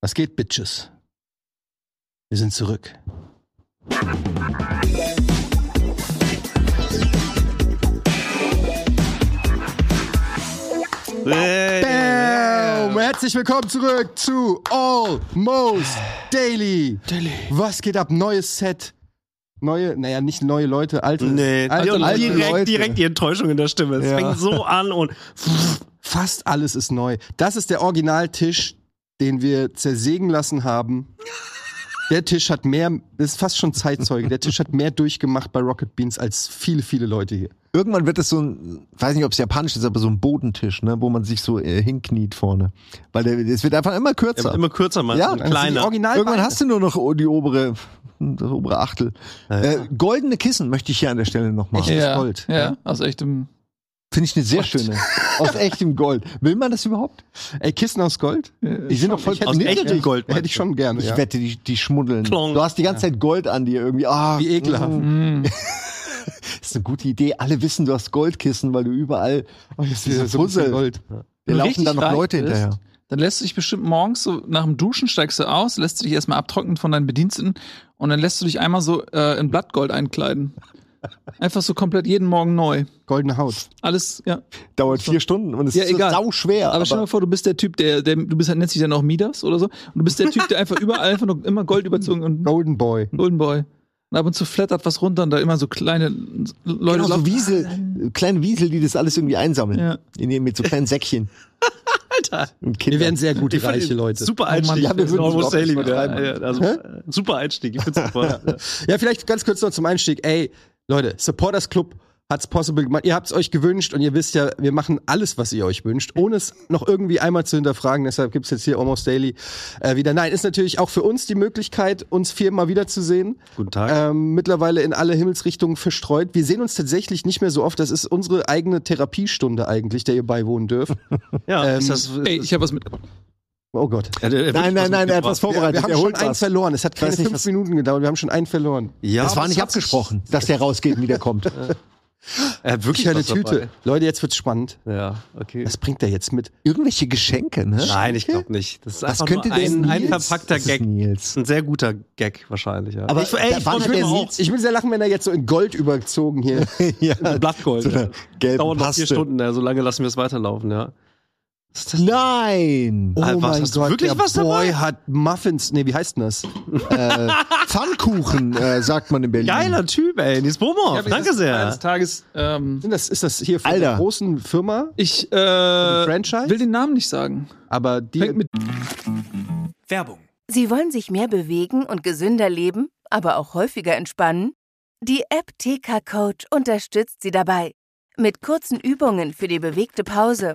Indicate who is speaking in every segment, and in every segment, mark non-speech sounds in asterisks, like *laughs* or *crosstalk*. Speaker 1: Was geht, Bitches? Wir sind zurück. Bam! Herzlich willkommen zurück zu Almost Daily.
Speaker 2: Daily.
Speaker 1: Was geht ab? Neues Set. Neue, naja, nicht neue Leute, alte.
Speaker 2: Nee,
Speaker 1: alte,
Speaker 2: und
Speaker 1: alte
Speaker 2: direkt,
Speaker 1: Leute.
Speaker 2: direkt die Enttäuschung in der Stimme. Es
Speaker 1: Ja.
Speaker 2: fängt so an
Speaker 3: *laughs*
Speaker 2: und
Speaker 1: Fast alles ist neu. Das ist der Originaltisch, den wir zersägen lassen haben. Der Tisch hat mehr, das ist fast schon Zeitzeuge, der Tisch hat mehr durchgemacht bei Rocket Beans als viele, viele Leute hier.
Speaker 3: Irgendwann wird es so ein, weiß nicht, ob es japanisch ist, aber so ein Bodentisch, ne, wo man sich so äh, hinkniet vorne. Weil der, es wird einfach immer kürzer.
Speaker 2: immer kürzer mal.
Speaker 3: Ja,
Speaker 2: und
Speaker 3: das
Speaker 1: Das sind die
Speaker 2: kleiner.
Speaker 1: Originalbeine.
Speaker 3: Irgendwann hast du nur noch o- die obere, das obere Achtel. Äh, goldene Kissen möchte ich hier an der Stelle nochmal.
Speaker 1: Echt?
Speaker 4: ja,
Speaker 1: Gold,
Speaker 4: Ja, Also
Speaker 1: ja.
Speaker 4: aus echtem.
Speaker 3: Finde ich eine sehr schöne. Aus echtem Gold. Will man das überhaupt?
Speaker 1: Ey, Kissen aus Gold?
Speaker 4: Äh,
Speaker 3: Die sind doch voll
Speaker 1: ich hätte-
Speaker 2: Aus
Speaker 3: Nee,
Speaker 2: echtem Gold.
Speaker 1: Hätte ich schon gerne.
Speaker 3: Ich
Speaker 1: ja.
Speaker 3: wette, die, die schmuddeln.
Speaker 2: Klong.
Speaker 3: Du hast die ganze Zeit Gold an dir irgendwie. Ah,
Speaker 1: Wie ekelhaft.
Speaker 3: mm,
Speaker 4: mm.
Speaker 3: Das ist eine gute Idee. Alle wissen, du hast Goldkissen, weil du überall.
Speaker 1: Oh, jetzt
Speaker 3: Diese
Speaker 1: wieder so ein bisschen
Speaker 3: Puzzle.
Speaker 1: Gold.
Speaker 3: Da
Speaker 4: Wenn du
Speaker 3: laufen
Speaker 4: richtig
Speaker 3: dann noch
Speaker 4: reich
Speaker 3: Leute
Speaker 4: bist,
Speaker 3: hinterher.
Speaker 4: Dann lässt du dich bestimmt morgens so nach dem Duschen steigst du aus, lässt du dich erstmal abtrocknen von deinen Bediensteten und dann lässt du dich einmal so äh, in Blattgold einkleiden. Einfach so komplett jeden Morgen neu.
Speaker 1: Goldene Haut.
Speaker 4: Alles, ja.
Speaker 3: Dauert vier Stunden und es
Speaker 4: Ja,
Speaker 3: ist so
Speaker 4: egal.
Speaker 3: sau schwer.
Speaker 4: Aber, stell dir mal vor, du bist der Typ, der, der du bist halt, nennt sich dann auch Midas oder so. Und du bist der Typ, der einfach überall einfach nur immer Gold überzogen und
Speaker 1: Golden Boy.
Speaker 4: Golden Boy. Und ab und zu flattert was runter und da immer so kleine Leute
Speaker 3: Genau, so
Speaker 2: *laughs*
Speaker 4: laufen.
Speaker 3: Wiesel, kleine Wiesel, die das alles irgendwie einsammeln.
Speaker 4: Ja.
Speaker 3: In dem mit so kleinen Säckchen.
Speaker 2: Alter.
Speaker 3: Und
Speaker 1: Wir
Speaker 3: Kindern.
Speaker 1: werden sehr gute,
Speaker 2: Ich fand
Speaker 1: reiche
Speaker 2: ihn
Speaker 1: Leute.
Speaker 2: Super
Speaker 4: Oh Mann,
Speaker 2: Einstieg.
Speaker 4: ja, wir
Speaker 2: Das
Speaker 3: würden
Speaker 2: ist
Speaker 3: überhaupt
Speaker 2: Daily
Speaker 3: nicht
Speaker 2: wieder.
Speaker 3: übertreiben.
Speaker 2: Ja, also, äh, super Einstieg. Ich find's
Speaker 3: *laughs*
Speaker 2: super. Ja.
Speaker 1: Ja, vielleicht ganz kurz noch zum Einstieg. Ey, Leute, Supporters Club hat's possible gemacht. Ihr habt's euch gewünscht und ihr wisst ja, wir machen alles, was ihr euch wünscht, ohne es noch irgendwie einmal zu hinterfragen. Deshalb gibt's jetzt hier Almost Daily äh, wieder. Nein, ist natürlich auch für uns die Möglichkeit, uns viermal wiederzusehen.
Speaker 2: Guten Tag.
Speaker 1: Ähm, mittlerweile in alle Himmelsrichtungen verstreut. Wir sehen uns tatsächlich nicht mehr so oft. Das ist unsere eigene Therapiestunde eigentlich, der ihr beiwohnen dürft.
Speaker 2: Äh, ja,
Speaker 1: ähm,
Speaker 2: ist das, ist
Speaker 4: Ey, ich habe was mitgebracht.
Speaker 1: Oh Gott.
Speaker 2: Ja, der- der
Speaker 3: äh, Nein,
Speaker 2: wirklich
Speaker 3: nein, nein, er hat was
Speaker 2: mitgebracht.
Speaker 1: Wir
Speaker 3: vorbereitet. er
Speaker 1: haben schon
Speaker 3: holt
Speaker 1: eins
Speaker 3: was.
Speaker 1: verloren. Es hat keine
Speaker 3: weiß nicht,
Speaker 1: fünf
Speaker 3: was-
Speaker 1: Minuten gedauert. Wir haben schon einen verloren.
Speaker 2: Ja,
Speaker 3: das war
Speaker 2: aber
Speaker 3: nicht
Speaker 2: es hat sich-
Speaker 3: abgesprochen, dass der rausgeht und
Speaker 2: *laughs*
Speaker 3: wieder kommt.
Speaker 2: Er hat wirklich
Speaker 1: Ich eine
Speaker 2: was
Speaker 1: Tüte. Leute, jetzt wird's spannend.
Speaker 2: Dabei. Ja, okay.
Speaker 1: Was bringt der jetzt mit?
Speaker 3: Irgendwelche Geschenke, ne?
Speaker 2: Nein, ich glaube nicht. Das ist
Speaker 3: Was
Speaker 2: einfach
Speaker 3: könnte
Speaker 2: nur
Speaker 3: der
Speaker 2: ein, ein
Speaker 3: Nils?
Speaker 2: verpackter
Speaker 3: Das ist
Speaker 2: Gag.
Speaker 3: Nils.
Speaker 2: Das ist *laughs* ein sehr guter Gag wahrscheinlich. Ja.
Speaker 3: Aber
Speaker 2: ich, ey,
Speaker 3: da
Speaker 2: ich,
Speaker 3: waren
Speaker 2: ich,
Speaker 3: halt
Speaker 2: will
Speaker 3: der
Speaker 2: auch
Speaker 1: Ich will sehr lachen, wenn er jetzt so in Gold überzogen hier.
Speaker 3: ja.
Speaker 2: Blattgold.
Speaker 3: So eine
Speaker 2: ja.
Speaker 3: gelben
Speaker 2: Dauert noch vier
Speaker 3: Paste.
Speaker 2: Stunden, ja, so lange lassen wir es weiterlaufen, ja. Was ist das?
Speaker 3: Nein! Oh
Speaker 2: Ah, was, hast du wirklich
Speaker 1: der
Speaker 2: was dabei?
Speaker 1: Boy hat Muffins. Nee, wie heißt denn das?
Speaker 3: äh,
Speaker 2: *laughs*
Speaker 3: Pfannkuchen, äh, sagt man in Berlin.
Speaker 2: Geiler Typ, ey, Nils Bomo.
Speaker 4: Ich hab
Speaker 2: Danke
Speaker 4: dieses-
Speaker 2: sehr.
Speaker 4: Eines Tages ähm,
Speaker 1: Sind das ist das hier von
Speaker 3: Alter.
Speaker 1: einer großen Firma?
Speaker 4: Ich äh,
Speaker 1: Franchise?
Speaker 4: will den Namen nicht sagen.
Speaker 1: Aber die
Speaker 4: Fängt mit
Speaker 5: Sie wollen sich mehr bewegen und gesünder leben, aber auch häufiger entspannen? Die App TK Coach unterstützt Sie dabei. Mit kurzen Übungen für die bewegte Pause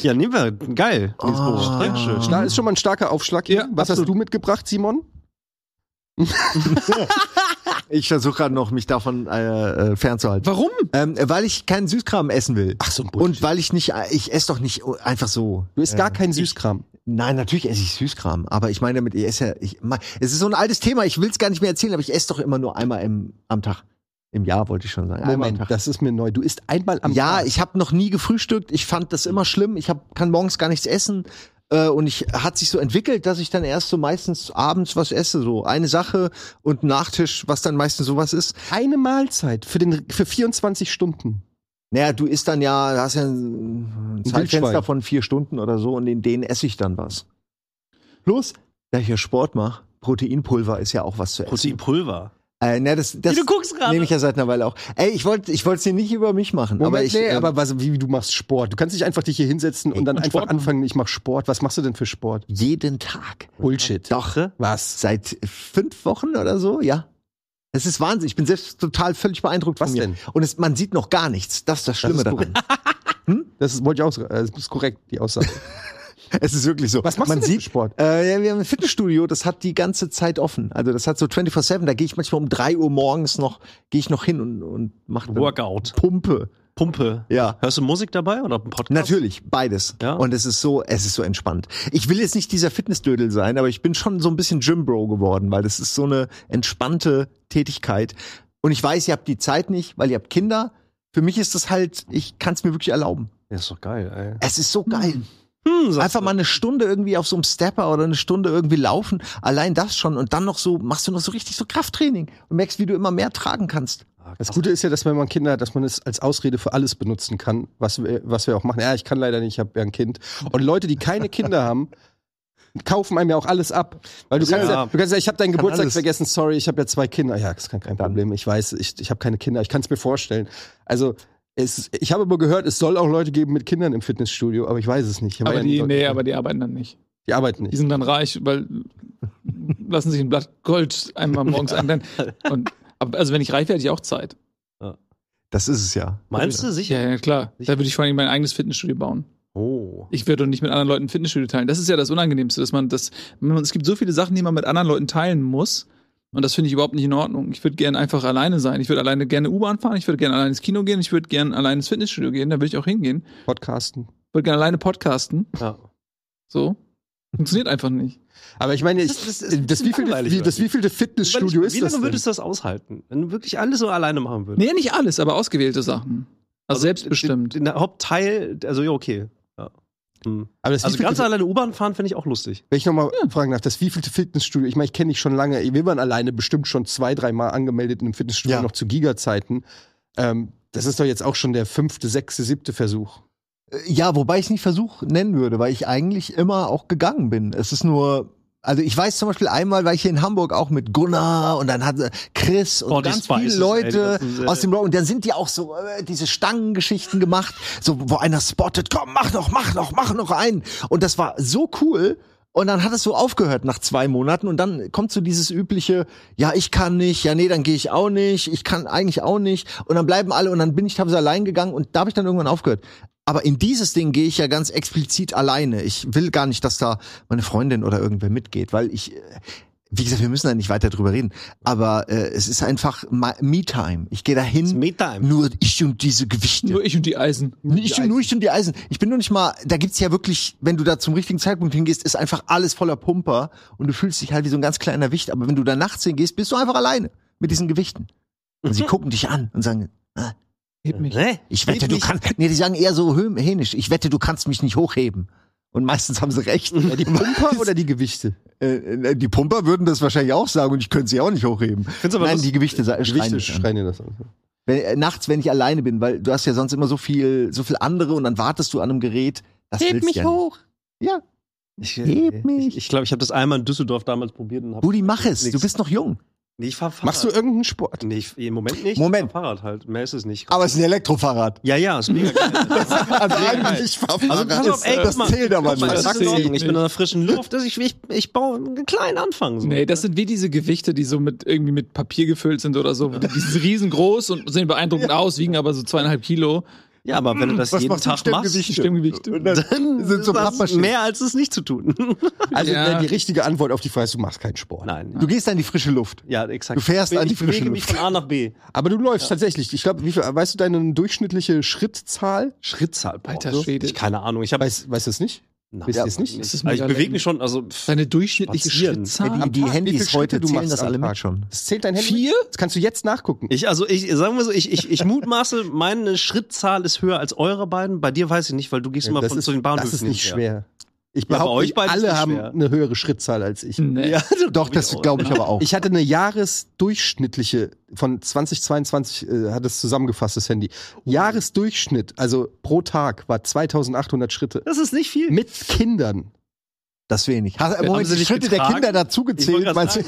Speaker 2: Ja, nehmen wir. Geil, Nils
Speaker 3: Oh.
Speaker 2: Bomo. Dankeschön.
Speaker 1: Star ist schon mal ein starker Aufschlag hier.
Speaker 4: Ja,
Speaker 1: was hast
Speaker 4: absolut.
Speaker 1: du mitgebracht, Simon?
Speaker 3: Ich versuche gerade noch, mich davon äh, äh, fernzuhalten.
Speaker 4: Warum?
Speaker 3: Ähm, weil ich keinen Süßkram essen will.
Speaker 1: Ach so ein
Speaker 3: Und weil ich nicht, äh, ich esse doch nicht einfach so.
Speaker 1: Du isst gar
Speaker 3: Äh,
Speaker 1: keinen Süßkram.
Speaker 3: Nein, natürlich esse ich Süßkram, aber ich meine damit, ich esse ja, ich, mein, es ist so ein altes Thema, ich will es gar nicht mehr erzählen, aber ich esse doch immer nur einmal im, am Tag. Im Jahr wollte ich schon sagen. einmal am
Speaker 1: Moment,
Speaker 3: Tag.
Speaker 1: das ist mir neu. Du isst einmal am
Speaker 3: ja,
Speaker 1: Tag.
Speaker 3: ich habe noch nie gefrühstückt, ich fand das immer schlimm, ich hab, kann morgens gar nichts essen äh, und ich hat sich so entwickelt, dass ich dann erst so meistens abends was esse, so eine Sache und einen Nachtisch, was dann meistens sowas ist.
Speaker 1: eine Mahlzeit für, den, für 24 Stunden.
Speaker 3: Naja, du isst dann ja, du hast ja ein, ein Zeitfenster
Speaker 1: Wildschwein.
Speaker 3: von vier Stunden oder so und in denen esse ich dann was. Plus, da ich ja Sport mache, Proteinpulver ist ja auch was zu essen.
Speaker 2: Proteinpulver.
Speaker 3: Äh, na, das, das
Speaker 2: Wie du guckst gerade.
Speaker 3: nehme ich ja seit einer Weile auch. Ey, ich wollte ich es dir nicht über mich machen, aber ich.
Speaker 1: nee,
Speaker 3: äh,
Speaker 1: aber was, wie du machst Sport. Du kannst nicht einfach dich hier hinsetzen und dann
Speaker 4: und
Speaker 1: einfach
Speaker 4: Sport machen.
Speaker 1: anfangen, ich mach Sport. Was machst du denn für Sport?
Speaker 3: jeden Tag.
Speaker 1: Bullshit.
Speaker 3: Doch.
Speaker 1: Was?
Speaker 3: Seit fünf Wochen oder so, ja. Es ist Wahnsinn. Ich bin selbst total völlig beeindruckt
Speaker 1: Was
Speaker 3: von mir.
Speaker 1: denn?
Speaker 3: Und es, man sieht noch gar nichts. Das ist das Schlimme
Speaker 1: ist
Speaker 3: daran. *laughs*
Speaker 1: äh, Das wollte ich auch. Das ist korrekt, die Aussage.
Speaker 3: Es ist wirklich so.
Speaker 1: Was machst du
Speaker 3: Man
Speaker 1: denn
Speaker 3: sieht,
Speaker 1: für Sport?
Speaker 3: Äh, ja, wir haben ein Fitnessstudio, das hat die ganze Zeit offen. Also das hat so 24-7, da gehe ich manchmal um 3 Uhr morgens noch, gehe ich noch hin und, und mache eine
Speaker 2: Workout.
Speaker 3: Pumpe.
Speaker 2: Pumpe.
Speaker 3: Ja.
Speaker 2: Hörst du Musik dabei oder einen Podcast?
Speaker 3: Natürlich, beides.
Speaker 2: Ja.
Speaker 3: Und es ist so, es ist so entspannt. Ich will jetzt nicht dieser Fitnessdödel sein, aber ich bin schon so ein bisschen Gymbro geworden, weil das ist so eine entspannte Tätigkeit. Und ich weiß, ihr habt die Zeit nicht, weil ihr habt Kinder. Für mich ist das halt, ich kann es mir wirklich erlauben.
Speaker 2: Ja, ist doch geil,
Speaker 3: Es ist so geil.
Speaker 2: ey. Hm, sagst
Speaker 3: Einfach
Speaker 2: du.
Speaker 3: mal eine Stunde irgendwie auf so einem Stepper oder eine Stunde irgendwie laufen. Allein das schon. Und dann noch so, machst du noch so richtig so Krafttraining und merkst, wie du immer mehr tragen kannst.
Speaker 1: Das Gute ist ja, dass wenn man Kinder hat, dass man es als Ausrede für alles benutzen kann, was wir, was wir auch machen. Ja, ich kann leider nicht, ich habe ja ein Kind. Und Leute, die keine Kinder haben, kaufen einem ja auch alles ab. Weil du
Speaker 2: Ja.
Speaker 1: kannst ja, du kannst ja ich habe deinen Geburtstag
Speaker 3: alles.
Speaker 1: vergessen, sorry, ich habe ja zwei Kinder. Ja, das ist kein, kein Problem. Ich weiß, ich, ich habe keine Kinder, ich kann es mir vorstellen. Also es, ich habe aber gehört, es soll auch Leute geben mit Kindern im Fitnessstudio, aber ich weiß es nicht. Ich war
Speaker 4: Aber
Speaker 1: ja nie
Speaker 4: die,
Speaker 1: dort.
Speaker 4: nee, aber die arbeiten dann nicht.
Speaker 1: die arbeiten
Speaker 4: Die
Speaker 1: nicht.
Speaker 4: sind dann reich, weil lassen sich ein Blatt Gold einmal morgens anbrennen. Und, aber also wenn ich reich wäre, hätte ich auch Zeit.
Speaker 3: Das ist es ja.
Speaker 2: Meinst du sicher?
Speaker 4: Ja, ja, klar. Da würde ich vor allem mein eigenes Fitnessstudio bauen.
Speaker 2: Oh.
Speaker 4: Ich würde nicht mit anderen Leuten ein Fitnessstudio teilen. Das ist ja das Unangenehmste, dass man das. Man, es gibt so viele Sachen, die man mit anderen Leuten teilen muss. Und das finde ich überhaupt nicht in Ordnung. Ich würde gerne einfach alleine sein. Ich würde alleine gerne U-Bahn fahren, ich würde gerne alleine ins Kino gehen, ich würde gerne alleine ins Fitnessstudio gehen, da würde ich auch hingehen.
Speaker 1: Podcasten.
Speaker 4: Ich würde gerne alleine podcasten.
Speaker 2: Ja.
Speaker 4: So. Funktioniert einfach nicht.
Speaker 1: Aber ich meine, ich,
Speaker 2: Das- das-
Speaker 1: das,
Speaker 2: das ist
Speaker 1: wievielte,
Speaker 2: langweilig,
Speaker 1: wie, das
Speaker 2: oder?
Speaker 1: wievielte Fitnessstudio
Speaker 2: Überleg mal,
Speaker 1: ist
Speaker 2: Wie
Speaker 1: das?
Speaker 2: lange
Speaker 1: Denn?
Speaker 2: würdest du das aushalten? Wenn du wirklich alles so alleine machen würdest?
Speaker 4: Nee, nicht alles, aber ausgewählte Sachen. Also, selbstbestimmt.
Speaker 2: Den, den Hauptteil, also ja, okay. Ja. Hm.
Speaker 1: aber das
Speaker 2: Also
Speaker 1: wievielte-
Speaker 2: ganz alleine U-Bahn fahren finde ich auch lustig.
Speaker 1: Wenn ich nochmal fragen darf, das wievielte Fitnessstudio, ich meine, ich kenne dich schon lange, wir waren alleine bestimmt schon zwei, dreimal angemeldet in einem Fitnessstudio,
Speaker 3: Ja.
Speaker 1: noch zu Giga-Zeiten. Ähm, das ist doch jetzt auch schon der fünfte, sechste, siebte Versuch.
Speaker 3: Äh, Ja, wobei ich es nicht Versuch nennen würde, weil ich eigentlich immer auch gegangen bin. Es ist nur, also ich weiß zum Beispiel einmal, war ich hier in Hamburg auch mit Gunnar und dann hatte Chris und
Speaker 2: Oh, die
Speaker 3: ganz
Speaker 2: Spices,
Speaker 3: viele Leute
Speaker 2: ey, die ganzen, äh,
Speaker 3: aus dem Rock. Und dann sind die auch so äh, diese Stangengeschichten gemacht, so wo einer spottet, komm, mach noch, mach noch, mach noch einen. Und das war so cool. Und dann hat es so aufgehört nach zwei Monaten und dann kommt so dieses übliche, ja, ich kann nicht, ja, nee, dann gehe ich auch nicht, ich kann eigentlich auch nicht. Und dann bleiben alle und dann bin ich teilweise allein gegangen und da habe ich dann irgendwann aufgehört. Aber in dieses Ding gehe ich ja ganz explizit alleine. Ich will gar nicht, dass da meine Freundin oder irgendwer mitgeht, weil ich, äh, wie gesagt, wir müssen da nicht weiter drüber reden. Aber äh, es ist einfach Ma- Me-Time. Ich gehe
Speaker 2: Das
Speaker 3: dahin,
Speaker 2: Me-Time.
Speaker 3: nur ich und diese Gewichte.
Speaker 4: Nur ich und die Eisen.
Speaker 3: Ich, nur ich und die Eisen. Ich bin nur nicht mal, da gibt's ja wirklich, wenn du da zum richtigen Zeitpunkt hingehst, ist einfach alles voller Pumper und du fühlst dich halt wie so ein ganz kleiner Wicht. Aber wenn du da nachts hingehst, bist du einfach alleine mit diesen Gewichten. Und
Speaker 4: *laughs*
Speaker 3: sie gucken dich an und sagen,
Speaker 4: Heb mich.
Speaker 2: Hä?
Speaker 3: ich wette,
Speaker 2: Heb
Speaker 3: du
Speaker 2: mich.
Speaker 3: kannst, nee, die sagen eher so hö- hänisch, ich wette, du kannst mich nicht hochheben. Und meistens haben sie
Speaker 4: *laughs*
Speaker 3: recht.
Speaker 1: Ja, die Pumper oder die Gewichte?
Speaker 3: Äh, äh, die Pumper würden das wahrscheinlich auch sagen und ich könnte sie auch nicht hochheben.
Speaker 2: Find's aber
Speaker 3: Nein,
Speaker 2: lustig.
Speaker 3: die Gewichte sa- schreien.
Speaker 1: Gewichte
Speaker 3: mich an.
Speaker 1: schreien dir das an.
Speaker 3: wenn, äh, nachts, wenn ich alleine bin, weil du hast ja sonst immer so viel, so viel andere und dann wartest du an einem Gerät. Das Heb mich ja hoch. Nicht. Ja,
Speaker 2: Ich
Speaker 3: Heb
Speaker 2: glaube,
Speaker 3: mich.
Speaker 2: ich, ich, glaub, ich habe das einmal in Düsseldorf damals probiert und habe.
Speaker 3: Budi, mach es.
Speaker 2: Nix.
Speaker 3: Du bist noch jung.
Speaker 2: Nee, ich fahr Fahrrad.
Speaker 1: Machst du irgendeinen Sport?
Speaker 2: Nee, ich, im Moment nicht.
Speaker 3: Moment.
Speaker 2: Ich fahr Fahrrad halt. Mehr ist es nicht.
Speaker 3: Aber es ist ein Elektrofahrrad.
Speaker 2: Ja, ja, ist mega geil.
Speaker 3: *laughs* Also
Speaker 2: eigentlich,
Speaker 3: ich fahre
Speaker 2: Also pass auf, ey, guck
Speaker 3: das
Speaker 2: mal,
Speaker 3: zählt aber
Speaker 2: guck mal,
Speaker 3: nicht.
Speaker 2: das ist
Speaker 4: Das
Speaker 2: in Ordnung.
Speaker 4: zählt
Speaker 2: Ich bin in der frischen Luft. Das- Ich, ich, ich baue einen kleinen Anfang. So.
Speaker 4: Nee, das sind wie diese Gewichte, die so mit irgendwie mit Papier gefüllt sind oder so. Die sind riesengroß und sehen beeindruckend aus, wiegen aber so zweieinhalb Kilo.
Speaker 2: ja, aber wenn du das
Speaker 3: Was
Speaker 2: jeden
Speaker 3: macht die
Speaker 2: Tag machst,
Speaker 3: Stimmgewichte? *laughs*
Speaker 4: Stimmgewicht.
Speaker 2: dann
Speaker 3: Sind so
Speaker 2: ist das
Speaker 3: Pappmaschinen.
Speaker 2: mehr als es nicht zu tun. *laughs*
Speaker 1: Also
Speaker 4: Ja.
Speaker 1: ne, die richtige Antwort auf die Frage ist, du machst keinen Sport.
Speaker 2: Nein.
Speaker 3: Du gehst an die frische Luft.
Speaker 2: Ja, exakt.
Speaker 3: Du fährst an die
Speaker 2: ich bewege
Speaker 3: frische
Speaker 2: mich
Speaker 3: Luft.
Speaker 2: von A nach B.
Speaker 1: Aber du läufst tatsächlich. Ich glaube, wie viel, weißt du deine durchschnittliche Schrittzahl?
Speaker 2: Schrittzahl. boah,
Speaker 4: Alter
Speaker 2: so.
Speaker 4: Schwede.
Speaker 2: Ich keine Ahnung. Ich habe
Speaker 1: Weißt, weißt du es nicht?
Speaker 2: Nein,
Speaker 1: Wisst ihr es nicht?
Speaker 4: Das ist
Speaker 2: also
Speaker 4: mega
Speaker 2: ich bewege
Speaker 4: lame.
Speaker 2: mich schon, also pff,
Speaker 4: Deine durchschnittliche
Speaker 2: Spazieren.
Speaker 4: Schrittzahl.
Speaker 3: Die, die
Speaker 1: Tag, wie
Speaker 3: Handys
Speaker 1: viele
Speaker 3: heute
Speaker 1: Schritte du
Speaker 3: zählen
Speaker 1: machst
Speaker 3: das
Speaker 1: am
Speaker 3: alle
Speaker 1: Tag?
Speaker 3: mit schon.
Speaker 1: Das zählt dein Handy?
Speaker 4: Vier?
Speaker 1: Das kannst du jetzt nachgucken.
Speaker 2: ich also ich sagen wir so, ich ich, ich mutmaße, meine Schrittzahl ist höher als eure beiden. Bei dir weiß ich nicht, weil du gehst immer von zu den Bahnhöfen.
Speaker 1: Das ist nicht
Speaker 2: hinterher.
Speaker 1: schwer. Ich
Speaker 2: Ja, bei
Speaker 1: behaupte,
Speaker 2: euch beiden ist
Speaker 1: alle
Speaker 2: nicht
Speaker 1: haben
Speaker 2: schwer.
Speaker 1: eine höhere Schrittzahl als ich. Oh.
Speaker 4: Nee.
Speaker 2: Ja, also
Speaker 3: Doch, das glaube ich aber auch.
Speaker 1: Ich hatte eine Jahresdurchschnittliche von 2022 äh, hat es zusammengefasst das Handy. Jahresdurchschnitt, also pro Tag war 2800 Schritte
Speaker 2: Das ist nicht viel.
Speaker 1: mit Kindern.
Speaker 3: Das wenig. Hast,
Speaker 2: Haben
Speaker 3: Moment,
Speaker 2: sie
Speaker 3: die
Speaker 2: dich
Speaker 3: Schritte
Speaker 2: getragen?
Speaker 3: der Kinder
Speaker 2: Ich wollte
Speaker 3: dazugezählt.
Speaker 2: grad
Speaker 3: meinst du?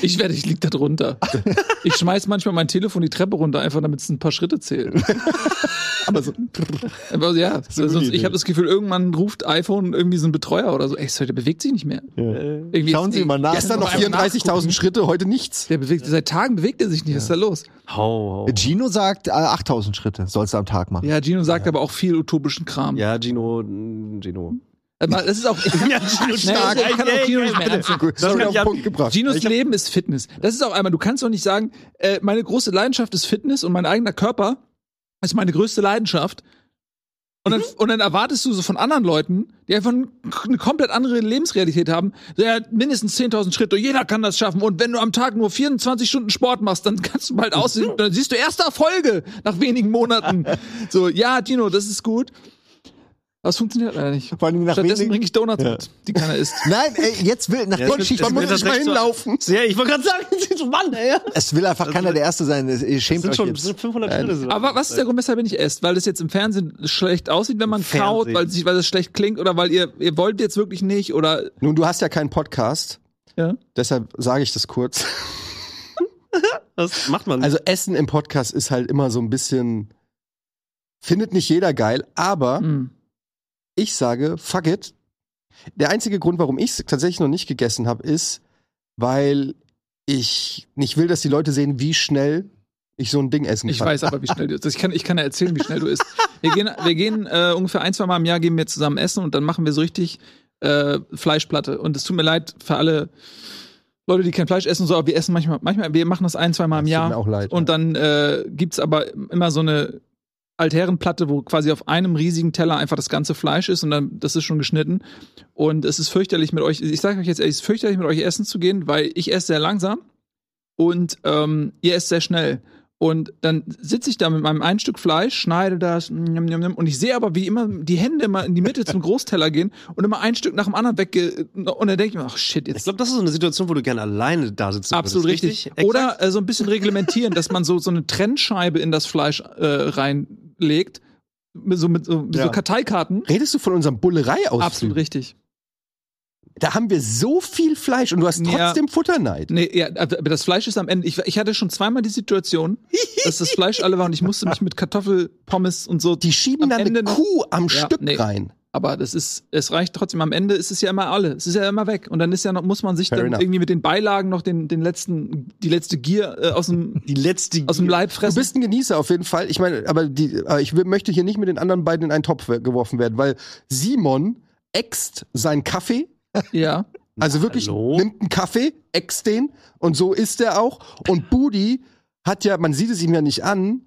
Speaker 4: Ich werde, ich lieg da drunter. Ich schmeiß manchmal mein Telefon die Treppe runter, einfach damit es ein paar Schritte zählt.
Speaker 3: Aber so,
Speaker 4: Aber ja,
Speaker 1: eine gute
Speaker 4: sonst,
Speaker 1: Idee.
Speaker 4: ich habe das Gefühl, irgendwann ruft iPhone irgendwie so ein Betreuer oder so. Ey, sorry, der bewegt sich nicht mehr.
Speaker 2: Äh,
Speaker 4: Irgendwie
Speaker 3: Schauen
Speaker 4: ist-
Speaker 3: Sie
Speaker 4: ey,
Speaker 3: mal nach.
Speaker 1: Gestern noch 34.000 Schritte, heute nichts.
Speaker 4: Der bewegt, seit Tagen bewegt er sich nicht. Was ist da los?
Speaker 2: Hau, hau.
Speaker 3: Gino sagt, äh, 8000 Schritte sollst du am Tag machen.
Speaker 4: Ja, Gino sagt aber auch viel utopischen Kram.
Speaker 2: Ja, Gino, mm, Gino.
Speaker 4: Aber Das
Speaker 3: *laughs*
Speaker 4: ist auch. Ich *laughs* kann,
Speaker 2: stark.
Speaker 4: Nee, ich kann auch Gino nicht mehr ernst nehmen.
Speaker 1: Gut, das
Speaker 2: kann
Speaker 1: auf
Speaker 2: ich
Speaker 1: den Punkt gebracht.
Speaker 4: Ginos Leben ist Fitness. Das ist auch einmal, du kannst doch nicht sagen, äh, meine große Leidenschaft ist Fitness und mein eigener Körper ist meine größte Leidenschaft. Und
Speaker 3: Mhm.
Speaker 4: dann, und dann erwartest du so von anderen Leuten, die einfach n- eine komplett andere Lebensrealität haben, so, ja, mindestens 10.000 Schritte, jeder kann das schaffen. Und wenn du am Tag nur 24 Stunden Sport machst, dann kannst du bald
Speaker 3: Mhm.
Speaker 4: aussehen, dann siehst du erste Erfolge nach
Speaker 3: *laughs*
Speaker 4: wenigen Monaten. So, ja, Dino, das ist gut. Aber es funktioniert leider nicht.
Speaker 3: Vor allen Dingen nach
Speaker 4: Stattdessen
Speaker 3: wenigen-
Speaker 4: bringe ich Donuts
Speaker 3: Ja.
Speaker 4: mit, die keiner isst.
Speaker 3: Nein, ey, jetzt will, nach
Speaker 2: Ja,
Speaker 3: der
Speaker 2: es
Speaker 3: Geschichte,
Speaker 2: wird- es
Speaker 1: Man
Speaker 2: wird
Speaker 1: muss nicht mal
Speaker 2: recht so-
Speaker 1: hinlaufen.
Speaker 2: Ja, ich wollte gerade sagen, *laughs* Mann, ey.
Speaker 3: es will einfach keiner der Erste sein. Es- Ihr schämt
Speaker 2: Sind
Speaker 3: euch
Speaker 2: schon
Speaker 3: jetzt.
Speaker 2: sind 500 Schritte. sind
Speaker 4: Aber was ist der Grund, weshalb ihr nicht esst? Weil das jetzt im Fernsehen schlecht aussieht, wenn man kaut,
Speaker 2: Fernsehen.
Speaker 4: weil es weil das schlecht klingt oder weil ihr, ihr wollt jetzt wirklich nicht oder.
Speaker 1: Nun, du hast ja keinen Podcast,
Speaker 4: Ja.
Speaker 1: deshalb sage ich das kurz.
Speaker 2: Das macht man.
Speaker 1: Also Essen im Podcast ist halt immer so ein bisschen findet nicht jeder geil, aber
Speaker 4: Hm.
Speaker 1: ich sage fuck it. Der einzige Grund, warum ich es tatsächlich noch nicht gegessen habe, ist, weil ich nicht will, dass die Leute sehen, wie schnell ich so ein Ding essen
Speaker 4: Ich
Speaker 1: kann.
Speaker 4: weiß aber, wie schnell du isst. Ich kann, ich kann ja erzählen, wie schnell du isst. Wir gehen, wir gehen äh, ungefähr ein, zwei Mal im Jahr gehen wir zusammen essen und dann machen wir so richtig äh, Fleischplatte. Und es tut mir leid für alle Leute, die kein Fleisch essen, so, aber wir essen manchmal, manchmal, wir machen das ein, zwei Mal im
Speaker 1: Das
Speaker 4: Jahr.
Speaker 1: Tut mir auch leid.
Speaker 4: Und dann äh, gibt es aber immer so eine Altherrenplatte, wo quasi auf einem riesigen Teller einfach das ganze Fleisch ist und dann das ist schon geschnitten. Und es ist fürchterlich mit euch, ich sage euch jetzt ehrlich, es ist fürchterlich mit euch essen zu gehen, weil ich esse sehr langsam und ähm, ihr esst sehr schnell. Und dann sitze ich da mit meinem ein Stück Fleisch, schneide das njam, njam, njam, und ich sehe aber, wie immer die Hände immer in die Mitte zum Großteller gehen und immer ein Stück nach dem anderen wegge... Und dann denke ich mir, ach shit, jetzt
Speaker 2: ich glaube, das ist so eine Situation, wo du gerne alleine da sitzen
Speaker 4: Absolut
Speaker 2: würdest,
Speaker 4: richtig.
Speaker 2: Exakt.
Speaker 4: Oder äh, so ein bisschen reglementieren, dass man so, so eine Trennscheibe in das Fleisch äh, reinlegt. Mit so, mit so, mit so
Speaker 1: Ja.
Speaker 4: Karteikarten.
Speaker 1: Redest du von unserem Bullerei aus?
Speaker 4: Absolut richtig.
Speaker 1: Da haben wir so viel Fleisch und du hast
Speaker 4: Ja.
Speaker 1: trotzdem Futterneid.
Speaker 4: Nee, ja, aber das Fleisch ist am Ende. Ich, ich hatte schon zweimal die Situation, dass das Fleisch alle war und ich musste mich mit Kartoffelpommes und so.
Speaker 1: Die schieben
Speaker 4: Am
Speaker 1: dann
Speaker 4: Ende
Speaker 1: eine
Speaker 4: noch-
Speaker 1: Kuh am
Speaker 4: Ja,
Speaker 1: Stück
Speaker 4: nee.
Speaker 1: rein.
Speaker 4: Aber das ist, es reicht trotzdem. Am Ende ist es ja immer alle. Es ist ja immer weg. Und dann ist ja noch, muss man sich
Speaker 1: Fair
Speaker 4: dann
Speaker 1: enough.
Speaker 4: irgendwie mit den Beilagen noch den, den letzten, die letzte Gier äh, aus dem,
Speaker 2: die letzte
Speaker 4: aus dem Leib
Speaker 1: Du
Speaker 4: fressen.
Speaker 1: bist ein Genießer auf jeden Fall. Ich meine, aber, die, aber ich will- möchte hier nicht mit den anderen beiden in einen Topf we- geworfen werden, weil Simon äxt seinen Kaffee,
Speaker 4: ja.
Speaker 1: also wirklich
Speaker 2: hallo?
Speaker 1: nimmt einen Kaffee, äxt den und so ist er auch. Und Budi hat ja, man sieht es ihm ja nicht an,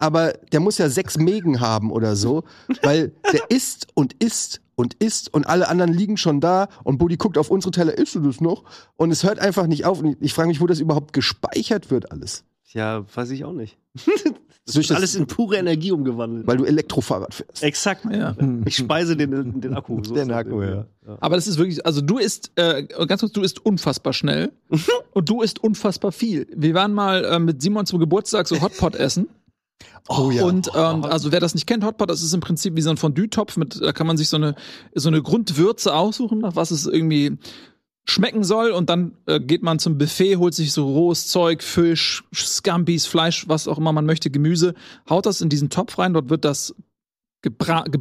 Speaker 1: aber der muss ja sechs Mägen haben oder so, weil
Speaker 2: *laughs*
Speaker 1: der isst und isst und isst und alle anderen liegen schon da und Budi guckt auf unsere Teller, isst du das noch? Und es hört einfach nicht auf. Und ich frage mich, wo das überhaupt gespeichert wird alles.
Speaker 2: Ja, weiß ich auch nicht. Das
Speaker 1: Durch
Speaker 2: wird
Speaker 1: das-
Speaker 2: alles in pure Energie umgewandelt.
Speaker 1: Weil du Elektrofahrrad fährst.
Speaker 2: Exakt.
Speaker 4: Ja.
Speaker 2: Ich speise den, den Akku. So
Speaker 3: Den
Speaker 2: ist das
Speaker 3: Akku,
Speaker 2: irgendwie.
Speaker 3: ja.
Speaker 4: Aber das ist wirklich, also du isst, äh, ganz kurz, du isst
Speaker 3: *laughs*
Speaker 4: unfassbar schnell und du isst unfassbar viel. Wir waren mal äh, mit Simon zum Geburtstag so Hotpot essen.
Speaker 3: Oh ja.
Speaker 4: Und ähm, also wer das nicht kennt, Hotpot, das ist im Prinzip wie so ein Fondue-Topf mit, da kann man sich so eine so eine Grundwürze aussuchen, nach was es irgendwie schmecken soll und dann äh, geht man zum Buffet, holt sich so rohes Zeug, Fisch, Scampis, Fleisch, was auch immer man möchte, Gemüse, haut das in diesen Topf rein, dort wird das gebra ge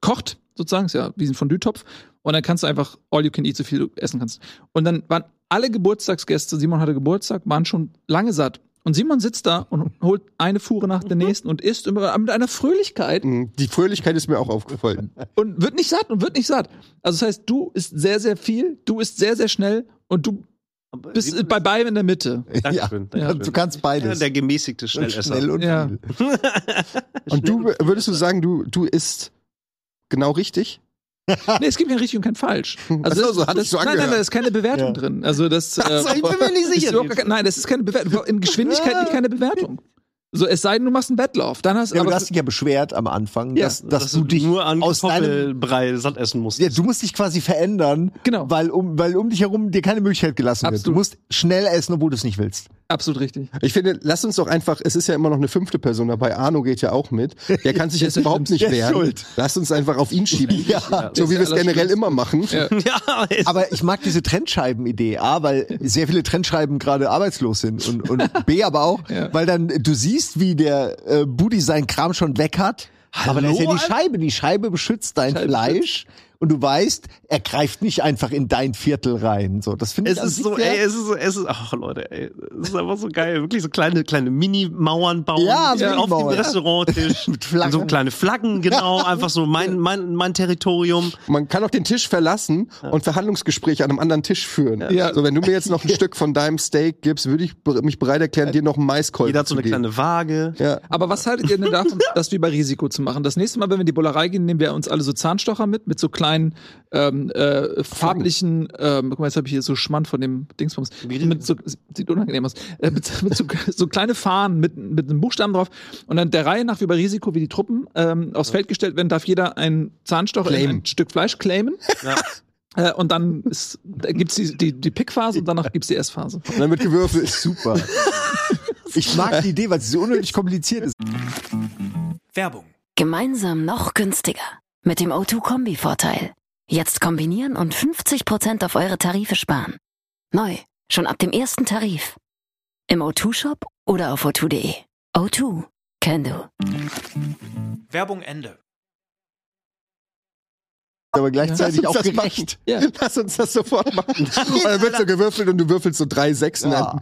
Speaker 4: gekocht, sozusagen, ist ja wie ein Fondue-Topf und dann kannst du einfach all you can eat, so viel du essen kannst. Und dann waren alle Geburtstagsgäste, Simon hatte Geburtstag, waren schon lange satt. Und Simon sitzt da und holt eine Fuhre nach der nächsten und isst immer mit einer Fröhlichkeit
Speaker 1: Mm, Die Fröhlichkeit ist mir auch aufgefallen.
Speaker 4: und wird nicht satt und wird nicht satt. Also das heißt, du isst sehr, sehr viel, du isst sehr, sehr schnell und du
Speaker 2: Aber
Speaker 4: bist bei beidem in der Mitte.
Speaker 2: Dankeschön,
Speaker 3: ja,
Speaker 2: Dankeschön.
Speaker 3: du kannst
Speaker 2: Ja,
Speaker 3: beides.
Speaker 2: der gemäßigte Schnellesser.
Speaker 3: Schnell und
Speaker 4: Ja.
Speaker 3: viel.
Speaker 1: Und du würdest du sagen, du, du isst genau richtig?
Speaker 4: Nee, es gibt kein richtig und kein falsch.
Speaker 1: Ach so,
Speaker 4: das-
Speaker 1: so hat
Speaker 4: das,
Speaker 1: sich so
Speaker 4: Nein, nein,
Speaker 1: angehört.
Speaker 4: da ist keine Bewertung
Speaker 3: Ja.
Speaker 4: drin. Also das äh,
Speaker 2: Also, ich bin mir nicht
Speaker 4: *laughs* ist
Speaker 2: sicher.
Speaker 4: überhaupt gar kein- nein, das ist keine Bewertung. In Geschwindigkeit liegt keine Bewertung. So, es sei denn, du machst einen Wettlauf. Dann hast
Speaker 3: Ja, aber du
Speaker 4: aber
Speaker 3: hast dich ja beschwert am Anfang,
Speaker 4: Ja,
Speaker 3: dass, dass, du dich
Speaker 2: nur an
Speaker 3: aus deinem
Speaker 2: Kartoffelbrei satt essen musst.
Speaker 3: ja, du musst dich quasi verändern,
Speaker 4: Genau.
Speaker 3: weil, um, weil um dich herum dir keine Möglichkeit gelassen wird. Du
Speaker 4: Absolut.
Speaker 3: musst schnell essen, obwohl du es nicht willst.
Speaker 4: Absolut richtig.
Speaker 1: Ich finde, lass uns doch einfach, es ist ja immer noch eine fünfte Person dabei, Arno geht ja auch mit. Der
Speaker 3: *laughs*
Speaker 1: kann sich jetzt überhaupt nicht
Speaker 3: Der ist
Speaker 1: wehren.
Speaker 3: schuld.
Speaker 1: Lass uns einfach auf ihn schieben.
Speaker 3: Ja.
Speaker 1: So wie wir es
Speaker 4: Das ist ja
Speaker 1: generell immer machen.
Speaker 2: *laughs* Ja, es-
Speaker 3: Aber ich mag diese Trendscheiben-Idee. A, weil sehr viele Trendscheiben gerade arbeitslos sind. Und, und B, aber auch,
Speaker 4: Ja.
Speaker 3: weil dann du siehst, wie der äh, Buddy seinen Kram schon weg hat. aber da ist ja
Speaker 2: Hallo,
Speaker 3: die
Speaker 2: Alter.
Speaker 3: Scheibe. Die Scheibe beschützt dein
Speaker 4: Scheibe
Speaker 3: Fleisch. Und du weißt, er greift nicht einfach in dein Viertel rein. So, das finde ich
Speaker 2: es
Speaker 3: an
Speaker 2: ist
Speaker 3: sich
Speaker 2: so,
Speaker 3: sehr-
Speaker 2: ey, es ist so, es ist, ach Leute, ey, es ist einfach so geil. Wirklich so kleine, kleine Mini-Mauern bauen
Speaker 3: Ja,
Speaker 2: auf dem
Speaker 3: Mini-Mauern, ja.
Speaker 2: Restauranttisch.
Speaker 4: *laughs*
Speaker 3: Mit Flaggen.
Speaker 2: So kleine Flaggen, genau, einfach so mein, mein, mein Territorium.
Speaker 1: Man kann auch den Tisch verlassen und Verhandlungsgespräche an einem anderen Tisch führen.
Speaker 4: Ja.
Speaker 1: So, wenn du mir jetzt noch ein Stück von deinem Steak gibst, würde ich be- mich bereit erklären, dir noch einen Maiskolben
Speaker 2: Jeder hat
Speaker 1: zu
Speaker 2: so eine
Speaker 1: geben.
Speaker 2: kleine Waage.
Speaker 1: Ja.
Speaker 4: Aber was haltet ihr
Speaker 1: *laughs*
Speaker 4: denn davon, das wie bei Risiko zu machen? Das nächste Mal, wenn wir in die Bullerei gehen, nehmen wir uns alle so Zahnstocher mit, mit so kleinen ähm, äh, farblichen, ähm, guck mal, jetzt habe ich hier so Schmand von dem Dingsbums. Mit so, sieht unangenehm aus. Äh, mit *laughs* mit so, so kleine Fahnen mit, mit einem Buchstaben drauf. Und dann der Reihe nach wie bei Risiko, wie die Truppen ähm, aufs Feld gestellt werden, darf jeder einen Zahnstocher in
Speaker 1: Claimen.
Speaker 4: ein Stück Fleisch claimen.
Speaker 2: Ja.
Speaker 4: *laughs* Äh, und dann ist- da gibt's die, die, die Pickphase und danach gibt's die Essphase.
Speaker 1: Und dann wird gewürfelt. *laughs*
Speaker 3: super. ich mag die Idee, weil sie so unnötig kompliziert ist.
Speaker 6: Werbung.
Speaker 7: Gemeinsam noch günstiger. Mit dem O2-Kombi-Vorteil. Jetzt kombinieren und 50% auf eure Tarife sparen. Neu. Schon ab dem ersten Tarif. Im O2-Shop oder auf o2.de. O2. Can do.
Speaker 6: Werbung Ende.
Speaker 1: *laughs*
Speaker 3: Aber gleichzeitig
Speaker 1: Lass
Speaker 3: auch
Speaker 1: uns das
Speaker 3: gerecht.
Speaker 4: Ja.
Speaker 1: *laughs* Lass uns das sofort machen.
Speaker 4: *laughs*
Speaker 1: Und dann wird so gewürfelt und du würfelst so drei Sechsen.
Speaker 3: Ja.
Speaker 1: an.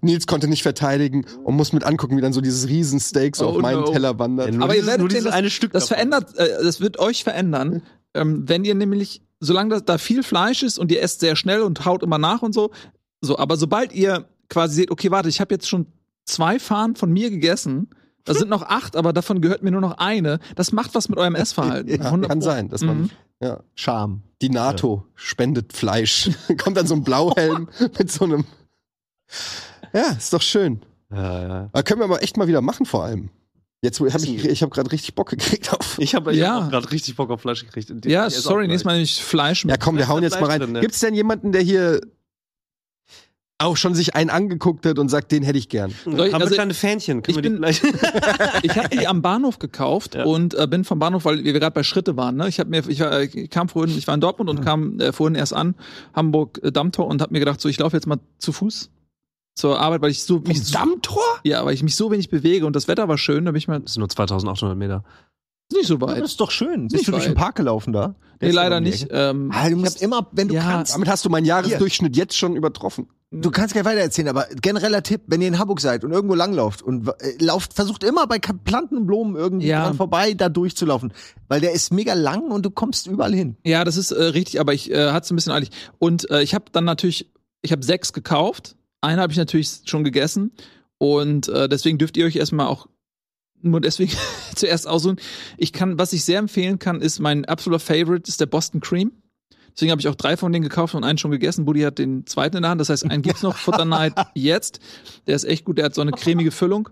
Speaker 1: Nils konnte nicht verteidigen und muss mit angucken, wie dann so dieses Riesensteak so
Speaker 4: Oh
Speaker 1: auf meinen
Speaker 4: no.
Speaker 1: Teller wandert.
Speaker 2: Nur
Speaker 4: Aber ihr
Speaker 2: dieses-
Speaker 4: werdet
Speaker 2: nur
Speaker 4: sehen,
Speaker 2: dieses
Speaker 4: das,
Speaker 2: eine Stück
Speaker 4: das
Speaker 2: davon.
Speaker 4: verändert, äh, das wird euch
Speaker 2: Mhm.
Speaker 4: verändern, ähm, wenn ihr nämlich, solange das, da viel Fleisch ist und ihr esst sehr schnell und haut immer nach und so, so, aber sobald ihr quasi seht, okay, warte, ich habe jetzt schon zwei Fahnen von mir gegessen, da sind noch acht, aber davon gehört mir nur noch eine, das macht was mit eurem Essverhalten.
Speaker 1: *laughs* Ja,
Speaker 4: 100
Speaker 1: kann
Speaker 4: Pro.
Speaker 1: sein, dass man
Speaker 4: Mhm.
Speaker 1: ja,
Speaker 3: Scham.
Speaker 1: die NATO spendet Fleisch. *laughs* Kommt dann so ein
Speaker 4: *laughs*
Speaker 1: Blauhelm mit so einem. Ja, ist doch schön.
Speaker 2: Ja, ja.
Speaker 1: Aber können wir aber echt mal wieder machen vor allem. Jetzt habe ich, ich hab gerade richtig Bock gekriegt auf.
Speaker 2: Ich habe
Speaker 4: Ja.
Speaker 2: ja. hab gerade richtig Bock auf Fleisch gekriegt. Und die-
Speaker 4: Ja,
Speaker 2: die ist auch
Speaker 4: sorry,
Speaker 2: gleich.
Speaker 4: nächstes Mal nämlich Fleisch
Speaker 1: Ja,
Speaker 4: mit.
Speaker 1: komm, wir hauen jetzt mal
Speaker 2: Fleisch
Speaker 1: rein.
Speaker 2: drin, ne?
Speaker 1: Gibt's denn jemanden, der hier auch schon sich einen angeguckt hat und sagt, den hätte ich gern?
Speaker 4: Soll ich-
Speaker 2: Haben
Speaker 4: also-
Speaker 2: wir kleine Fähnchen? Können wir
Speaker 4: ich bin- *laughs*
Speaker 2: die gleich?
Speaker 4: Ich habe die am Bahnhof gekauft
Speaker 2: Ja.
Speaker 4: und äh, bin vom Bahnhof, weil wir gerade bei Schritte waren. Ne? Ich habe mir, ich, war, ich kam vorhin, ich war in Dortmund und kam äh, vorhin erst an Hamburg äh, Dammtor und habe mir gedacht, so ich laufe jetzt mal zu Fuß zur Arbeit, weil ich so mich so,
Speaker 2: Dammtor?
Speaker 4: ja, weil ich mich so wenig bewege und das Wetter war schön, da bin ich mal
Speaker 2: Das sind nur 2800 Meter.
Speaker 4: nicht so
Speaker 3: Das
Speaker 4: weit.
Speaker 3: ist doch schön.
Speaker 4: Nicht
Speaker 3: Bist du durch den
Speaker 4: weit.
Speaker 3: Park gelaufen da?
Speaker 4: Nee,
Speaker 3: ist
Speaker 4: leider
Speaker 3: um die
Speaker 4: nicht.
Speaker 3: Ecke.
Speaker 4: Ähm,
Speaker 3: Ah, du musst immer, wenn du
Speaker 4: Ja.
Speaker 3: kannst,
Speaker 1: Damit hast du meinen Jahresdurchschnitt jetzt schon übertroffen.
Speaker 3: Du
Speaker 4: Hm.
Speaker 3: kannst gleich weiter erzählen, aber genereller Tipp, wenn ihr in Hamburg seid und irgendwo langlauft und äh, lauft, versucht immer bei Ka- Planten und Blumen irgendwie
Speaker 4: Ja.
Speaker 3: dran vorbei, da durchzulaufen. Weil der ist mega lang und du kommst überall hin.
Speaker 4: Ja, das ist äh, richtig, aber ich äh, hatte es ein bisschen eilig. Und äh, ich habe dann natürlich, ich habe sechs gekauft. Einen habe ich natürlich schon gegessen. Und äh, deswegen dürft ihr euch erstmal auch nur deswegen *laughs* zuerst aussuchen. Ich kann, was ich sehr empfehlen kann, ist mein absoluter Favorite ist der Boston Cream. Deswegen habe ich auch drei von denen gekauft und einen schon gegessen. Buddy hat den zweiten in der Hand. Das heißt,
Speaker 1: *laughs*
Speaker 4: einen gibt's noch, Futter Night jetzt. Der ist echt gut, der hat so eine cremige Füllung.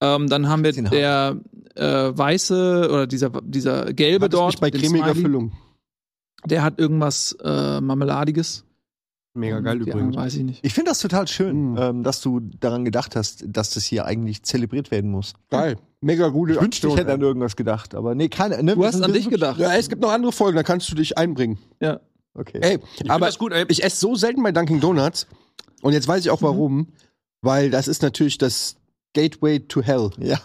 Speaker 4: Ähm, dann haben wir
Speaker 3: Den
Speaker 4: der äh, weiße oder dieser, dieser gelbe
Speaker 1: Hattest
Speaker 4: dort.
Speaker 1: mich bei
Speaker 4: den
Speaker 1: cremiger
Speaker 4: Smiley.
Speaker 1: Füllung.
Speaker 4: Der hat irgendwas äh, Marmeladiges.
Speaker 2: Mega
Speaker 4: Und Hm. die anderen Weiß ich nicht.
Speaker 3: Ich finde das total schön,
Speaker 1: Mhm.
Speaker 3: ähm, dass du daran gedacht hast, dass das hier eigentlich zelebriert werden muss.
Speaker 1: Geil. Mega gute
Speaker 3: Ich wünschte, ich
Speaker 1: Aktion,
Speaker 3: hätte an irgendwas gedacht, aber nee, keine. Ne,
Speaker 4: Du
Speaker 3: wir
Speaker 4: hast
Speaker 3: sind-
Speaker 4: an
Speaker 3: wir
Speaker 4: dich
Speaker 3: sind-
Speaker 4: gedacht.
Speaker 1: Ja, es gibt noch andere Folgen, da kannst du dich einbringen.
Speaker 4: Ja.
Speaker 3: Okay.
Speaker 1: Ey, aber
Speaker 2: das gut, ey.
Speaker 1: ich esse so selten bei Dunkin' Donuts. Und jetzt weiß ich
Speaker 3: Mhm.
Speaker 1: auch warum. Weil das ist natürlich das Gateway to Hell.
Speaker 3: Ja,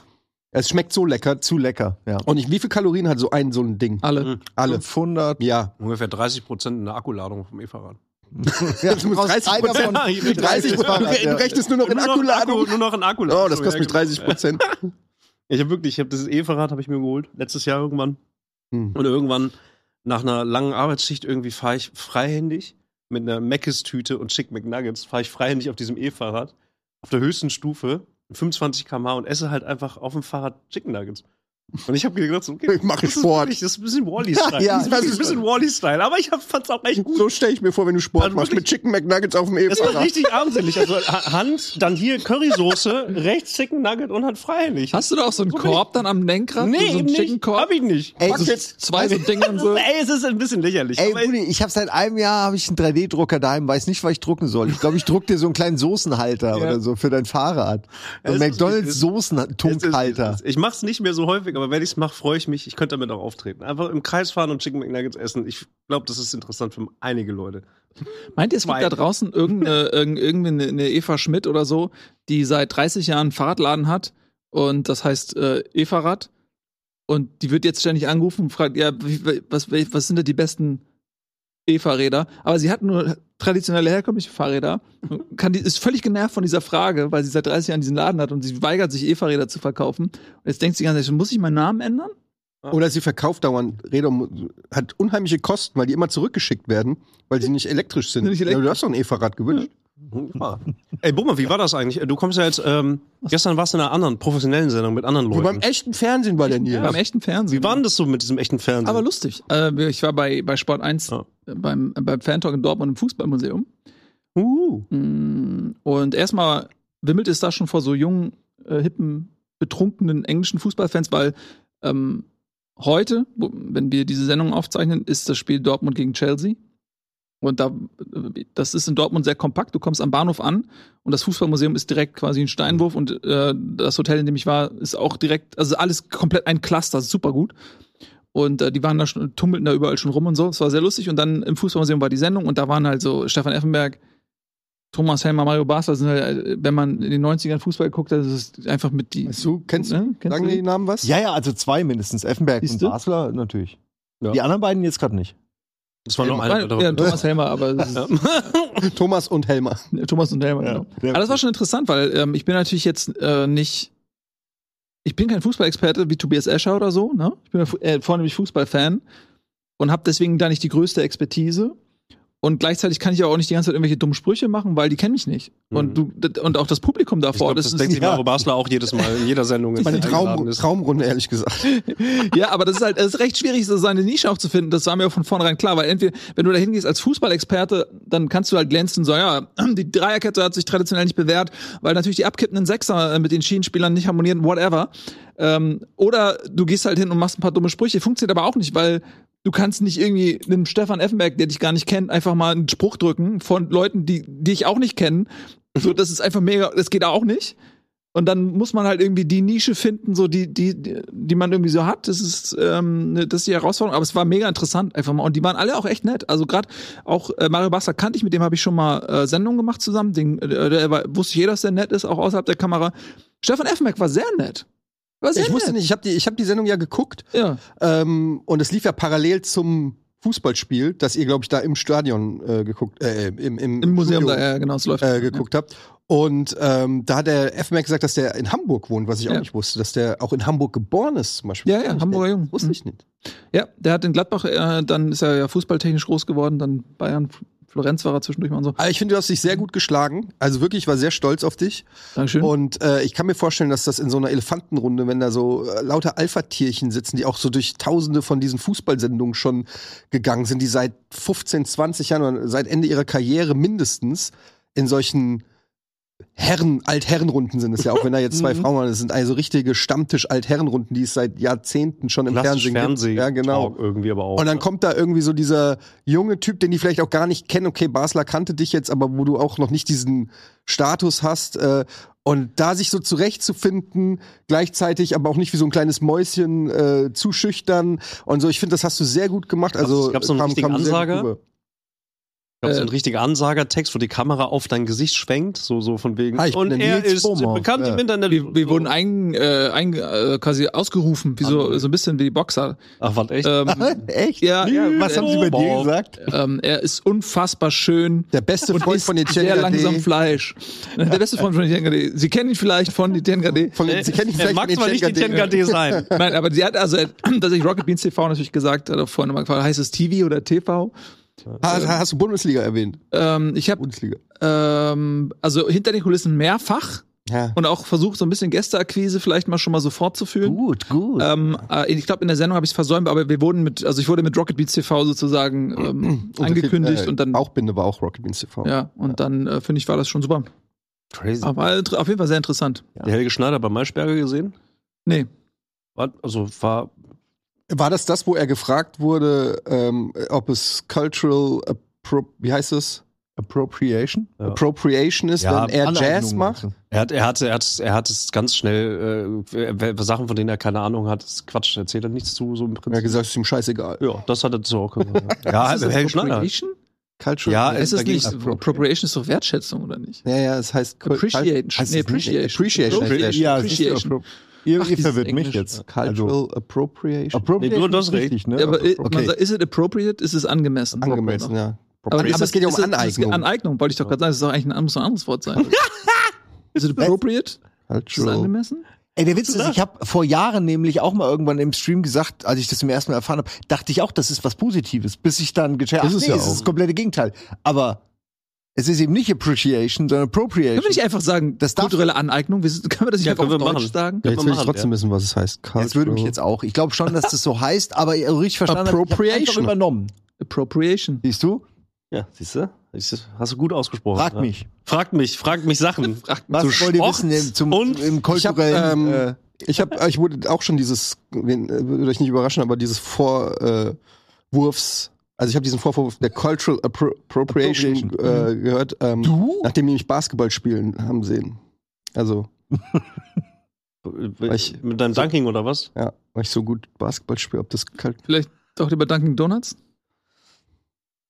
Speaker 1: Es schmeckt so lecker.
Speaker 3: zu lecker. Ja. Ah.
Speaker 1: Und ich, wie viel Kalorien hat so ein, so ein Ding?
Speaker 4: Alle.
Speaker 2: Mhm.
Speaker 1: Alle.
Speaker 3: 500.
Speaker 1: Ja.
Speaker 2: Ungefähr 30 Prozent in der Akkuladung vom E-Fahrrad.
Speaker 4: *laughs*
Speaker 1: *laughs*
Speaker 3: Ja,
Speaker 1: Du musst 30 Prozent. *laughs*
Speaker 2: Ja, ich bin
Speaker 1: 30 Prozent. Du rechnest nur noch in
Speaker 2: Nur noch ein Akku,
Speaker 1: Akkuladung.
Speaker 2: nur noch ein Akku. genau.
Speaker 1: Oh, das kostet mich 30 Prozent.
Speaker 2: Ich habe wirklich, ich habe dieses E-Fahrrad habe ich mir geholt letztes Jahr irgendwann
Speaker 1: Hm.
Speaker 2: und irgendwann nach einer langen Arbeitsschicht irgendwie fahre ich freihändig mit einer Mc's Tüte und Chick McNuggets fahre ich freihändig auf diesem E-Fahrrad auf der höchsten Stufe 25 km/h und esse halt einfach auf dem Fahrrad Chicken Nuggets. Und ich habe gedacht, so, okay,
Speaker 1: Ich mach
Speaker 2: das ist
Speaker 1: Sport.
Speaker 2: wirklich- Das ist ein bisschen Wally-Style.
Speaker 3: Ja,
Speaker 2: das ist wirklich ein bisschen Wally-Style. Aber ich fand's auch echt gut.
Speaker 1: So stelle ich mir vor, wenn du Sport
Speaker 2: Also
Speaker 1: machst
Speaker 2: wirklich-
Speaker 1: mit Chicken McNuggets auf dem
Speaker 2: Das war
Speaker 1: E-Fahrrad.
Speaker 2: richtig armselig. Also Ha- Hand, dann hier Currysoße, rechts Chicken Nugget und Hand freihändig.
Speaker 4: Hast du da auch so einen
Speaker 2: So bin
Speaker 4: Korb dann am Lenkrad?
Speaker 2: Nee,
Speaker 4: so
Speaker 2: eben
Speaker 4: einen
Speaker 2: nicht.
Speaker 4: Korb?
Speaker 2: Hab ich nicht.
Speaker 3: Ey,
Speaker 4: So zwei so Dinge und so.
Speaker 2: Ey, es ist ein bisschen lächerlich.
Speaker 3: Ey,
Speaker 2: aber
Speaker 3: Brudi, ich habe seit einem Jahr habe ich einen 3D-Drucker daheim, weiß nicht, was ich drucken soll. Ich glaube, ich druck dir so einen kleinen Soßenhalter oder so für dein Fahrrad. So
Speaker 2: Es ist-
Speaker 3: McDonalds
Speaker 2: es- es ist-
Speaker 3: Soßenhalter.
Speaker 2: es ist- Ich mach's nicht mehr so häufig, aber wenn ich's mache, freue ich mich. Ich könnte damit auch auftreten. Einfach im Kreis fahren und Chicken McNuggets essen. Ich glaube, das ist interessant für einige Leute.
Speaker 4: Meint ihr, es gibt
Speaker 2: Zwei.
Speaker 4: da draußen irgendeine, irgend- irgendeine eine Eva Schmidt oder so, die seit 30 Jahren einen Fahrradladen hat und das heißt äh, E-Fahrrad und die wird jetzt ständig angerufen und fragt, ja, wie, wie- was, wel- was sind denn die besten E-Fahrräder? Aber sie hat nur traditionelle herkömmliche Fahrräder, und kann die, ist völlig genervt von dieser Frage, weil sie seit 30 Jahren diesen Laden hat und sie weigert sich E-Fahrräder zu verkaufen. Und jetzt denkt sie ganz ehrlich, muss ich meinen Namen ändern?
Speaker 1: Oder sie verkauft dauernd Räder, mu- hat unheimliche Kosten, weil die immer zurückgeschickt werden, weil sie nicht elektrisch sind.
Speaker 4: Sind nicht elektrisch.
Speaker 1: Ja, du hast doch ein E-Fahrrad gewünscht.
Speaker 2: Ja. Ey, Bummer, wie war das eigentlich? Du kommst ja jetzt, ähm, gestern warst du in einer anderen professionellen Sendung mit anderen
Speaker 1: Wie beim
Speaker 2: Leuten.
Speaker 1: echten Fernsehen war der Nils.
Speaker 4: Beim echten Fernsehen.
Speaker 2: Wie war denn das so mit diesem echten Fernsehen?
Speaker 4: Aber lustig. Äh, ich war bei, bei Sport 1
Speaker 2: Ja.
Speaker 4: äh, beim, äh, beim Fan Talk in Dortmund im Fußballmuseum.
Speaker 2: uh,
Speaker 4: Mm, Und erstmal wimmelt es da schon vor so jungen, äh, hippen, betrunkenen englischen Fußballfans, weil ähm, heute, wo- wenn wir diese Sendung aufzeichnen, ist das Spiel Dortmund gegen Chelsea. Und da, äh, das ist in Dortmund sehr kompakt. Du kommst am Bahnhof an und das Fußballmuseum ist direkt quasi ein Steinwurf und äh, das Hotel, in dem ich war, ist auch direkt, also alles komplett ein Cluster, super gut. Und äh, die waren da schon, tummelten da überall schon rum und so. Es war sehr lustig. Und dann im Fußballmuseum war die Sendung und da waren halt so Stefan Effenberg, Thomas Helmer, Mario Basler sind halt, äh, wenn man in den 90ern Fußball guckt, das ist einfach mit die.
Speaker 1: Weißt du, kennst,
Speaker 4: Ne? Kennst
Speaker 1: sagen
Speaker 4: du
Speaker 1: dir
Speaker 4: die?
Speaker 1: die Namen was?
Speaker 3: Ja, ja, also zwei mindestens. Effenberg
Speaker 4: Siehst du?
Speaker 3: und Basler natürlich.
Speaker 2: Ja.
Speaker 3: Die anderen beiden jetzt gerade nicht.
Speaker 2: das war noch
Speaker 4: ja,
Speaker 2: eine. *laughs*
Speaker 4: ja, Thomas Helmer, aber das ist,
Speaker 1: Thomas und Helmer.
Speaker 4: Thomas und Helmer,
Speaker 3: Ja.
Speaker 4: genau. Aber das war schon interessant, weil ähm, ich bin natürlich jetzt äh, nicht. Ich bin kein Fußballexperte wie Tobias Escher oder so, ne? Ich bin ja fu- äh, vornehmlich Fußballfan und habe deswegen da nicht die größte Expertise. Und gleichzeitig kann ich auch nicht die ganze Zeit irgendwelche dummen Sprüche machen, weil die kennen mich nicht.
Speaker 2: Mhm.
Speaker 4: Und du d- und auch das Publikum
Speaker 2: Ich
Speaker 4: davor.
Speaker 2: glaub, das denkt sich Mario Basler auch jedes Mal in jeder Sendung.
Speaker 1: Das ist
Speaker 2: wenn
Speaker 1: meine
Speaker 2: er eingeladen
Speaker 1: Traum,
Speaker 2: ist.
Speaker 1: Traumrunde, ehrlich gesagt.
Speaker 4: Ja, aber das ist halt, es ist recht schwierig, so seine Nische auch zu finden. Das war mir auch von vornherein klar, weil entweder, wenn du da hingehst als Fußballexperte, dann kannst du halt glänzen, so, ja, die Dreierkette hat sich traditionell nicht bewährt, weil natürlich die abkippenden Sechser äh, mit den Schienenspielern nicht harmonieren, whatever. Ähm, oder du gehst halt hin und machst ein paar dumme Sprüche, funktioniert aber auch nicht, weil du kannst nicht irgendwie einem Stefan Effenberg, der dich gar nicht kennt, einfach mal einen Spruch drücken von Leuten, die die dich auch nicht kennen. So, das ist einfach mega, das geht auch nicht. Und dann muss man halt irgendwie die Nische finden, so die, die, die man irgendwie so hat. Das ist, ähm, ne, das ist die Herausforderung. Aber es war mega interessant einfach mal. Und die waren alle auch echt nett. Also gerade auch äh, Mario Basler kannte ich, mit dem habe ich schon mal äh, Sendungen gemacht zusammen. Den, äh, der war, wusste jeder, dass der nett ist, auch außerhalb der Kamera. Stefan Effenberg war sehr nett. War sehr
Speaker 1: Ich wusste
Speaker 4: nett.
Speaker 1: nicht, ich habe die, ich hab die Sendung ja geguckt
Speaker 4: Ja.
Speaker 1: ähm, und es lief ja parallel zum Fußballspiel, das ihr, glaube ich, da im Stadion äh, geguckt, äh, im, im,
Speaker 4: Im Museum
Speaker 1: Studio,
Speaker 4: da, ja, genau, es läuft.
Speaker 1: äh, geguckt habt. Und ähm, da hat der F-Mac gesagt, dass der in Hamburg wohnt, was ich auch
Speaker 4: Ja.
Speaker 1: nicht wusste, dass der auch in Hamburg geboren ist, zum Beispiel.
Speaker 4: Ja, ja,
Speaker 1: Wusste ich
Speaker 4: Hamburger
Speaker 1: nicht.
Speaker 4: Jung.
Speaker 1: Wusste
Speaker 4: Mhm.
Speaker 1: ich nicht.
Speaker 4: Ja, der hat in Gladbach, äh, dann ist er ja fußballtechnisch groß geworden, dann Bayern, Florenz war er zwischendurch mal und so.
Speaker 1: Aber ich finde, du hast dich sehr gut geschlagen. Also wirklich, ich war sehr stolz auf dich.
Speaker 4: Dankeschön.
Speaker 1: Und äh, ich kann mir vorstellen, dass das in so einer Elefantenrunde, wenn da so äh, lauter Alpha-Tierchen sitzen, die auch so durch tausende von diesen Fußballsendungen schon gegangen sind, die seit 15, 20 Jahren oder seit Ende ihrer Karriere mindestens in solchen Herren, Altherrenrunden sind es ja, auch wenn da jetzt zwei Frauen waren, es sind also richtige Stammtisch-Altherrenrunden, die es seit Jahrzehnten schon im
Speaker 2: Klassisch
Speaker 1: Fernsehen gibt.
Speaker 2: Fernsehen.
Speaker 1: Ja, genau.
Speaker 2: Talk irgendwie aber auch. ne?
Speaker 1: Und dann kommt da irgendwie so dieser junge Typ, den die vielleicht auch gar nicht kennen. Okay, Basler kannte dich jetzt, aber wo du auch noch nicht diesen Status hast. Äh, und da sich so zurechtzufinden, gleichzeitig aber auch nicht wie so ein kleines Mäuschen äh, zu schüchtern und so. Ich finde, das hast du sehr gut gemacht. Also
Speaker 2: Gab's- gab's so einen richtigen
Speaker 1: sehr gut
Speaker 2: Ansager?
Speaker 1: rüber. *laughs*
Speaker 2: Ich glaub, so ein
Speaker 4: Äh,
Speaker 2: richtiger Ansagertext, wo die Kamera auf dein Gesicht schwenkt, so, so von wegen.
Speaker 1: Ah, ich bin
Speaker 2: und
Speaker 1: der
Speaker 2: er
Speaker 1: Nils
Speaker 2: ist
Speaker 1: Bohmer.
Speaker 2: bekannt
Speaker 1: Ja.
Speaker 2: im Internet.
Speaker 4: Wir, wir
Speaker 2: So.
Speaker 4: wurden ein, äh, ein, äh, quasi ausgerufen, wie so, so ein bisschen wie die Boxer.
Speaker 2: Ach, was,
Speaker 1: Äh,
Speaker 2: echt?
Speaker 4: Ähm,
Speaker 3: Echt?
Speaker 4: ja,
Speaker 2: Ah,
Speaker 4: ja,
Speaker 3: Was haben sie bei dir gesagt?
Speaker 4: ähm, er ist unfassbar schön.
Speaker 1: Der beste
Speaker 4: und
Speaker 1: Freund
Speaker 4: isst
Speaker 1: von den
Speaker 4: sehr langsam
Speaker 1: D.
Speaker 4: Fleisch. Der beste Freund von Etienne Gade. Sie kennen ihn vielleicht von Etienne Gade.
Speaker 1: Von, Sie kennen ihn
Speaker 2: er
Speaker 1: vielleicht
Speaker 2: mag
Speaker 1: von
Speaker 2: zwar äh, nicht
Speaker 1: Etienne Gade.
Speaker 2: Nintendo sein.
Speaker 1: *laughs*
Speaker 4: Nein, aber sie hat also er *clears throat* hat tatsächlich Rocket Beans TV natürlich gesagt, hat auch vorhin nochmal gefragt, heißt es TV oder TV?
Speaker 1: Hast, hast du Bundesliga erwähnt?
Speaker 4: Ähm, ich habe
Speaker 1: Bundesliga.
Speaker 4: ähm, also hinter den Kulissen mehrfach
Speaker 1: Ja.
Speaker 4: und auch versucht, so ein bisschen Gästeakquise vielleicht mal schon mal so fortzuführen.
Speaker 3: Gut, gut.
Speaker 4: Ähm, äh, ich glaube, in der Sendung habe ich es versäumt, aber wir wurden mit, also ich wurde mit Rocket Beats TV sozusagen ähm,
Speaker 1: *clears throat* Und
Speaker 4: angekündigt
Speaker 1: äh,
Speaker 4: und dann.
Speaker 1: Bauchbinde war auch Rocket Beans TV.
Speaker 4: Ja, und dann äh, finde ich, war das schon super.
Speaker 3: Crazy.
Speaker 4: Aber inter- auf jeden Fall sehr interessant.
Speaker 2: Der Helge Schneider bei Maischberger gesehen?
Speaker 4: Nee.
Speaker 2: War, also war
Speaker 1: War das das, wo er gefragt wurde, ähm, ob es cultural, appro wie heißt es?
Speaker 3: Appropriation?
Speaker 2: Ja.
Speaker 1: Appropriation ist,
Speaker 2: Ja,
Speaker 1: wenn er
Speaker 3: Aneignung
Speaker 1: Jazz macht?
Speaker 3: machen.
Speaker 2: Er hat, er hat, er hat, er hat es ganz schnell, äh, äh, Sachen, von denen er keine Ahnung hat, ist Quatsch, erzählt er nichts zu, so im
Speaker 1: Er hat
Speaker 2: Prinzip.
Speaker 1: gesagt, es ist ihm scheißegal.
Speaker 2: Ja, das hat er so
Speaker 1: *laughs*
Speaker 2: auch gesagt. ja,
Speaker 4: Ist das Appropriation?
Speaker 1: Cultural
Speaker 2: Ja,
Speaker 4: Ist
Speaker 2: Da
Speaker 4: das
Speaker 2: ging's
Speaker 4: nicht
Speaker 1: appropriate.
Speaker 4: Appropriation ist doch Wertschätzung, oder nicht?
Speaker 1: Ja, ja, es heißt Cul-
Speaker 4: Appreciation.
Speaker 1: Heißt
Speaker 4: Nee,
Speaker 1: es nicht? Appreciation.
Speaker 4: Appreciation.
Speaker 1: heißt der
Speaker 4: Ja,
Speaker 3: Ja,
Speaker 1: Scheiß.
Speaker 4: es ist
Speaker 3: Appropriation. Ihr,
Speaker 4: Ach,
Speaker 3: ihr
Speaker 4: dieses
Speaker 3: verwirrt mich
Speaker 4: Englisch.
Speaker 3: jetzt.
Speaker 1: Cultural Appropriation.
Speaker 2: Nee,
Speaker 3: Appropriation
Speaker 2: du- du hast
Speaker 3: ist
Speaker 2: recht.
Speaker 3: richtig, ne?
Speaker 4: Ja, aber i- man
Speaker 3: okay.
Speaker 4: sagt, ist es appropriate? Ist es angemessen?
Speaker 1: Angemessen, ja.
Speaker 4: Aber,
Speaker 1: ist,
Speaker 4: aber
Speaker 1: es geht ja um
Speaker 4: ist
Speaker 1: Aneignung.
Speaker 4: Aneignung, wollte ich doch gerade sagen. Das ist doch eigentlich ein, muss ein anderes Wort sein. ist es appropriate? Ist es
Speaker 1: Cultural.
Speaker 4: angemessen?
Speaker 3: Ey, der Witz ist, ich habe vor Jahren nämlich auch mal irgendwann im Stream gesagt, als ich das zum ersten Mal erfahren habe, dachte ich auch, das ist was Positives, bis ich dann gecheckt habe,
Speaker 1: Ist
Speaker 3: nee,
Speaker 1: es ja
Speaker 3: es ist
Speaker 1: auch.
Speaker 3: das komplette Gegenteil. Aber es ist eben nicht Appreciation, sondern Appropriation.
Speaker 4: Können wir nicht einfach sagen,
Speaker 3: Das darf-
Speaker 4: kulturelle Aneignung? Wir, sind- *laughs* können wir das nicht
Speaker 2: Ja,
Speaker 4: einfach auf
Speaker 2: können wir
Speaker 4: Deutsch
Speaker 2: machen.
Speaker 4: sagen?
Speaker 1: Ja,
Speaker 2: man
Speaker 1: jetzt will ich
Speaker 2: machen,
Speaker 1: trotzdem wissen, was es heißt.
Speaker 3: Das würde mich
Speaker 1: Cultural-
Speaker 3: jetzt auch. Ich glaube schon, dass das so heißt, aber richtig verstanden habe, ich hab's einfach
Speaker 1: Appropriation.
Speaker 3: übernommen.
Speaker 4: Appropriation.
Speaker 3: Siehst du?
Speaker 2: Ja, siehst du? Hast du gut ausgesprochen. ne?
Speaker 3: Frag
Speaker 2: ja.
Speaker 3: mich.
Speaker 2: Fragt mich, fragt mich Sachen. *laughs* fragt
Speaker 3: Was wollt ihr wissen im, zum,
Speaker 2: und
Speaker 3: im
Speaker 1: Ich hab,
Speaker 3: kulturellen?
Speaker 1: ähm,
Speaker 3: äh,
Speaker 1: Ich habe, ich wurde auch schon dieses, wen- äh, würde euch nicht überraschen, aber dieses Vorwurfs, also ich habe diesen Vorwurf der Cultural Appro- Appropriation äh, gehört, ähm,
Speaker 3: du?
Speaker 1: nachdem die mich Basketball spielen haben sehen. Also,
Speaker 2: ich, mit deinem Dunking oder was?
Speaker 1: ja, weil ich so gut Basketball spiele, ob das kalt.
Speaker 4: Vielleicht doch lieber Dunkin' Donuts?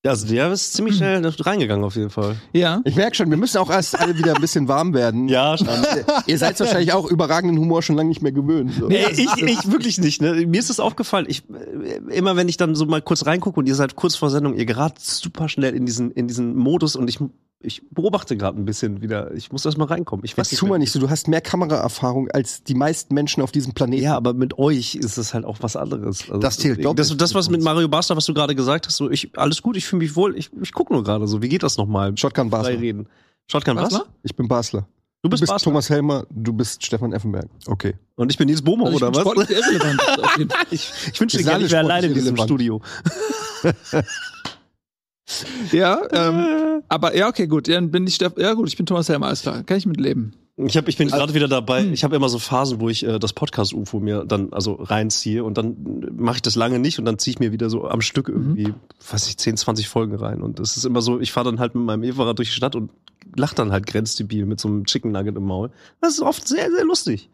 Speaker 2: Also der ist ziemlich schnell reingegangen auf jeden Fall.
Speaker 4: Ja.
Speaker 1: Ich merke schon, wir müssen auch erst alle wieder ein bisschen warm werden.
Speaker 2: *laughs* Ja,
Speaker 1: Ähm, Ihr seid wahrscheinlich auch überragenden Humor schon lange nicht mehr gewöhnt. So.
Speaker 2: Nee, ich, ich wirklich nicht. Ne? Mir ist es aufgefallen, ich, äh, immer wenn ich dann so mal kurz reingucke und ihr seid kurz vor Sendung, ihr gerät super schnell in diesen, in diesen Modus und ich, ich beobachte gerade ein bisschen wieder. Ich muss erst mal reinkommen. Ich weiß
Speaker 1: Jetzt tu mal
Speaker 2: mehr.
Speaker 1: nicht so, du hast mehr Kameraerfahrung als die meisten Menschen auf diesem Planeten.
Speaker 2: Ja, aber mit euch ist es halt auch was anderes. Also
Speaker 3: Das zählt
Speaker 2: deswegen-
Speaker 3: doppelt
Speaker 2: Das, das was mit Mario Basler, was du gerade gesagt hast, so ich alles gut, ich fühle mich wohl, ich, ich gucke nur gerade so. Wie geht das nochmal?
Speaker 1: Shotgun
Speaker 2: Frei
Speaker 1: Basler.
Speaker 2: reden. Shotgun was?
Speaker 4: Basler?
Speaker 1: Ich bin Basler.
Speaker 2: Du
Speaker 1: Du
Speaker 2: bist,
Speaker 1: bist
Speaker 2: Basler.
Speaker 1: Thomas Helmer, du bist Stefan Effenberg. Okay.
Speaker 2: Und ich bin Nils Bohmer,
Speaker 4: Also ich
Speaker 2: Oh, oder
Speaker 4: bin
Speaker 2: was? *laughs*
Speaker 4: sportlich irrelevant, auf jeden Fall.
Speaker 2: Ich, ich wünschte
Speaker 1: Wir
Speaker 2: gerne,
Speaker 1: sind
Speaker 2: ich wäre
Speaker 1: alle
Speaker 2: alleine in diesem
Speaker 1: sportlich
Speaker 2: Studio.
Speaker 4: Ja, ähm, *laughs* aber ja, okay, gut. Dann bin ich Steff Ja, gut, ich bin Thomas Helmer, alles klar. Kann ich mitleben.
Speaker 2: Ich, hab, ich bin Hm. gerade wieder dabei. Ich habe immer so Phasen, wo ich äh, das Podcast-UFO mir dann also reinziehe und dann mache ich das lange nicht und dann ziehe ich mir wieder so am Stück irgendwie, weiß ich, 10, 20 Folgen rein. Und das ist immer so, ich fahre dann halt mit meinem E-Fahrrad durch die Stadt und lach dann halt grenzdebil mit so einem Chicken Nugget im Maul. Das ist oft sehr, sehr lustig.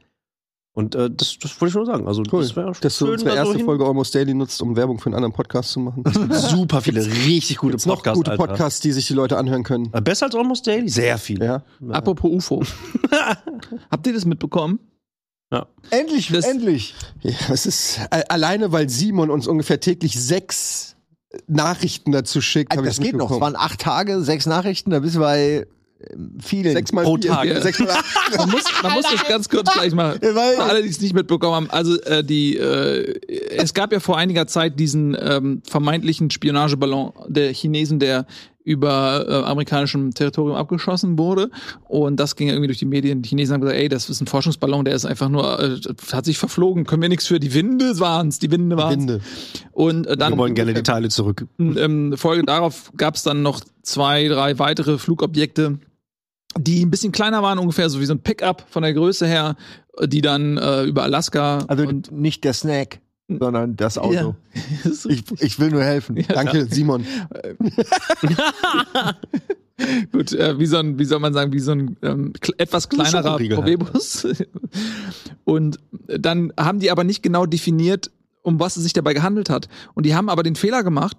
Speaker 2: Und äh, das, das wollte ich nur sagen. Also
Speaker 1: Cool.
Speaker 2: das wäre
Speaker 1: Dass du
Speaker 2: schön,
Speaker 1: unsere
Speaker 2: da so
Speaker 1: erste
Speaker 2: hin-
Speaker 1: Folge Almost Daily nutzt, um Werbung für einen anderen Podcast zu machen.
Speaker 2: Super viele richtig gute
Speaker 1: Gibt's noch
Speaker 2: Podcasts.
Speaker 1: gute
Speaker 2: Alter.
Speaker 1: Podcasts, die sich die Leute anhören können.
Speaker 2: Äh, Besser als Almost Daily? Sehr viele.
Speaker 1: Ja.
Speaker 2: *laughs*
Speaker 4: Apropos UFO. Habt ihr das mitbekommen?
Speaker 3: Äh, endlich,
Speaker 4: das-
Speaker 3: endlich.
Speaker 1: ja es ist äh, alleine, weil Simon uns ungefähr täglich sechs Nachrichten dazu schickt. hab
Speaker 3: das
Speaker 1: ich's
Speaker 3: geht noch. Es
Speaker 1: mitbekommen.
Speaker 3: waren acht Tage, sechs Nachrichten, da bist du bei ähm, vielen.
Speaker 1: sechs mal
Speaker 2: pro
Speaker 1: vier,
Speaker 2: Tag.
Speaker 1: Ja. Sechs mal *laughs* acht.
Speaker 4: Man muss, man muss das ganz kurz gleich machen.
Speaker 3: Ja, weil-
Speaker 4: Für alle, die es nicht mitbekommen haben, also äh, die, äh, es gab ja vor einiger Zeit diesen ähm, vermeintlichen Spionageballon der Chinesen, der über äh, amerikanischem Territorium abgeschossen wurde. Und das ging ja irgendwie durch die Medien. Die Chinesen haben gesagt, ey, das ist ein Forschungsballon, der ist einfach nur, äh, hat sich verflogen, können wir nichts für. Die Winde waren's, die Winde waren's.
Speaker 1: Winde.
Speaker 4: Und äh, dann
Speaker 2: Wir wollen gerne die Teile zurück.
Speaker 4: ähm, Folge darauf gab es dann noch zwei, drei weitere Flugobjekte, die ein bisschen kleiner waren, ungefähr so wie so ein Pickup von der Größe her, die dann äh, über Alaska
Speaker 3: Also
Speaker 4: und
Speaker 3: nicht der Snack, sondern das Auto.
Speaker 4: Ja.
Speaker 3: Ich, ich will nur helfen.
Speaker 1: Danke, Simon.
Speaker 4: gut, äh, wie so ein, wie soll man sagen, wie so ein ähm, kle- etwas kleinerer
Speaker 2: Schokoriegel halt.
Speaker 4: VW-Bus. *laughs* Und dann haben die aber nicht genau definiert, um was es sich dabei gehandelt hat. Und die haben aber den Fehler gemacht,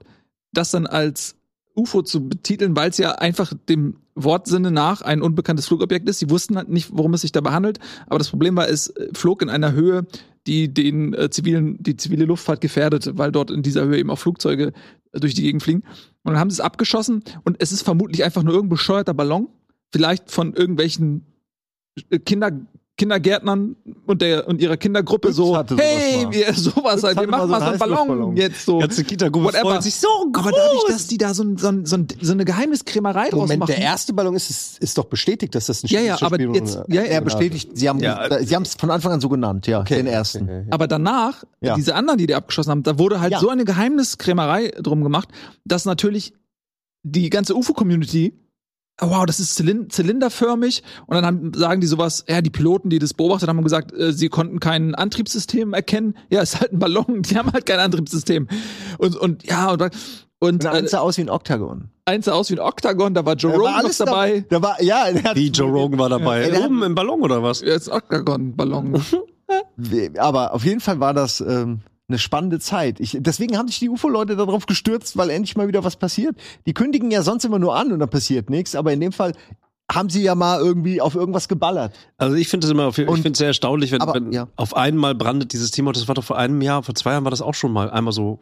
Speaker 4: das dann als UFO zu betiteln, weil es ja einfach dem Wortsinne nach ein unbekanntes Flugobjekt ist. Sie wussten halt nicht, worum es sich dabei handelt. Aber das Problem war, es äh, flog in einer Höhe, die den äh, zivilen, die zivile Luftfahrt gefährdete, weil dort in dieser Höhe eben auch Flugzeuge äh, durch die Gegend fliegen. Und dann haben sie es abgeschossen und es ist vermutlich einfach nur irgendein bescheuerter Ballon, vielleicht von irgendwelchen äh, Kinder Kindergärtnern und der und ihrer Kindergruppe
Speaker 3: Ups,
Speaker 4: so,
Speaker 3: hatte sowas
Speaker 4: hey,
Speaker 3: mal.
Speaker 4: wir sowas halt, wir
Speaker 3: hatte mal so
Speaker 4: machen mal so
Speaker 3: einen
Speaker 4: einen Ballon,
Speaker 3: Heißluftballon.
Speaker 4: jetzt so.
Speaker 2: ganze Kita-Gruppe
Speaker 4: Whatever.
Speaker 2: freut sich so
Speaker 4: Aber
Speaker 2: groß.
Speaker 4: dadurch, dass die da so, ein- so, ein- so, ein- so eine Geheimniskrämerei draus
Speaker 1: Moment,
Speaker 4: machen.
Speaker 1: der erste Ballon ist, ist, ist doch bestätigt, dass das ein
Speaker 4: Ja, ja,
Speaker 1: Spiel-
Speaker 4: aber
Speaker 1: Spiel-
Speaker 4: jetzt- ja,
Speaker 3: Er
Speaker 1: Genau.
Speaker 3: bestätigt, sie haben
Speaker 2: Ja.
Speaker 3: ge- sie haben es von Anfang an so genannt, ja, den ersten.
Speaker 4: Aber danach,
Speaker 3: Ja.
Speaker 4: diese anderen, die die abgeschossen haben, da wurde halt
Speaker 3: Ja.
Speaker 4: so eine Geheimniskrämerei drum gemacht, dass natürlich die ganze UFO-Community, oh, wow, das ist Zylin- zylinderförmig. Und dann haben, sagen die sowas, ja, die Piloten, die das beobachtet haben, haben gesagt, äh, sie konnten kein Antriebssystem erkennen. Ja, ist halt ein Ballon, *laughs* die haben halt kein Antriebssystem. Und, und ja, und, und
Speaker 3: Und dann
Speaker 4: äh,
Speaker 3: sah aus wie ein Oktagon.
Speaker 4: eins sah aus wie ein Oktagon, da war Joe Rogan noch dabei.
Speaker 3: Da, da war, ja, der hat,
Speaker 2: Wie Joe Rogan war dabei.
Speaker 3: Ja.
Speaker 2: Oben im Ballon oder was?
Speaker 4: Ja, ist ein Oktagon-Ballon.
Speaker 3: We- aber auf jeden Fall war das ähm, eine spannende Zeit. Ich, deswegen haben sich die UFO-Leute darauf gestürzt, weil endlich mal wieder was passiert. Die kündigen ja sonst immer nur an und dann passiert nichts, aber in dem Fall haben sie ja mal irgendwie auf irgendwas geballert.
Speaker 2: Also ich finde es immer, ich
Speaker 3: Und-
Speaker 2: finde es sehr erstaunlich, wenn,
Speaker 3: aber,
Speaker 2: wenn
Speaker 3: ja.
Speaker 2: auf einmal brandet dieses Thema. Das war doch vor einem Jahr, vor zwei Jahren war das auch schon mal einmal so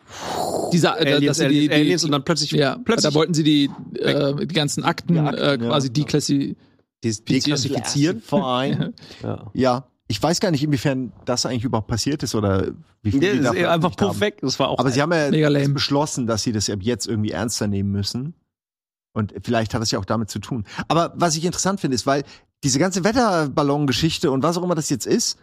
Speaker 4: Dieser, äh,
Speaker 2: Aliens,
Speaker 4: dass sie die,
Speaker 2: Aliens,
Speaker 4: die,
Speaker 2: Aliens und dann plötzlich,
Speaker 4: Ja,
Speaker 2: plötzlich
Speaker 4: da wollten sie die, äh, die ganzen Akten, äh, quasi deklassi
Speaker 2: des- deklassifizieren. *laughs*
Speaker 3: Fine.
Speaker 2: Ja.
Speaker 3: ja. Ich weiß gar nicht, inwiefern das eigentlich überhaupt passiert ist oder wie viel
Speaker 2: Ja,
Speaker 3: die
Speaker 2: das
Speaker 3: da
Speaker 2: ist einfach
Speaker 3: veröffentlicht haben.
Speaker 2: puff weg. Das war auch
Speaker 3: Aber sie haben ja
Speaker 4: Mega lame.
Speaker 3: jetzt beschlossen, dass sie das ab jetzt irgendwie ernster nehmen müssen. Und vielleicht hat das ja auch damit zu tun. Aber was ich interessant finde, ist, weil diese ganze Wetterballon-Geschichte und was auch immer das jetzt ist,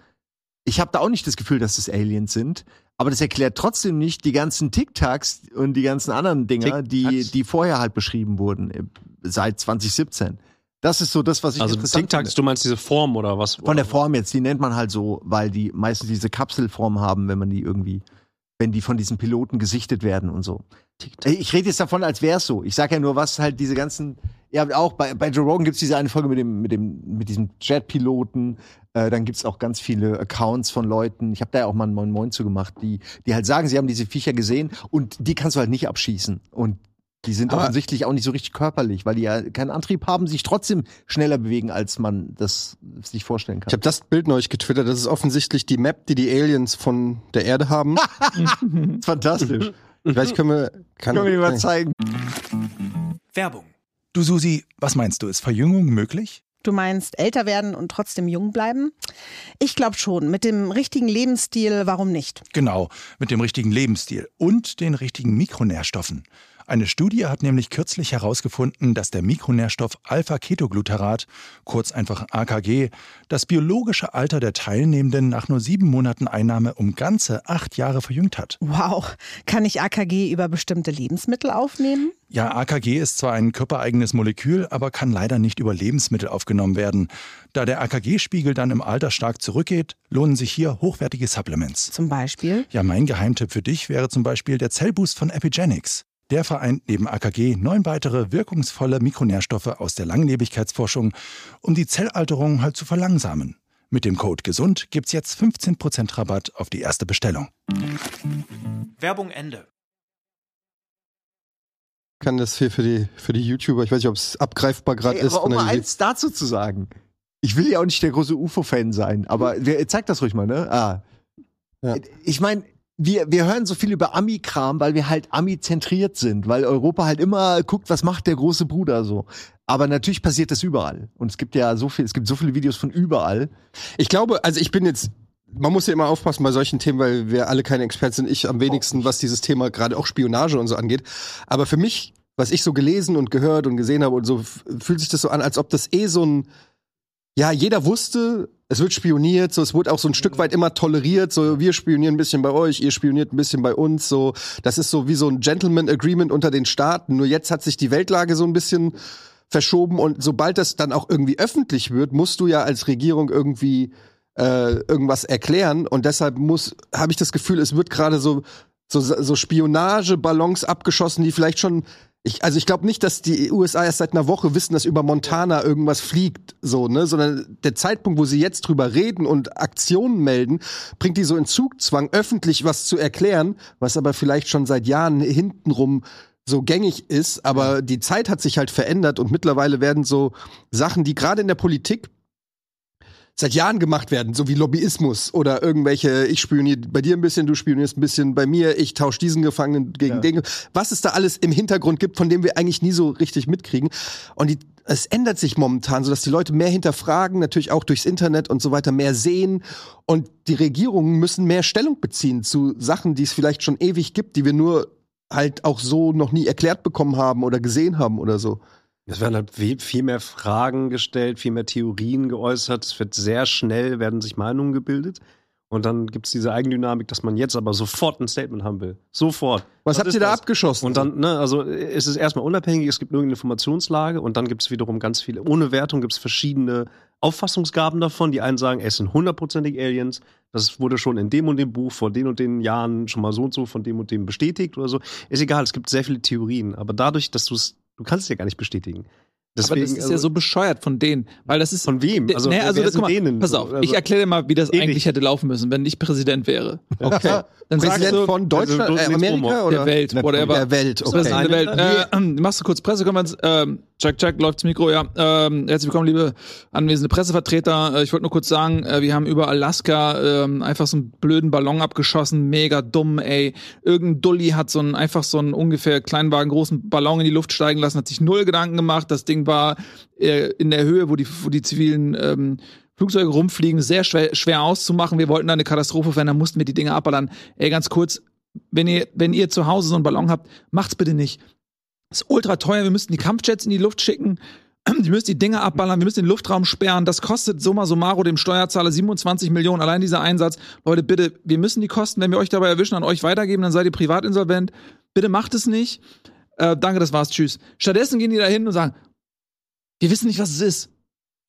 Speaker 3: ich habe da auch nicht das Gefühl, dass das Aliens sind. Aber das erklärt trotzdem nicht die ganzen Tic-Tacs und die ganzen anderen Dinger, die, die vorher halt beschrieben wurden, äh, seit 2017. Das ist so das, was ich
Speaker 2: also
Speaker 3: interessant
Speaker 2: Tic-Tacs, du meinst diese Form oder was?
Speaker 3: von der Form jetzt, die nennt man halt so, weil die meistens diese Kapselform haben, wenn man die irgendwie, wenn die von diesen Piloten gesichtet werden und so. Äh, Ich rede jetzt davon, als wär's so. Ich sage ja nur, was halt diese ganzen, ja auch bei, bei Joe Rogan gibt's diese eine Folge mit dem, mit dem, mit diesem Jet-Piloten. Äh, dann gibt's auch ganz viele Accounts von Leuten. Ich habe da ja auch mal einen Moin Moin zu gemacht, die, die halt sagen, sie haben diese Viecher gesehen und die kannst du halt nicht abschießen. Und die sind
Speaker 1: Aber-
Speaker 3: offensichtlich auch nicht so richtig körperlich, weil die ja keinen Antrieb haben, sich trotzdem schneller bewegen, als man das sich vorstellen kann.
Speaker 1: Ich habe das Bild neulich getwittert. Das ist offensichtlich die Map, die die Aliens von der Erde haben.
Speaker 3: Das ist fantastisch.
Speaker 1: Vielleicht können wir. Kann,
Speaker 3: Können wir dir mal zeigen.
Speaker 6: Werbung,
Speaker 8: Du Susi, was meinst du, ist Verjüngung möglich?
Speaker 9: Du meinst älter werden und trotzdem jung bleiben? Ich glaube schon. Mit dem richtigen Lebensstil, warum nicht?
Speaker 8: Genau, mit dem richtigen Lebensstil und den richtigen Mikronährstoffen. Eine Studie hat nämlich kürzlich herausgefunden, dass der Mikronährstoff Alpha-Ketoglutarat, kurz einfach AKG, das biologische Alter der Teilnehmenden nach nur sieben Monaten Einnahme um ganze acht Jahre verjüngt hat.
Speaker 9: Wow. Kann ich AKG über bestimmte Lebensmittel aufnehmen?
Speaker 8: Ja, AKG ist zwar ein körpereigenes Molekül, aber kann leider nicht über Lebensmittel aufgenommen werden. Da der AKG-Spiegel dann im Alter stark zurückgeht, lohnen sich hier hochwertige Supplements.
Speaker 9: Zum Beispiel?
Speaker 8: Ja, mein Geheimtipp für dich wäre zum Beispiel der Zellboost von Epigenics. Der vereint neben AKG neun weitere wirkungsvolle Mikronährstoffe aus der Langlebigkeitsforschung, um die Zellalterung halt zu verlangsamen. Mit dem Code GESUND gibt's jetzt 15% Rabatt auf die erste Bestellung.
Speaker 6: Werbung Ende.
Speaker 1: kann das hier für die, für die YouTuber. Ich weiß nicht, ob es abgreifbar gerade
Speaker 3: Ey,
Speaker 1: ist.
Speaker 3: aber um
Speaker 1: von
Speaker 3: mal
Speaker 1: der-
Speaker 3: eins dazu zu sagen. Ich will ja auch nicht der große UFO-Fan sein, aber wer- zeig das ruhig mal, ne? Ah.
Speaker 1: Hm. Ja.
Speaker 3: Ich meine, wir, wir hören so viel über Ami-Kram, weil wir halt Ami-zentriert sind, weil Europa halt immer guckt, was macht der große Bruder so. Aber natürlich passiert das überall. Und es gibt ja so viel, es gibt so viele Videos von überall.
Speaker 1: Ich glaube, also ich bin jetzt. Man muss ja immer aufpassen bei solchen Themen, weil wir alle keine Experten sind. Ich am wenigsten, was dieses Thema gerade auch Spionage und so angeht. Aber für mich, was ich so gelesen und gehört und gesehen habe und so, f- fühlt sich das so an, als ob das eh so ein. Ja, jeder wusste, es wird spioniert, so es wurde auch so ein Stück weit immer toleriert, so wir spionieren ein bisschen bei euch, ihr spioniert ein bisschen bei uns, so das ist so wie so ein Gentleman Agreement unter den Staaten. Nur jetzt hat sich die Weltlage so ein bisschen verschoben und sobald das dann auch irgendwie öffentlich wird, musst du ja als Regierung irgendwie äh, irgendwas erklären und deshalb muss habe ich das Gefühl, es wird gerade so so, so Spionageballons abgeschossen, die vielleicht schon ich, also ich glaube nicht, dass die USA erst seit einer Woche wissen, dass über Montana irgendwas fliegt, so ne, sondern der Zeitpunkt, wo sie jetzt drüber reden und Aktionen melden, bringt die so in Zugzwang, öffentlich was zu erklären, was aber vielleicht schon seit Jahren hintenrum so gängig ist. Aber die Zeit hat sich halt verändert und mittlerweile werden so Sachen, die gerade in der Politik seit Jahren gemacht werden, so wie Lobbyismus oder irgendwelche, ich spioniere bei dir ein bisschen, du spionierst ein bisschen bei mir, ich tausche diesen Gefangenen gegen den. Was es da alles im Hintergrund gibt, von dem wir eigentlich nie so richtig mitkriegen. Und die, es ändert sich momentan, sodass die Leute mehr hinterfragen, natürlich auch durchs Internet und so weiter mehr sehen. Und die Regierungen müssen mehr Stellung beziehen zu Sachen, die es vielleicht schon ewig gibt, die wir nur halt auch so noch nie erklärt bekommen haben oder gesehen haben oder so.
Speaker 2: Es werden halt we- viel mehr Fragen gestellt, viel mehr Theorien geäußert. Es wird sehr schnell, werden sich Meinungen gebildet. Und dann gibt es diese Eigendynamik, dass man jetzt aber sofort ein Statement haben will. Sofort.
Speaker 1: Was habt
Speaker 2: ist
Speaker 1: ihr da
Speaker 2: das?
Speaker 1: abgeschossen?
Speaker 2: Und dann, ne, also es ist erstmal unabhängig, es gibt irgendeine Informationslage und dann gibt es wiederum ganz viele, ohne Wertung gibt es verschiedene Auffassungsgaben davon. Die einen sagen, es sind hundertprozentig Aliens, das wurde schon in dem und dem Buch vor den und den Jahren schon mal so und so von dem und dem bestätigt oder so. Ist egal, es gibt sehr viele Theorien, aber dadurch, dass du es, du kannst es ja gar nicht bestätigen.
Speaker 4: aber das ist ja
Speaker 2: also,
Speaker 4: so bescheuert von denen, weil das ist
Speaker 2: von wem?
Speaker 4: Also, naja, also
Speaker 2: wer
Speaker 4: das,
Speaker 2: sind
Speaker 4: guck mal,
Speaker 2: denen?
Speaker 4: pass auf,
Speaker 2: Also,
Speaker 4: ich erkläre dir mal, wie das
Speaker 2: ähnlich.
Speaker 4: eigentlich hätte laufen müssen, wenn ich Präsident wäre.
Speaker 1: Okay.
Speaker 4: Dann sagst
Speaker 1: Präsident
Speaker 4: du,
Speaker 1: von Deutschland,
Speaker 2: bloß
Speaker 1: äh,
Speaker 2: nichts
Speaker 1: Amerika
Speaker 2: Promo.
Speaker 1: oder?
Speaker 4: der Welt, whatever.
Speaker 1: Der Welt,
Speaker 4: Das Beste
Speaker 1: okay.
Speaker 4: in der Welt. Äh, ähm, machst du kurz Pressekonferenz? Ähm, check, check, läuft's Mikro, ja. Ähm, herzlich willkommen, liebe anwesende Pressevertreter. Äh, ich wollte nur kurz sagen, äh, wir haben über Alaska ähm, einfach so einen blöden Ballon abgeschossen. Mega dumm, ey. Irgendein Dulli hat so einen, einfach so einen ungefähr Kleinwagen großen Ballon in die Luft steigen lassen, hat sich null Gedanken gemacht. Das Ding war äh, in der Höhe, wo die, wo die zivilen ähm, Flugzeuge rumfliegen, sehr schwer, schwer auszumachen. Wir wollten da eine Katastrophe verhindern, mussten wir die Dinge abballern. Ey, ganz kurz, wenn ihr, wenn ihr zu Hause so einen Ballon habt, macht's bitte nicht. Ist ultra teuer, wir müssten die Kampfjets in die Luft schicken. *clears throat* Wir müssen die Dinge abballern, wir müssen den Luftraum sperren. Das kostet summa summaro dem Steuerzahler 27 Millionen, allein dieser Einsatz. Leute, bitte, wir müssen die Kosten, wenn wir euch dabei erwischen, an euch weitergeben, dann seid ihr privat insolvent. Bitte macht es nicht. Äh, danke, das war's, tschüss. Stattdessen gehen die da hin und sagen, wir wissen nicht, was es ist.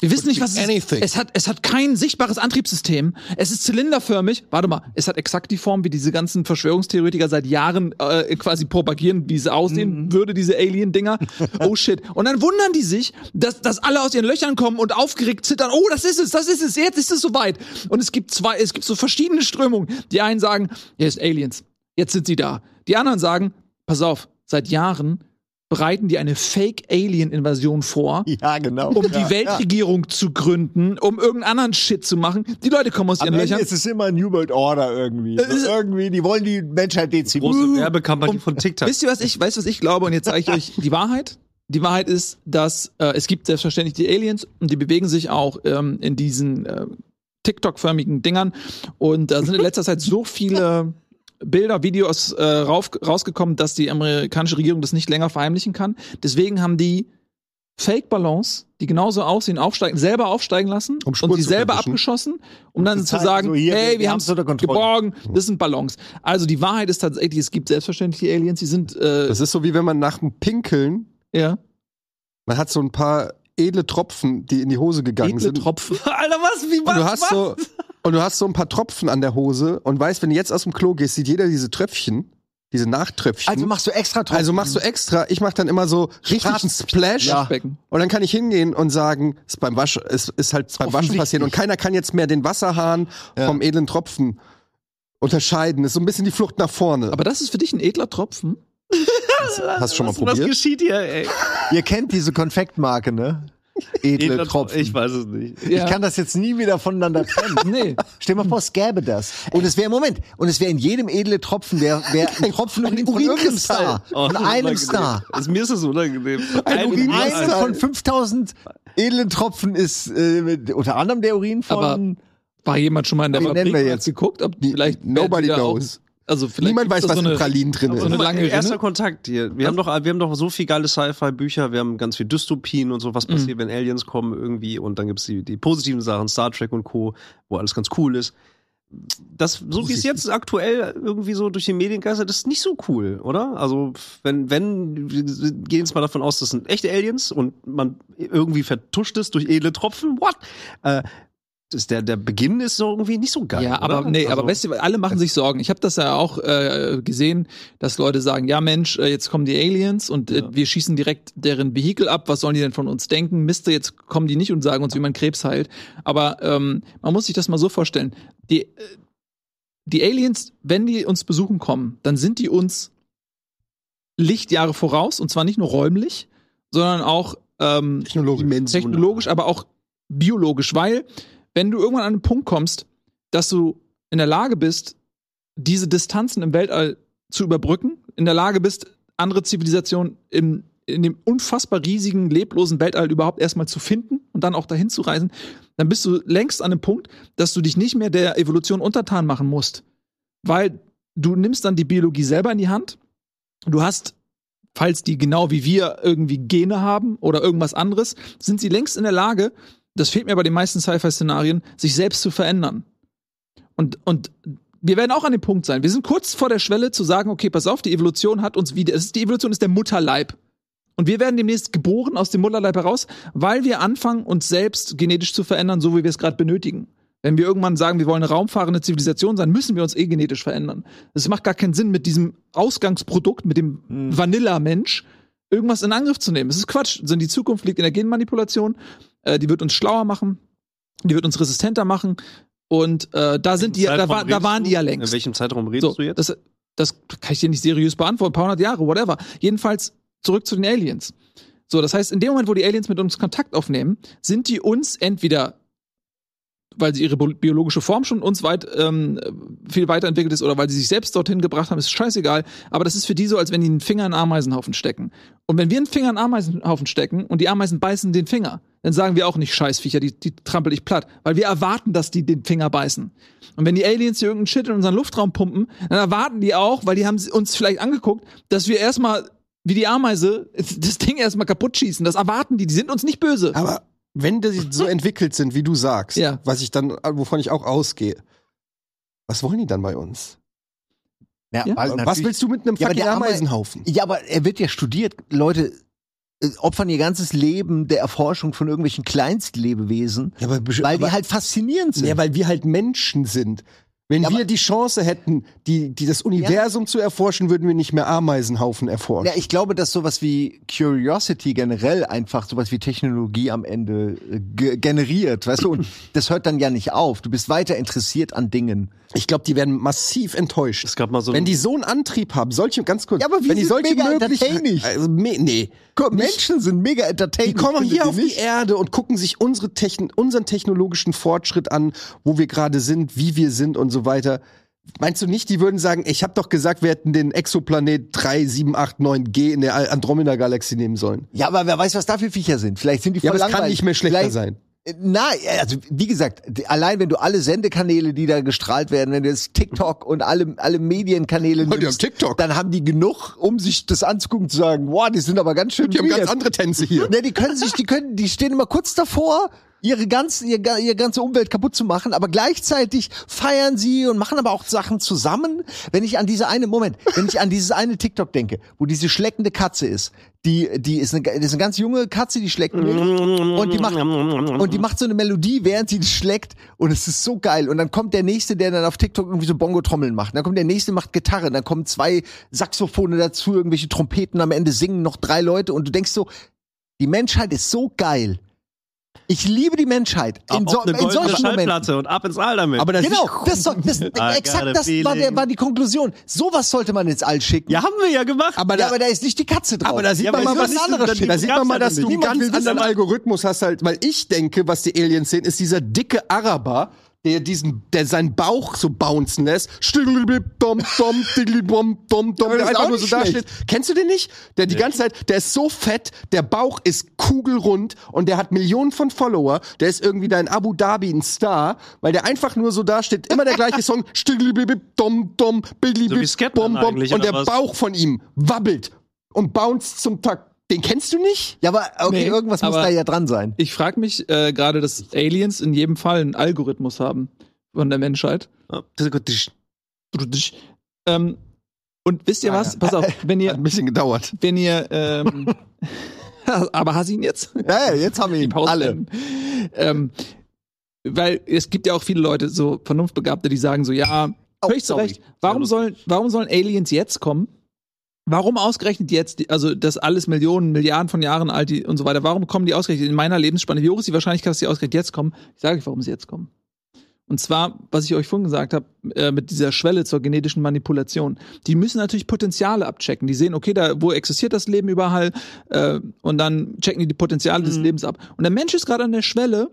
Speaker 4: Wir wissen nicht, was es ist.
Speaker 1: Anything.
Speaker 4: Es hat, es hat kein sichtbares Antriebssystem. Es ist zylinderförmig. Warte mal, es hat exakt die Form, wie diese ganzen Verschwörungstheoretiker seit Jahren äh, quasi propagieren, wie sie aussehen würde, diese Alien-Dinger. Oh shit. Und dann wundern die sich, dass, dass alle aus ihren Löchern kommen und aufgeregt zittern. Oh, das ist es, das ist es, jetzt ist es soweit. Und es gibt zwei, es gibt so verschiedene Strömungen. Die einen sagen, hier ist Aliens. Jetzt sind sie da. Die anderen sagen, pass auf, seit Jahren bereiten die eine Fake-Alien-Invasion vor
Speaker 3: Ja, genau.
Speaker 4: um die Weltregierung zu gründen, um irgendeinen anderen Shit zu machen. Die Leute kommen aus
Speaker 3: Am
Speaker 4: ihren
Speaker 3: Ende
Speaker 4: Löchern.
Speaker 3: ist es immer New World Order irgendwie.
Speaker 4: ist-
Speaker 3: irgendwie, die wollen die Menschheit dezimieren.
Speaker 2: große Werbekampagne von TikTok.
Speaker 4: Wisst ihr, was ich, weißt du, was ich glaube? Und jetzt zeige ich euch die Wahrheit. Die Wahrheit ist, dass äh, es gibt selbstverständlich die Aliens und die bewegen sich auch ähm, in diesen äh, TikTok-förmigen Dingern. Und da sind in letzter Zeit so viele Bilder, Videos äh, rauf, rausgekommen, dass die amerikanische Regierung das nicht länger verheimlichen kann. Deswegen haben die Fake-Ballons, die genauso aussehen, aufsteigen, selber aufsteigen lassen
Speaker 1: Um Spuren
Speaker 4: und sie
Speaker 1: zu
Speaker 4: selber
Speaker 1: verwischen.
Speaker 4: abgeschossen, um dann
Speaker 3: Die
Speaker 4: zu
Speaker 3: zeigen
Speaker 4: sagen,
Speaker 3: so, hier,
Speaker 4: hey,
Speaker 3: wir-
Speaker 4: wir,
Speaker 3: wir
Speaker 4: haben
Speaker 3: haben's
Speaker 4: es
Speaker 3: unter Kontrolle.
Speaker 4: geborgen, das sind Ballons. Also die Wahrheit ist tatsächlich, es gibt selbstverständlich Aliens, die sind äh,
Speaker 1: Das ist so wie wenn man nach dem Pinkeln
Speaker 4: ja,
Speaker 1: Man hat so ein paar edle Tropfen, die in die Hose gegangen
Speaker 4: edle
Speaker 1: sind.
Speaker 4: Tropfen.
Speaker 2: Alter, was? Wie
Speaker 1: und du hast so und du hast so ein paar Tropfen an der Hose und weißt, wenn du jetzt aus dem Klo gehst, sieht jeder diese Tröpfchen, diese Nachtröpfchen.
Speaker 3: Also machst du extra Tropfen.
Speaker 1: Also machst du extra, ich mach dann immer so richtig einen Splash
Speaker 3: Ja.
Speaker 4: Becken.
Speaker 1: und dann kann ich hingehen und sagen, ist beim Wasch ist, ist halt beim Waschen
Speaker 3: offensichtlich.
Speaker 1: passieren und keiner kann jetzt mehr den Wasserhahn vom edlen Tropfen unterscheiden. Ist so ein bisschen die Flucht nach vorne.
Speaker 4: Aber das ist für dich ein edler Tropfen?
Speaker 1: hast du schon mal
Speaker 2: Was
Speaker 1: probiert?
Speaker 2: geschieht hier, ey?
Speaker 3: Ihr kennt diese Konfektmarke, ne? Edle
Speaker 2: Edler
Speaker 3: Tropfen.
Speaker 2: Ich weiß es nicht.
Speaker 4: Ja.
Speaker 3: Ich kann das jetzt nie wieder voneinander trennen.
Speaker 4: Nee.
Speaker 3: Stell dir mal vor, es gäbe das. Und es wäre, Moment, und es wäre in jedem edle Tropfen, wäre wär ein Tropfen von irgendeinem Star.
Speaker 2: Oh,
Speaker 3: Von
Speaker 2: das ist
Speaker 3: einem
Speaker 2: unangenehm.
Speaker 3: Star.
Speaker 2: Es- mir ist es unangenehm.
Speaker 1: Ein
Speaker 2: Einem
Speaker 1: Urinkristall.
Speaker 3: Einer von 5000 edlen Tropfen ist äh, mit- unter anderem der Urin von.
Speaker 4: War jemand schon mal in der
Speaker 3: Wie
Speaker 4: Fabrik
Speaker 3: nehmen wir
Speaker 4: und
Speaker 3: jetzt?
Speaker 4: hat geguckt, ob
Speaker 1: Die-
Speaker 4: vielleicht
Speaker 1: nobody
Speaker 4: wieder auch-
Speaker 1: knows.
Speaker 4: Also vielleicht
Speaker 1: Niemand weiß,
Speaker 4: gibt's da
Speaker 1: was
Speaker 4: so
Speaker 1: in
Speaker 4: eine,
Speaker 1: Pralinen drin
Speaker 4: so eine
Speaker 1: ist.
Speaker 2: Guck mal, äh,
Speaker 4: lange
Speaker 2: Erster
Speaker 4: Rinne?
Speaker 2: Kontakt hier. Wir haben, doch, wir haben doch so viel geile Sci-Fi-Bücher, wir haben ganz viel Dystopien und so,
Speaker 4: Mhm.
Speaker 2: was passiert, wenn Aliens kommen irgendwie und dann gibt es die, die positiven Sachen, Star Trek und Co., wo alles ganz cool ist. Das, so wie es jetzt aktuell irgendwie so durch die Medien geistert, das ist nicht so cool, oder? Also, wenn, wenn, wir gehen jetzt mal davon aus, das sind echte Aliens und man irgendwie vertuscht es durch edle Tropfen, what? Äh, das ist der, der Beginn ist so irgendwie nicht so geil.
Speaker 4: Ja,
Speaker 2: oder?
Speaker 4: aber nee,
Speaker 2: Also-
Speaker 4: aber weißt du, alle machen sich Sorgen. Ich habe das ja auch äh, gesehen, dass Leute sagen, ja Mensch, äh, jetzt kommen die Aliens und äh, wir schießen direkt deren Vehikel ab. Was sollen die denn von uns denken? Miste, jetzt kommen die nicht und sagen uns, wie man Krebs heilt. Aber ähm, man muss sich das mal so vorstellen. Die, äh, die Aliens, wenn die uns besuchen kommen, dann sind die uns Lichtjahre voraus und zwar nicht nur räumlich, sondern auch ähm,
Speaker 1: Technologisch.
Speaker 4: technologisch, aber auch biologisch, weil wenn du irgendwann an einen Punkt kommst, dass du in der Lage bist, diese Distanzen im Weltall zu überbrücken, in der Lage bist, andere Zivilisationen im, in dem unfassbar riesigen, leblosen Weltall überhaupt erstmal zu finden und dann auch dahin zu reisen, dann bist du längst an einem Punkt, dass du dich nicht mehr der Evolution untertan machen musst. Weil du nimmst dann die Biologie selber in die Hand, du hast falls die genau wie wir irgendwie Gene haben oder irgendwas anderes, sind sie längst in der Lage, das fehlt mir bei den meisten Sci-Fi-Szenarien, sich selbst zu verändern. Und, und wir werden auch an dem Punkt sein. Wir sind kurz vor der Schwelle zu sagen, okay, pass auf, die Evolution hat uns wieder, es ist, die Evolution ist der Mutterleib. Und wir werden demnächst geboren aus dem Mutterleib heraus, weil wir anfangen, uns selbst genetisch zu verändern, so wie wir es gerade benötigen. Wenn wir irgendwann sagen, wir wollen eine raumfahrende Zivilisation sein, müssen wir uns eh genetisch verändern. Es macht gar keinen Sinn, mit diesem Ausgangsprodukt, mit dem
Speaker 2: Hm.
Speaker 4: Vanilla-Mensch, irgendwas in Angriff zu nehmen. Es ist Quatsch. Also die Zukunft liegt in der Genmanipulation. Äh, die wird uns schlauer machen. Die wird uns resistenter machen. Und äh, da sind die, da,
Speaker 2: Zeitraum
Speaker 4: war, da
Speaker 2: redest
Speaker 4: waren die
Speaker 2: du?
Speaker 4: ja längst.
Speaker 2: In welchem Zeitraum redest
Speaker 4: So,
Speaker 2: du jetzt?
Speaker 4: Das, das kann ich dir nicht seriös beantworten. Ein paar hundert Jahre, whatever. Jedenfalls zurück zu den Aliens. So, das heißt, in dem Moment, wo die Aliens mit uns Kontakt aufnehmen, sind die uns entweder, weil sie ihre bo- biologische Form schon uns weit, ähm, viel weiterentwickelt ist oder weil sie sich selbst dorthin gebracht haben, ist scheißegal. Aber das ist für die so, als wenn die einen Finger in einen Ameisenhaufen stecken. Und wenn wir einen Finger in einen Ameisenhaufen stecken und die Ameisen beißen den Finger, dann sagen wir auch nicht Scheißviecher, die, die trampel ich platt. Weil wir erwarten, dass die den Finger beißen. Und wenn die Aliens hier irgendeinen Shit in unseren Luftraum pumpen, dann erwarten die auch, weil die haben uns vielleicht angeguckt, dass wir erstmal wie die Ameise das Ding erstmal kaputt schießen. Das erwarten die. Die sind uns nicht böse.
Speaker 1: Aber wenn die so entwickelt sind, wie du sagst,
Speaker 4: Ja.
Speaker 1: was ich dann, wovon ich auch ausgehe, was wollen die dann bei uns?
Speaker 4: Ja.
Speaker 3: weil
Speaker 1: Was
Speaker 3: natürlich-
Speaker 1: willst du mit einem
Speaker 3: Ja, aber
Speaker 1: fucking
Speaker 3: der Ameisen-
Speaker 1: Ameisenhaufen?
Speaker 3: Ja, aber er wird ja studiert. Leute äh, opfern ihr ganzes Leben der Erforschung von irgendwelchen Kleinstlebewesen,
Speaker 1: Ja, aber, besch-
Speaker 3: weil
Speaker 1: aber-
Speaker 3: die halt faszinierend sind.
Speaker 1: ja, weil wir halt Menschen sind. Wenn
Speaker 3: Ja,
Speaker 1: wir
Speaker 3: aber-
Speaker 1: die Chance hätten, die, die das Universum zu erforschen, würden wir nicht mehr Ameisenhaufen erforschen.
Speaker 3: Ja, ich glaube, dass sowas wie Curiosity generell einfach sowas wie Technologie am Ende äh, ge generiert,
Speaker 1: *laughs*
Speaker 3: weißt du, und das hört dann ja nicht auf. Du bist weiter interessiert an Dingen.
Speaker 1: Ich glaube, die werden massiv enttäuscht.
Speaker 2: Es gab mal so
Speaker 1: wenn
Speaker 2: ein-
Speaker 1: die so einen Antrieb haben, solche, ganz kurz,
Speaker 3: Ja, aber wir
Speaker 1: wenn die
Speaker 3: sind
Speaker 1: solche
Speaker 3: mega
Speaker 1: Möglichkeiten.
Speaker 3: entertaining.
Speaker 1: Also, me, nee.
Speaker 3: Guck,
Speaker 1: Nicht-
Speaker 3: Menschen sind mega entertaining.
Speaker 1: Die kommen
Speaker 3: findet
Speaker 1: hier
Speaker 3: ihr
Speaker 1: auf die
Speaker 3: nicht?
Speaker 1: Erde und gucken sich unsere Techn unseren technologischen Fortschritt an, wo wir gerade sind, wie wir sind und so weiter. Meinst du nicht, die würden sagen, ich habe doch gesagt, wir hätten den Exoplanet 3789G in der Andromeda-Galaxie nehmen sollen?
Speaker 3: Ja, aber wer weiß, was da für Viecher sind. Vielleicht sind die voll
Speaker 1: Ja, aber es kann
Speaker 3: langweilig.
Speaker 1: nicht mehr schlechter
Speaker 3: Vielleicht-
Speaker 1: sein.
Speaker 3: Na, also wie gesagt, die- allein wenn du alle Sendekanäle, die da gestrahlt werden, wenn du jetzt TikTok und alle, alle Medienkanäle
Speaker 1: die haben
Speaker 3: nimmst,
Speaker 1: TikTok.
Speaker 3: dann haben die genug, um sich das anzugucken zu sagen, boah, die sind aber ganz schön
Speaker 1: Die haben ganz
Speaker 3: weird.
Speaker 1: andere Tänze hier.
Speaker 3: Ne, die können sich, die können, die stehen immer kurz davor, ihre ganze, ihr, ga- ihre ganze Umwelt kaputt zu machen, aber gleichzeitig feiern sie und machen aber auch Sachen zusammen. Wenn ich an diese eine, Moment, wenn ich an dieses eine TikTok denke, wo diese schleckende Katze ist, die, die ist eine, das ist eine ganz junge Katze, die schlägt Milch und die macht, und die macht so eine Melodie, während sie die schlägt und es ist so geil. Und dann kommt der nächste, der dann auf TikTok irgendwie so Bongo-Trommeln macht. Dann kommt der nächste, macht Gitarre. Dann kommen zwei Saxophone dazu, irgendwelche Trompeten. Am Ende singen noch drei Leute und du denkst so, die Menschheit ist so geil. Ich liebe die Menschheit. In, so,
Speaker 2: auf eine
Speaker 3: in
Speaker 2: goldene
Speaker 3: solchen Momenten.
Speaker 2: Schallplatte und ab ins All damit.
Speaker 1: Aber das
Speaker 3: Genau,
Speaker 1: ist,
Speaker 3: das, soll, das,
Speaker 2: gotta
Speaker 3: exakt das war, der,
Speaker 2: feeling.
Speaker 3: war die Konklusion. Sowas sollte man ins All schicken.
Speaker 2: ja, haben wir ja gemacht.
Speaker 1: aber
Speaker 3: ja,
Speaker 1: da,
Speaker 3: aber da ist nicht die Katze drauf.
Speaker 1: aber da sieht
Speaker 2: Ja,
Speaker 1: man
Speaker 2: aber
Speaker 1: mal,
Speaker 2: das
Speaker 1: was
Speaker 2: ist ein
Speaker 1: anderes
Speaker 2: anderes
Speaker 1: Da sieht man mal, dass du einen
Speaker 2: Niemand
Speaker 1: ganz
Speaker 2: will wissen,
Speaker 1: anderen
Speaker 2: aber-
Speaker 1: Algorithmus hast halt, weil ich denke, was die Aliens sehen, ist dieser dicke Araber, der diesen, der seinen Bauch so bouncen lässt. Stiglibib, dom, dom, diglibom, dom, dom, der
Speaker 3: das ist
Speaker 1: einfach
Speaker 3: auch
Speaker 1: nur so
Speaker 3: nicht
Speaker 1: da steht.
Speaker 3: schlecht.
Speaker 1: Kennst du den nicht? Der die ganze Zeit, der ist so fett, der Bauch ist kugelrund und der hat Millionen von Follower. Der ist irgendwie da in Abu Dhabi ein Star, weil der einfach nur so da steht. Immer der gleiche Song. Stiglibib, dom, dom,
Speaker 2: So wie
Speaker 1: biglibib,
Speaker 2: Scatman
Speaker 1: bom, bom.
Speaker 2: eigentlich,
Speaker 1: Und
Speaker 2: oder
Speaker 1: der
Speaker 2: was?
Speaker 1: Bauch von ihm wabbelt und bounced zum Takt. Den kennst du nicht?
Speaker 3: ja, aber okay,
Speaker 4: Nee,
Speaker 3: irgendwas muss
Speaker 4: aber-
Speaker 3: da ja dran sein.
Speaker 4: Ich frage mich äh, gerade, dass Aliens in jedem Fall einen Algorithmus haben von der Menschheit.
Speaker 1: Oh,
Speaker 4: Ähm, und wisst ihr was? Pass auf, wenn ihr,
Speaker 1: bisschen gedauert.
Speaker 4: wenn ihr, ähm, aber hast du ihn jetzt?
Speaker 3: Ja, ja, jetzt haben wir ihn.
Speaker 4: Pause
Speaker 3: Alle.
Speaker 4: nehmen. Ähm, weil es gibt ja auch viele Leute, so Vernunftbegabte, die sagen so, ja,
Speaker 3: Oh,
Speaker 4: völlig zu
Speaker 3: sorry.
Speaker 4: Recht, warum sollen, warum sollen Aliens jetzt kommen? Warum ausgerechnet jetzt, die- also das alles Millionen, Milliarden von Jahren alt die, und so weiter, warum kommen die ausgerechnet in meiner Lebensspanne? Wie hoch ist die Wahrscheinlichkeit, dass die ausgerechnet jetzt kommen? Ich sage euch, warum sie jetzt kommen. Und zwar, was ich euch vorhin gesagt habe, äh, mit dieser Schwelle zur genetischen Manipulation. Die müssen natürlich Potenziale abchecken. Die sehen, okay, da, wo existiert das Leben überall? Äh, und dann checken die die Potenziale des Lebens ab. Und der Mensch ist gerade an der Schwelle,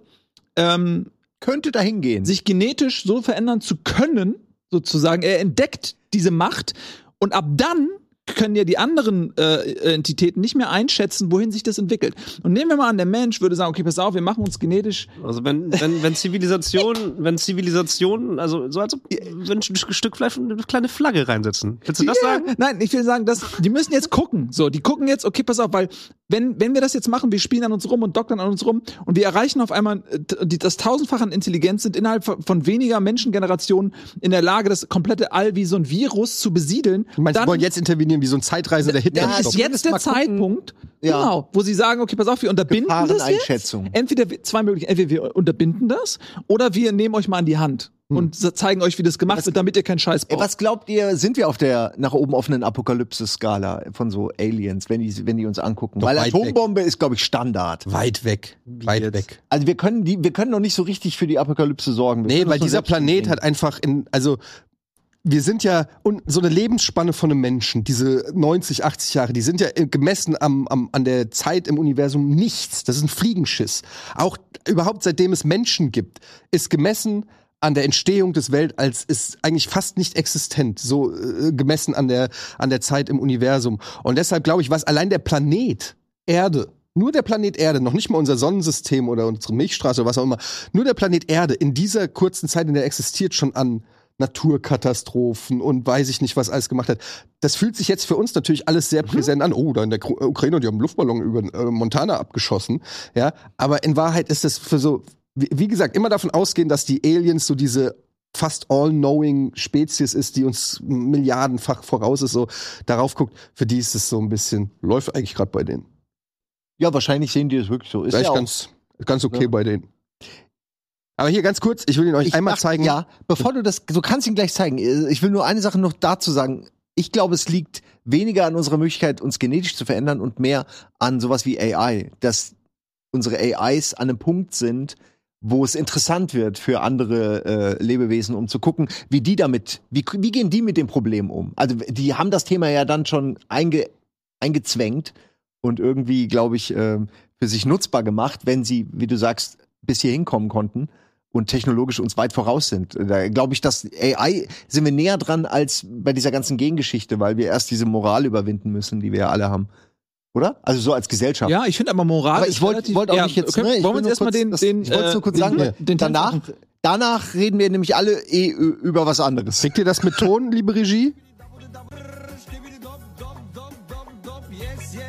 Speaker 4: ähm,
Speaker 3: könnte dahin gehen.
Speaker 4: sich genetisch so verändern zu können, sozusagen. Er entdeckt diese Macht und ab dann können ja die anderen äh, Entitäten nicht mehr einschätzen, wohin sich das entwickelt. Und nehmen wir mal an, der Mensch würde sagen, okay, pass auf, wir machen uns genetisch.
Speaker 2: Also wenn, wenn, wenn Zivilisation, wenn Zivilisation, also so als ob wenn ein Stück Fleisch eine kleine Flagge reinsetzen. Willst du das
Speaker 4: Ja,
Speaker 2: sagen?
Speaker 4: Nein, ich will sagen, dass die müssen jetzt gucken. So, die gucken jetzt, okay, pass auf, weil wenn, wenn wir das jetzt machen, wir spielen an uns rum und doktern an uns rum und wir erreichen auf einmal äh, t- die, das tausendfach an Intelligenz, sind innerhalb von- von weniger Menschengenerationen in der Lage, das komplette All wie so ein Virus zu besiedeln.
Speaker 1: Du meinst,
Speaker 4: Dann-
Speaker 1: sie wollen jetzt intervenieren wie so ein zeitreisender Hitler?
Speaker 4: dann ist
Speaker 1: stoppen.
Speaker 4: jetzt der
Speaker 3: mal gucken.
Speaker 4: Zeitpunkt,
Speaker 3: Ja.
Speaker 4: genau, wo sie sagen, okay, pass auf, wir unterbinden das jetzt.
Speaker 3: Gefahreneinschätzung.
Speaker 4: Entweder wir- zwei Möglichkeiten, entweder wir unterbinden das oder wir nehmen euch mal an die Hand und sa- zeigen euch, wie das gemacht wird, damit ihr keinen Scheiß
Speaker 3: Ey,
Speaker 1: Oh.
Speaker 4: braucht.
Speaker 3: was glaubt ihr, sind wir auf der nach oben offenen Apokalypse-Skala von so Aliens, wenn die, wenn die uns angucken?
Speaker 1: Doch
Speaker 3: Weil
Speaker 1: weit
Speaker 3: Atombombe ist, glaube ich, Standard.
Speaker 1: Weit weg. Weit
Speaker 2: jetzt?
Speaker 1: weg.
Speaker 3: Also wir können die, wir können noch nicht so richtig für die Apokalypse sorgen. Wir
Speaker 1: Nee,
Speaker 3: können
Speaker 1: weil
Speaker 3: uns nur
Speaker 1: dieser
Speaker 3: selbst
Speaker 1: Planet
Speaker 3: umbringen.
Speaker 1: hat einfach in, also wir sind ja und so eine Lebensspanne von einem Menschen, diese 90, 80 Jahre, die sind ja äh, gemessen am, am, an der Zeit im Universum nichts. Das ist ein Fliegenschiss. Auch überhaupt seitdem es Menschen gibt, ist gemessen an der Entstehung des Weltalls ist eigentlich fast nicht existent, so äh, gemessen an der, an der Zeit im Universum. Und deshalb glaube ich, was allein der Planet Erde, nur der Planet Erde, noch nicht mal unser Sonnensystem oder unsere Milchstraße oder was auch immer, nur der Planet Erde in dieser kurzen Zeit, in der er existiert, schon an Naturkatastrophen und weiß ich nicht, was alles gemacht hat. Das fühlt sich jetzt für uns natürlich alles sehr präsent an. Oh, da in der Kru- Ukraine, die haben einen Luftballon über äh, Montana abgeschossen. Ja, aber in Wahrheit ist das für so, wie, wie gesagt, immer davon ausgehen, dass die Aliens so diese fast all-knowing Spezies ist, die uns milliardenfach voraus ist, so darauf guckt, für die ist es so ein bisschen, läuft eigentlich gerade bei denen.
Speaker 3: Ja, wahrscheinlich sehen die das wirklich so. Ist
Speaker 1: Ist
Speaker 3: ja auch-
Speaker 1: ganz, ganz okay
Speaker 3: Ja.
Speaker 1: bei denen. Aber hier ganz kurz, ich will ihn euch
Speaker 3: Ich
Speaker 1: einmal
Speaker 3: mach-
Speaker 1: zeigen.
Speaker 3: Ja, bevor du das, du kannst ihn gleich zeigen. Ich will nur eine Sache noch dazu sagen. Ich glaube, es liegt weniger an unserer Möglichkeit, uns genetisch zu verändern und mehr an sowas wie AI, dass unsere AIs an einem Punkt sind, wo es interessant wird für andere äh, Lebewesen, um zu gucken, wie die damit, wie, wie gehen die mit dem Problem um? Also die haben das Thema ja dann schon einge, eingezwängt und irgendwie, glaube ich, ähm, für sich nutzbar gemacht, wenn sie, wie du sagst, bis hier hinkommen konnten und technologisch uns weit voraus sind. Da glaube ich, dass AI sind wir näher dran als bei dieser ganzen Gengeschichte, weil wir erst diese Moral überwinden müssen, die wir ja alle haben. Oder? Also so als Gesellschaft.
Speaker 4: ja, ich finde aber Moral.
Speaker 3: Aber
Speaker 4: ist
Speaker 3: ich wollte
Speaker 4: relativ-
Speaker 3: wollt auch
Speaker 4: ja,
Speaker 3: nicht jetzt.
Speaker 4: okay,
Speaker 3: ne, ich
Speaker 4: wollen wir
Speaker 3: will
Speaker 4: uns
Speaker 3: nur
Speaker 4: erstmal
Speaker 3: kurz-
Speaker 4: den,
Speaker 3: das-
Speaker 4: den.
Speaker 3: Ich wollte es nur
Speaker 4: äh,
Speaker 3: kurz
Speaker 4: den-
Speaker 3: sagen.
Speaker 4: den-
Speaker 3: danach, danach reden wir nämlich alle eh ö- über was anderes.
Speaker 1: Kriegt ihr das mit Ton, liebe Regie?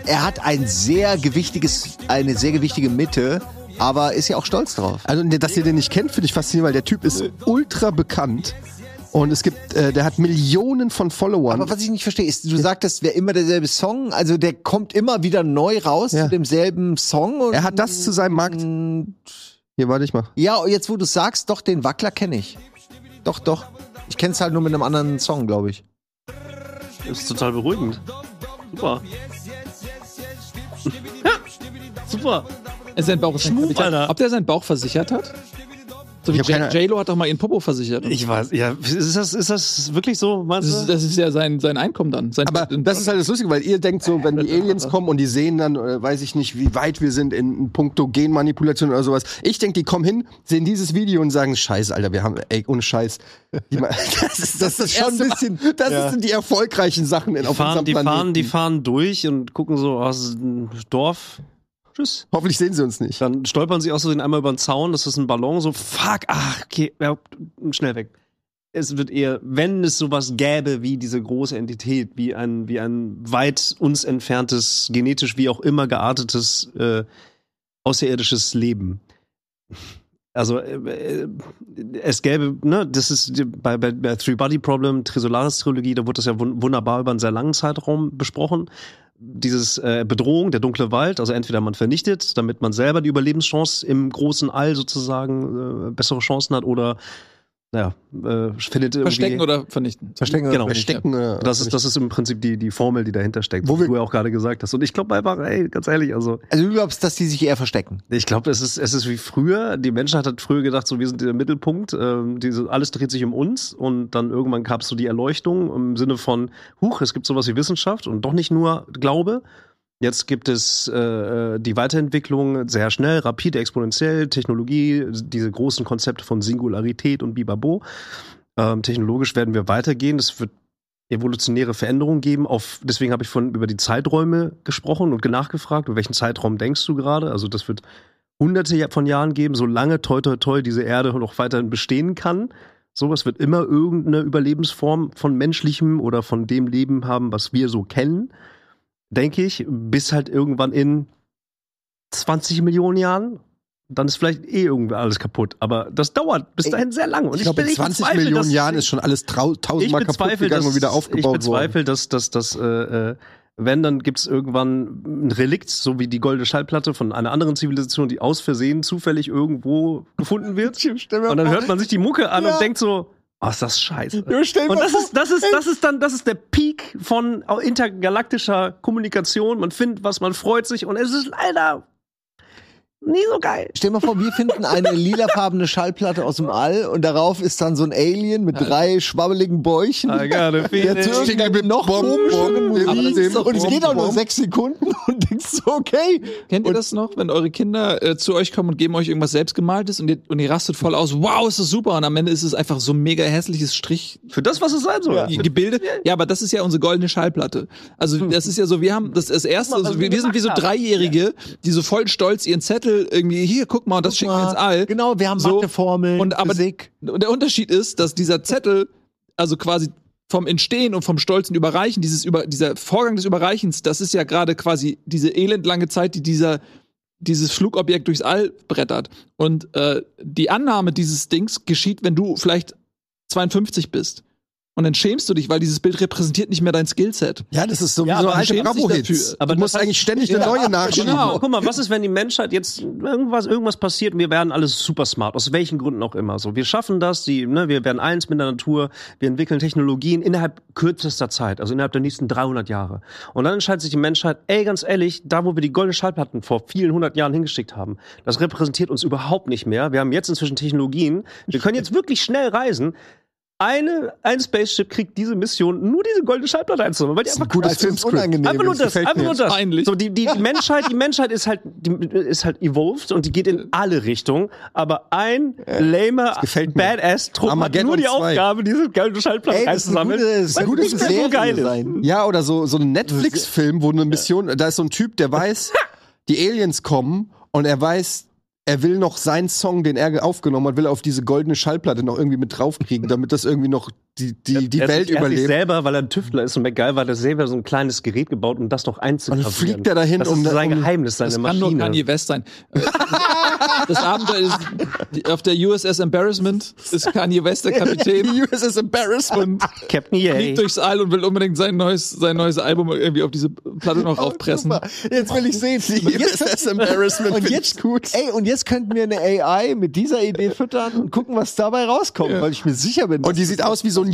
Speaker 3: Er hat ein sehr gewichtiges, eine sehr gewichtige Mitte, aber ist ja auch stolz drauf.
Speaker 1: Also, ne, dass ihr den nicht kennt, finde ich faszinierend, weil der Typ ist ultra bekannt. Und es gibt, äh, der hat Millionen von Followern.
Speaker 3: Aber was ich nicht verstehe, ist, du sagtest, wäre immer derselbe Song, also der kommt immer wieder neu raus
Speaker 1: Ja.
Speaker 3: zu demselben Song. Und
Speaker 1: er hat das zu seinem Markt. Hier, warte ich mal.
Speaker 3: Ja, jetzt wo du sagst, doch, den Wackler kenne ich. Doch, doch. Ich kenne es halt nur mit einem anderen Song, glaube ich.
Speaker 2: Das ist total beruhigend. Super. *laughs* Super.
Speaker 4: Äh, sein Bauch ist
Speaker 2: Schmuck,
Speaker 4: versichert.
Speaker 2: Alter.
Speaker 4: Ob der seinen Bauch versichert hat? So wie
Speaker 1: Ich hab keine-
Speaker 4: J- J-Lo hat doch mal ihren Popo versichert.
Speaker 2: Ich weiß, ja, ist das, ist das wirklich so? Meinst
Speaker 4: Das ist,
Speaker 2: du?
Speaker 4: das ist ja sein, sein Einkommen dann. Sein
Speaker 1: Aber das ist halt das Lustige, weil ihr denkt so, wenn die Aliens *laughs* kommen und die sehen dann, äh, weiß ich nicht, wie weit wir sind in, in puncto Genmanipulation oder sowas. Ich denke, die kommen hin, sehen dieses Video und sagen, Scheiße, Alter, wir haben, ey, ohne Scheiß. Die, ma- *laughs* das ist, das ist schon ein bisschen, das sind die erfolgreichen Sachen in,
Speaker 2: Die
Speaker 1: auf
Speaker 2: fahren,
Speaker 1: unserem
Speaker 2: die,
Speaker 1: Planeten.
Speaker 2: fahren, die fahren durch und gucken so ah, aus dem Dorf. Tschüss.
Speaker 1: Hoffentlich sehen sie uns nicht.
Speaker 2: Dann stolpern sie aus Versehen einmal über den Zaun, das ist ein Ballon, so fuck, ach, okay, ja, schnell weg. Es wird eher, wenn es sowas gäbe wie diese große Entität, wie ein, wie ein weit uns entferntes, genetisch wie auch immer geartetes äh, außerirdisches Leben. Also äh, äh, es gäbe, ne, das ist die- bei, bei, bei Three Body Problem, Trisolaris Trilogie, da wurde das ja wun- wunderbar über einen sehr langen Zeitraum besprochen dieses äh, Bedrohung, der dunkle Wald, also entweder man vernichtet, damit man selber die Überlebenschance im großen All sozusagen äh, bessere Chancen hat oder naja, äh, findet irgendwie-
Speaker 4: Verstecken oder vernichten.
Speaker 1: Verstecken,
Speaker 2: Genau.
Speaker 1: verstecken. äh,
Speaker 2: das ist, das ist im Prinzip die, die Formel, die dahinter steckt,
Speaker 1: Wo
Speaker 2: wo
Speaker 1: wir-
Speaker 2: du ja auch gerade gesagt hast. Und ich glaube einfach, ey, ganz ehrlich, also
Speaker 3: Also du glaubst, dass die sich eher verstecken.
Speaker 2: ich glaube, es ist, es ist wie früher. Die Menschheit hat früher gedacht, so wir sind der Mittelpunkt, ähm, diese, alles dreht sich um uns und dann irgendwann gab es so die Erleuchtung im Sinne von, huch, es gibt sowas wie Wissenschaft und doch nicht nur Glaube. Jetzt gibt es äh, äh, die Weiterentwicklung sehr schnell, rapide, exponentiell, Technologie, diese großen Konzepte von Singularität und Bibabo. Ähm, technologisch werden wir weitergehen. Es wird evolutionäre Veränderungen geben. Auf, deswegen habe ich von über die Zeiträume gesprochen und nachgefragt, über welchen Zeitraum denkst du gerade? Also das wird hunderte von Jahren geben, solange toi toi toi diese Erde noch weiterhin bestehen kann. Sowas wird immer irgendeine Überlebensform von menschlichem oder von dem Leben haben, was wir so kennen, denke ich, bis halt irgendwann in 20 Millionen Jahren. Dann ist vielleicht eh irgendwie alles kaputt. Aber das dauert bis dahin sehr lange. Und
Speaker 1: Ich glaube, in
Speaker 2: bin-
Speaker 1: 20
Speaker 2: bezweifle,
Speaker 1: Millionen
Speaker 2: dass-
Speaker 1: Jahren ist schon alles trau- tausendmal kaputt
Speaker 2: bezweifle,
Speaker 1: gegangen
Speaker 2: dass-
Speaker 1: und wieder aufgebaut
Speaker 2: Ich bezweifle, dass, dass, dass äh, äh, wenn, dann gibt es irgendwann ein Relikt, so wie die goldene Schallplatte von einer anderen Zivilisation, die aus Versehen zufällig irgendwo
Speaker 1: *laughs*
Speaker 2: gefunden wird. und dann hört man sich die Mucke an und denkt so, oh, ist das scheiße. Und das ist, das ist, das ist dann, das ist der Peak von intergalaktischer Kommunikation. Man findet was, man freut sich und es ist leider nie so
Speaker 1: *laughs*
Speaker 2: geil.
Speaker 3: Stell mal vor, wir finden eine lilafarbene Schallplatte aus dem All und darauf ist dann so ein Alien mit drei schwabbeligen Bäuchen. Der zu irgendeiner noch komischen Musik. Und es geht auch nur sechs Sekunden *laughs* und denkst so, okay.
Speaker 4: Kennt ihr das noch, wenn eure Kinder äh, zu euch kommen und geben euch irgendwas selbstgemaltes und ihr, und ihr rastet voll aus, wow, ist das super und am Ende ist es einfach so ein mega hässliches Strich
Speaker 2: Für das, was es sein soll.
Speaker 4: Ge- Gebilde. Ja, aber das ist ja unsere goldene Schallplatte. Also das ist ja so, wir haben das, das erste, also, wir, wir sind wie so Dreijährige, die so voll stolz ihren Zettel irgendwie, hier, guck mal, das schicken wir ins All.
Speaker 3: Genau, wir haben
Speaker 4: So,
Speaker 3: Matheformeln,
Speaker 4: und aber-
Speaker 3: Physik.
Speaker 4: Und der Unterschied ist, dass dieser Zettel, also quasi vom Entstehen und vom stolzen Überreichen, dieses über, dieser Vorgang des Überreichens, das ist ja gerade quasi diese elendlange Zeit, die dieser dieses Flugobjekt durchs All brettert. Und äh, die Annahme dieses Dings geschieht, wenn du vielleicht 52 bist. Und dann schämst du dich, weil dieses Bild repräsentiert nicht mehr dein Skillset.
Speaker 1: Ja, das ist so wie
Speaker 4: Ja,
Speaker 1: so
Speaker 4: aber
Speaker 1: alte
Speaker 4: schämt sich
Speaker 1: Bravo-Hits.
Speaker 4: dafür.
Speaker 1: Aber
Speaker 2: Aber
Speaker 1: du musst
Speaker 2: das heißt-
Speaker 1: eigentlich ständig eine
Speaker 3: *laughs*
Speaker 1: neue nachschieben.
Speaker 4: genau.
Speaker 2: Guck mal, was ist, wenn die Menschheit jetzt irgendwas, irgendwas passiert und wir werden alles super smart, aus welchen Gründen auch immer. So, wir schaffen das, die, ne, wir werden eins mit der Natur, wir entwickeln Technologien innerhalb kürzester Zeit, also innerhalb der nächsten 300 Jahre. Und dann entscheidet sich die Menschheit, ey, ganz ehrlich, da, wo wir die goldenen Schallplatten vor vielen hundert Jahren hingeschickt haben, das repräsentiert uns überhaupt nicht mehr. Wir haben jetzt inzwischen Technologien, wir können jetzt wirklich schnell reisen. Eine, ein Spaceship kriegt diese Mission, nur diese goldene Schallplatte einzusammeln, weil die
Speaker 1: Das ist ein
Speaker 2: einfach
Speaker 1: gutes
Speaker 3: Das ist
Speaker 1: Filmscript.
Speaker 3: unangenehm.
Speaker 2: Einfach nur
Speaker 1: das
Speaker 2: das,
Speaker 1: gefällt
Speaker 2: einfach
Speaker 1: mir.
Speaker 2: nur das.
Speaker 4: Peinlich.
Speaker 2: So, die, die, die Menschheit, die Menschheit ist halt, die ist halt evolved und die geht in alle Richtungen, aber ein lamer
Speaker 1: gefällt mir.
Speaker 2: badass trupp hat
Speaker 1: Armageddon
Speaker 2: nur die
Speaker 1: 2.
Speaker 2: Aufgabe, diese geile Schallplatte einzusammeln. weil die nicht mehr so geil ist.
Speaker 3: sein.
Speaker 1: Ja, oder so, so ein Netflix-Film, wo eine Mission, da ist so ein Typ, der
Speaker 2: *laughs*
Speaker 1: weiß, die Aliens kommen und er weiß, er will noch seinen Song, den er aufgenommen hat, will er auf diese goldene Schallplatte noch irgendwie mit
Speaker 2: *laughs*
Speaker 1: draufkriegen, damit das irgendwie noch die, die, die
Speaker 2: er
Speaker 1: Welt
Speaker 2: sich, er Sich
Speaker 1: überlebt.
Speaker 2: selber, weil er ein Tüftler ist und MacGyver, der selber so ein kleines Gerät gebaut, um das noch
Speaker 1: Und
Speaker 2: einzukassieren.
Speaker 1: dann fliegt er dahin,
Speaker 2: das
Speaker 1: um-
Speaker 2: ist sein
Speaker 1: um-
Speaker 2: Geheimnis, seine
Speaker 4: Das kann
Speaker 2: Maschine.
Speaker 4: nur Kanye
Speaker 2: *laughs*
Speaker 4: West sein. Äh, das Abenteuer ist die- auf der USS Embarrassment ist Kanye West der Kapitän.
Speaker 1: Die USS Embarrassment.
Speaker 2: Captain Yay.
Speaker 4: fliegt durchs All und will unbedingt sein neues, sein neues Album irgendwie auf diese Platte
Speaker 2: Oh,
Speaker 4: noch raufpressen.
Speaker 3: Super. Jetzt will ich sehen.
Speaker 1: Die USS Embarrassment.
Speaker 3: Und
Speaker 1: find
Speaker 3: jetzt,
Speaker 1: ich gut.
Speaker 3: ey, und jetzt könnten wir eine AI mit dieser Idee füttern und gucken, was dabei rauskommt, weil ich mir sicher bin. dass
Speaker 1: Und die
Speaker 3: das
Speaker 1: sieht aus wie so ein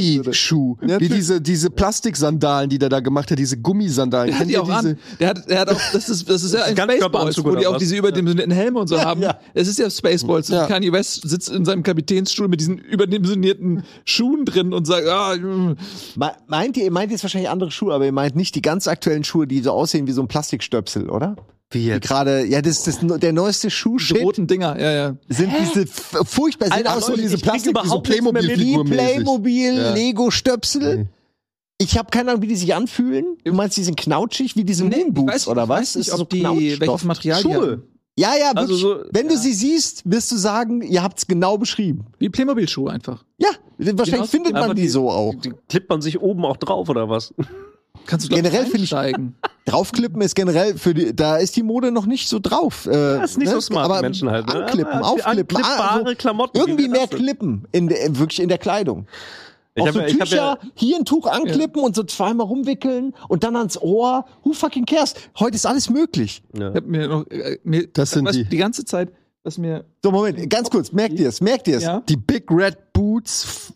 Speaker 1: Yeezy-Schuh. Wie diese, diese Plastiksandalen, die der da gemacht hat, diese Gummisandalen.
Speaker 4: Der hat
Speaker 1: Kennt
Speaker 4: die
Speaker 1: ihr
Speaker 4: auch
Speaker 1: diese?
Speaker 4: an. Der hat, der hat auch, das ist, das ist ja ein
Speaker 2: ganz
Speaker 4: Spaceballs,
Speaker 2: Körperanzug
Speaker 4: wo die
Speaker 2: oder
Speaker 4: auch
Speaker 2: was?
Speaker 4: diese überdimensionierten Helme und so haben.
Speaker 3: ja.
Speaker 4: Es ist ja Spaceballs.
Speaker 1: Ja.
Speaker 4: Und Kanye West sitzt in seinem Kapitänsstuhl mit diesen überdimensionierten Schuhen drin und sagt, ah, mm.
Speaker 3: Me- Meint ihr, ihr meint jetzt wahrscheinlich andere Schuhe, aber ihr meint nicht die ganz aktuellen Schuhe, die so aussehen wie so ein Plastikstöpsel, oder?
Speaker 2: Wie
Speaker 3: Die
Speaker 2: jetzt?
Speaker 3: gerade, ja, das ist das, der neueste
Speaker 4: die
Speaker 3: Schuhshit
Speaker 4: roten Dinger, ja, ja.
Speaker 3: sind diese f- furchtbar, sehen
Speaker 1: Alter,
Speaker 3: aus wie
Speaker 1: Leute,
Speaker 3: diese
Speaker 1: ich krieg
Speaker 3: Plastik,
Speaker 1: überhaupt
Speaker 3: diese
Speaker 1: nichts mehr mit. Figurmäßig.
Speaker 3: Playmobil,
Speaker 1: Ja.
Speaker 3: Lego-Stöpsel.
Speaker 1: Nee.
Speaker 3: Mhm. Ich habe keine Ahnung, wie die sich anfühlen. Du meinst, die sind knautschig, wie diese
Speaker 4: Nee, ich
Speaker 3: Moonboots
Speaker 4: weiß-
Speaker 3: oder
Speaker 4: ich
Speaker 3: was?
Speaker 4: weiß nicht,
Speaker 3: Ist
Speaker 4: ob die-
Speaker 3: Knautschstoff.
Speaker 4: welches Material die
Speaker 3: Schuhe.
Speaker 4: haben.
Speaker 3: Ja, ja, wirklich.
Speaker 2: Also so-
Speaker 3: Wenn du sie siehst, wirst du sagen, ihr habt's genau beschrieben.
Speaker 4: Wie Playmobil-Schuhe einfach.
Speaker 3: Ja, wahrscheinlich
Speaker 4: Genau.
Speaker 3: findet man
Speaker 2: Aber
Speaker 3: die,
Speaker 2: die-
Speaker 3: so auch.
Speaker 2: Die klippt man sich oben auch drauf, oder was?
Speaker 4: Kannst du glaub
Speaker 3: Generell finde ich-
Speaker 4: einsteigen.
Speaker 3: Draufklippen ist generell für die, da ist die Mode noch nicht so drauf. Äh,
Speaker 2: Das ist nicht so smart, die Menschen halt. ne?
Speaker 3: Anklippen,
Speaker 2: Aber die
Speaker 3: aufklippen,
Speaker 2: Anklippbare
Speaker 3: ah, also
Speaker 2: Klamotten.
Speaker 3: irgendwie
Speaker 2: wie
Speaker 3: mehr
Speaker 2: das denn?
Speaker 3: klippen, in, der- in, wirklich in der Kleidung.
Speaker 2: Ich
Speaker 3: Auch
Speaker 2: hab
Speaker 3: so
Speaker 2: ja- ich hab
Speaker 3: Tücher,
Speaker 2: ja-
Speaker 3: hier ein Tuch anklippen und so zweimal rumwickeln und dann ans Ohr. Who fucking cares? Heute ist alles möglich.
Speaker 2: Ja.
Speaker 4: Ich hab mir noch, äh, mir,
Speaker 1: Das sind
Speaker 4: was,
Speaker 1: die.
Speaker 4: die ganze Zeit, was mir,
Speaker 3: So, Moment, ganz kurz, merkt ihr es, merkt ihr es.
Speaker 4: ja,
Speaker 1: Die Big Red
Speaker 2: *laughs*
Speaker 1: Boots.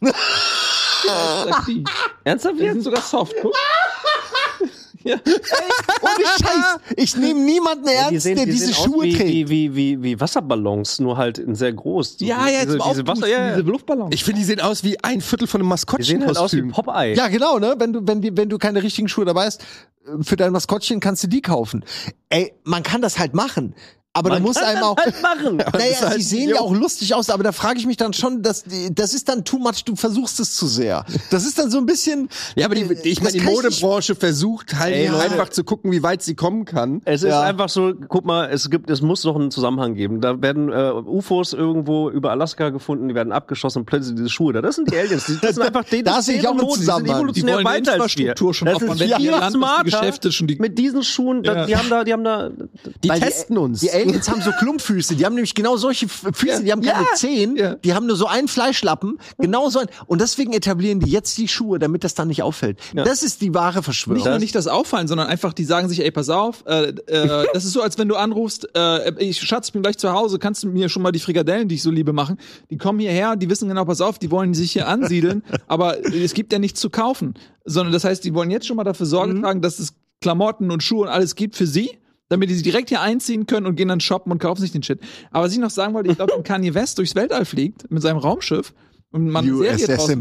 Speaker 4: sag die.
Speaker 2: Ernsthaft
Speaker 4: Die
Speaker 2: jetzt?
Speaker 4: sind sogar soft, guck. ja.
Speaker 3: Ohne Scheiß, ich nehme niemanden
Speaker 2: die
Speaker 3: ernst,
Speaker 2: sehen,
Speaker 3: der
Speaker 2: die
Speaker 3: diese
Speaker 2: sehen aus
Speaker 3: Schuhe
Speaker 2: wie,
Speaker 3: trägt.
Speaker 2: Wie, wie, wie, wie Wasserballons, nur halt in sehr groß. So
Speaker 4: ja,
Speaker 2: diese-
Speaker 4: ja, jetzt mal
Speaker 2: diese Wasser,
Speaker 4: aufpusten,
Speaker 2: ja, ja.
Speaker 4: diese Luftballons.
Speaker 1: Ich finde, die sehen aus wie ein Viertel von einem
Speaker 2: Die sehen halt aus wie
Speaker 1: Maskottchenkostüm.
Speaker 2: Popeye.
Speaker 3: Ja, genau, ne? Wenn du, wenn, die, wenn du keine richtigen Schuhe dabei hast, äh, für dein Maskottchen kannst du die kaufen. Ey, man kann das halt machen. Aber da muss einem auch.
Speaker 1: halt
Speaker 2: Halt
Speaker 3: *laughs*
Speaker 1: machen.
Speaker 3: naja, die sehen ja auch lustig aus, aber da frage ich mich dann schon, dass, die- das ist dann too much, du versuchst es zu sehr. Das ist dann so ein bisschen.
Speaker 1: Ja, aber die,
Speaker 3: äh,
Speaker 1: ich
Speaker 3: das
Speaker 1: meine, die
Speaker 3: kann nicht-
Speaker 1: Modebranche versucht halt
Speaker 2: Ey, Leute.
Speaker 1: einfach zu gucken, wie weit sie kommen kann.
Speaker 2: Es ist
Speaker 3: Ja.
Speaker 2: einfach so, guck mal, es gibt, es muss noch einen Zusammenhang geben. Da werden äh, UFOs irgendwo über Alaska gefunden, die werden abgeschossen und plötzlich diese Schuhe da. Das sind die Aliens. Die,
Speaker 3: *laughs*
Speaker 2: das sind einfach die,
Speaker 3: Da
Speaker 2: das
Speaker 3: sehe ich auch einen
Speaker 2: Not, die sind
Speaker 3: Zusammenhang.
Speaker 4: Die
Speaker 2: evolutionär
Speaker 4: wollen die
Speaker 2: weiter als wir.
Speaker 4: Infrastruktur schon
Speaker 2: Das ist
Speaker 4: aufbauen. Wenn die
Speaker 2: viel
Speaker 4: ihr Land, dass
Speaker 2: smarter.
Speaker 4: die Geschäfte schon die
Speaker 2: mit diesen Schuhen, da,
Speaker 4: Ja.
Speaker 2: die haben da, die haben da.
Speaker 1: Die
Speaker 3: Weil
Speaker 1: testen
Speaker 3: die,
Speaker 1: uns.
Speaker 3: Die Aliens haben so Klumpfüße, die haben nämlich genau solche F- Füße, die haben keine Zehen,
Speaker 4: Ja.
Speaker 3: die haben nur so einen Fleischlappen, genau so einen. Und deswegen etablieren die jetzt die Schuhe, damit das dann nicht auffällt. Das ist die wahre Verschwörung.
Speaker 4: Nicht nur nicht das Auffallen, sondern einfach, die sagen sich, ey, pass auf, äh, äh, das ist so, als wenn du anrufst, äh, ich Schatz, ich bin gleich zu Hause, kannst du mir schon mal die Frikadellen, die ich so liebe, machen? Die kommen hierher, die wissen genau, pass auf, die wollen sich hier ansiedeln, aber es gibt ja nichts zu kaufen. Sondern das heißt, die wollen jetzt schon mal dafür Sorge tragen, dass es Klamotten und Schuhe und alles gibt für sie. Damit die sie direkt hier einziehen können und gehen dann shoppen und kaufen sich den Shit. Aber was ich noch sagen wollte, ich glaube, wenn Kanye West durchs Weltall fliegt mit seinem Raumschiff und man eine Serie draus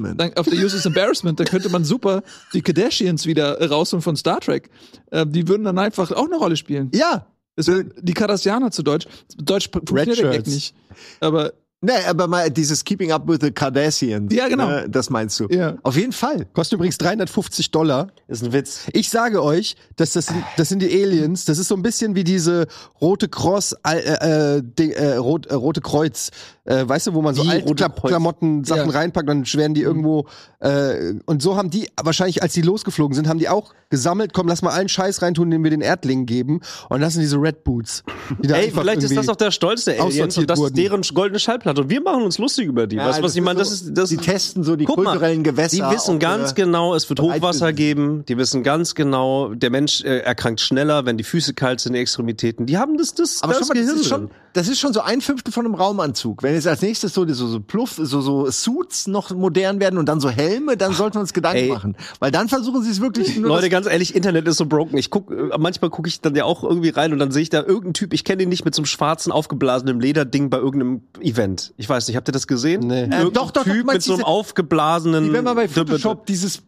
Speaker 4: macht, dann, auf der USS Embarrassment, da könnte man super die Kardashians wieder äh, rausholen von Star Trek. Äh, die würden dann einfach auch eine Rolle spielen.
Speaker 3: Ja.
Speaker 4: Das wär, die Kardashianer zu Deutsch. Deutsch funktioniert der Gag
Speaker 1: Shirts.
Speaker 4: nicht. Aber
Speaker 3: Nee, Ne, aber mal dieses Keeping Up with the Kardashians.
Speaker 4: Ja, genau.
Speaker 3: Ne, das meinst du.
Speaker 4: Ja.
Speaker 3: Auf jeden Fall.
Speaker 1: Kostet übrigens 350 Dollar.
Speaker 2: Ist ein Witz.
Speaker 1: Ich sage euch, dass das, sind- das sind die Aliens. Das ist so ein bisschen wie diese rote Cross, äh, äh, Ding, äh, rot, äh, rote Kreuz. Äh, weißt du, wo man so
Speaker 2: Wie
Speaker 1: alte
Speaker 2: Rote
Speaker 1: Kla-
Speaker 2: Kreuz? Mhm.
Speaker 1: Klamotten, Sachen
Speaker 4: Ja.
Speaker 1: reinpackt, dann werden die irgendwo. Äh, und so haben die wahrscheinlich, als die losgeflogen sind, haben die auch gesammelt. Komm, lass mal allen Scheiß reintun, den wir den Erdlingen geben. Und das sind diese Red Boots. Die da
Speaker 2: Ey,
Speaker 1: einfach
Speaker 2: vielleicht ist
Speaker 1: irgendwie-
Speaker 2: das doch der Stolz der Aliens
Speaker 1: aussortiert
Speaker 2: und das
Speaker 1: wurden.
Speaker 2: ist deren goldene Schallplatte. Und wir machen uns lustig über die. weißt du, was ich meine? Das
Speaker 3: so-
Speaker 2: ist, das
Speaker 3: die testen so die
Speaker 2: Guck mal,
Speaker 3: kulturellen Gewässer.
Speaker 2: Die wissen
Speaker 3: ob,
Speaker 2: ganz
Speaker 3: äh,
Speaker 2: genau, es wird
Speaker 3: bereit
Speaker 2: Hochwasser
Speaker 3: sind.
Speaker 2: geben. Die wissen ganz genau, der Mensch äh, erkrankt schneller, wenn die Füße kalt sind, die Extremitäten. Die haben das, das,
Speaker 3: Aber
Speaker 2: das
Speaker 3: schon mal, das
Speaker 2: Gehirn
Speaker 3: ist schon,
Speaker 2: drin.
Speaker 3: das ist schon so ein Fünftel von einem Raumanzug. Wenn jetzt als nächstes so, so, so Pluff, so, so Suits noch modern werden und dann so Helme, dann sollten wir uns Gedanken
Speaker 2: Ey.
Speaker 3: machen. Weil dann versuchen sie es wirklich nur.
Speaker 2: Leute, ganz ehrlich, Internet ist so broken. Ich guck, äh, manchmal gucke ich dann ja auch irgendwie rein und dann sehe ich da irgendeinen Typ, ich kenne ihn nicht, mit so einem schwarzen, aufgeblasenen Lederding bei irgendeinem Event. Ich weiß nicht, habt ihr das gesehen?
Speaker 1: Nee.
Speaker 2: Irgendein
Speaker 3: Äh, doch, doch, doch,
Speaker 2: Typ mit
Speaker 3: meinst
Speaker 2: so einem
Speaker 3: diese-
Speaker 2: aufgeblasenen...
Speaker 3: wie wenn man bei Photoshop dieses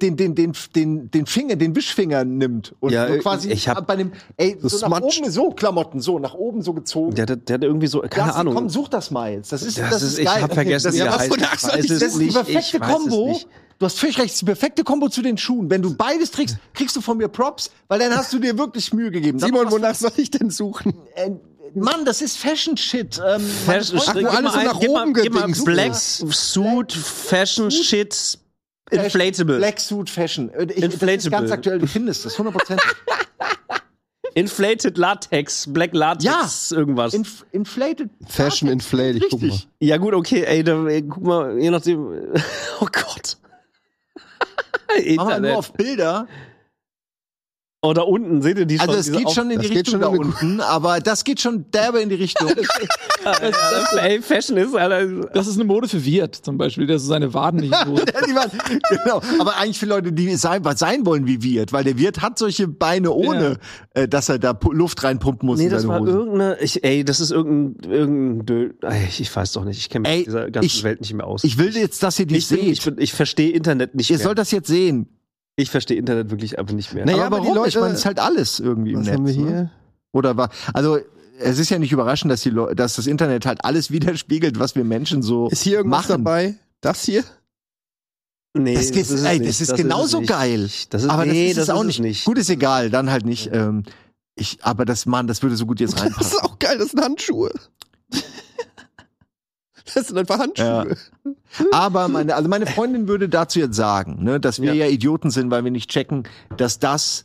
Speaker 3: den den den den den Finger den Wischfinger nimmt und
Speaker 2: Ja,
Speaker 3: so quasi
Speaker 2: ich hab-
Speaker 3: bei dem ey so,
Speaker 1: so
Speaker 3: nach
Speaker 1: smutscht.
Speaker 3: oben so Klamotten so nach oben so gezogen
Speaker 2: Der, der, der hat irgendwie so, keine
Speaker 3: Das-
Speaker 2: Ahnung.
Speaker 3: komm such das mal jetzt das ist das,
Speaker 2: Das
Speaker 3: ist,
Speaker 2: ist- ich
Speaker 3: geil
Speaker 2: hab vergessen,
Speaker 3: das,
Speaker 2: wie er
Speaker 3: das,
Speaker 2: heißt.
Speaker 3: von der
Speaker 2: Ich
Speaker 3: Axt-
Speaker 2: weiß
Speaker 3: das
Speaker 2: es
Speaker 3: ist die
Speaker 2: nicht, ich
Speaker 3: perfekte
Speaker 2: weiß es
Speaker 3: Kombo
Speaker 2: nicht.
Speaker 3: du hast völlig recht das ist die perfekte Kombo zu den Schuhen wenn du beides trägst kriegst du von mir Props weil dann hast du dir wirklich Mühe gegeben Dann
Speaker 1: Simon,
Speaker 3: machst du-
Speaker 1: wonach soll ich denn
Speaker 2: *laughs*
Speaker 1: suchen?
Speaker 3: äh, Mann das ist Fashion Shit ähm,
Speaker 2: Fashion,
Speaker 1: Ach, wo
Speaker 2: gib
Speaker 1: alles
Speaker 2: mal
Speaker 1: so
Speaker 2: ein-
Speaker 1: nach
Speaker 2: gib mal-
Speaker 1: oben
Speaker 2: gib mal
Speaker 1: gedingst
Speaker 2: Black
Speaker 1: ist.
Speaker 2: Suit, Fashion Shit, Inflatable.
Speaker 3: Black Suit Fashion Äh, ich, das ist
Speaker 2: Inflatable.
Speaker 3: ganz aktuell du findest das 100%.
Speaker 2: Inflated Latex, Black Latex, irgendwas.
Speaker 3: Inf inflated
Speaker 1: Fashion inflated, ich guck mal.
Speaker 3: Richtig.
Speaker 2: ja, gut, okay, ey, da, ey, guck mal, je nachdem. *laughs* Oh Gott.
Speaker 3: *laughs* Machen wir nur
Speaker 2: Internet.
Speaker 3: auf Bilder.
Speaker 2: Oh, da unten, seht ihr die
Speaker 3: Also
Speaker 2: schon?
Speaker 3: es
Speaker 2: diese
Speaker 3: geht
Speaker 2: auf-
Speaker 3: schon in
Speaker 1: das
Speaker 3: die
Speaker 1: geht schon
Speaker 3: Richtung da
Speaker 1: in eine
Speaker 3: unten, aber das geht schon derbe in die Richtung. *laughs*
Speaker 2: Ey, Fashion ist, Alter.
Speaker 4: das ist eine Mode für Wirt zum Beispiel, der so seine Waden nicht los.
Speaker 3: Die waren- *laughs* genau. Aber eigentlich für Leute, die sein, was sein wollen wie Wirt, weil der Wirt hat solche Beine ohne, äh, dass er da pu- Luft reinpumpen muss
Speaker 2: Nee,
Speaker 3: in
Speaker 2: das
Speaker 3: seine
Speaker 2: war
Speaker 3: Hose.
Speaker 2: irgendeine. Ich, ey, das ist irgendein. irgendein Dö- ey, ich, ich weiß doch nicht. Ich kenne mich
Speaker 3: Ey,
Speaker 2: mit dieser ganzen
Speaker 3: ich-
Speaker 2: Welt nicht mehr aus.
Speaker 3: Ich will jetzt, dass ihr die
Speaker 2: ich, bin- ich,
Speaker 3: seht.
Speaker 2: bin- ich verstehe Internet nicht
Speaker 3: Ihr
Speaker 2: mehr.
Speaker 3: sollt das jetzt sehen.
Speaker 2: Ich verstehe Internet wirklich einfach nicht mehr.
Speaker 1: Naja,
Speaker 3: aber
Speaker 1: aber die
Speaker 3: warum? ich
Speaker 1: Leute-
Speaker 3: meine, es ist halt alles irgendwie im
Speaker 1: Was
Speaker 3: Netz.
Speaker 1: haben wir
Speaker 3: ne?
Speaker 1: hier?
Speaker 3: Oder war, also, es ist ja nicht überraschend, dass die Leute, dass das Internet halt alles widerspiegelt, was wir Menschen so
Speaker 1: Ist hier irgendwas
Speaker 3: machen.
Speaker 1: dabei? Das hier?
Speaker 2: Nee,
Speaker 3: Das, geht,
Speaker 2: es
Speaker 3: ey,
Speaker 2: nicht.
Speaker 3: das ist
Speaker 2: es
Speaker 3: genauso
Speaker 2: nicht.
Speaker 3: geil.
Speaker 2: Das ist,
Speaker 3: aber
Speaker 2: nee,
Speaker 3: das ist es auch nicht.
Speaker 2: nicht.
Speaker 3: Gut, ist egal, dann halt nicht. Ähm, ich, aber das, Mann, das würde so gut jetzt
Speaker 1: Das
Speaker 3: reinpassen.
Speaker 1: ist auch geil, das sind
Speaker 2: *laughs*
Speaker 1: Handschuhe. Das sind einfach Handschuhe.
Speaker 3: aber meine, also meine Freundin würde dazu jetzt sagen, ne, dass wir ja. Idioten sind, weil wir nicht checken, dass das,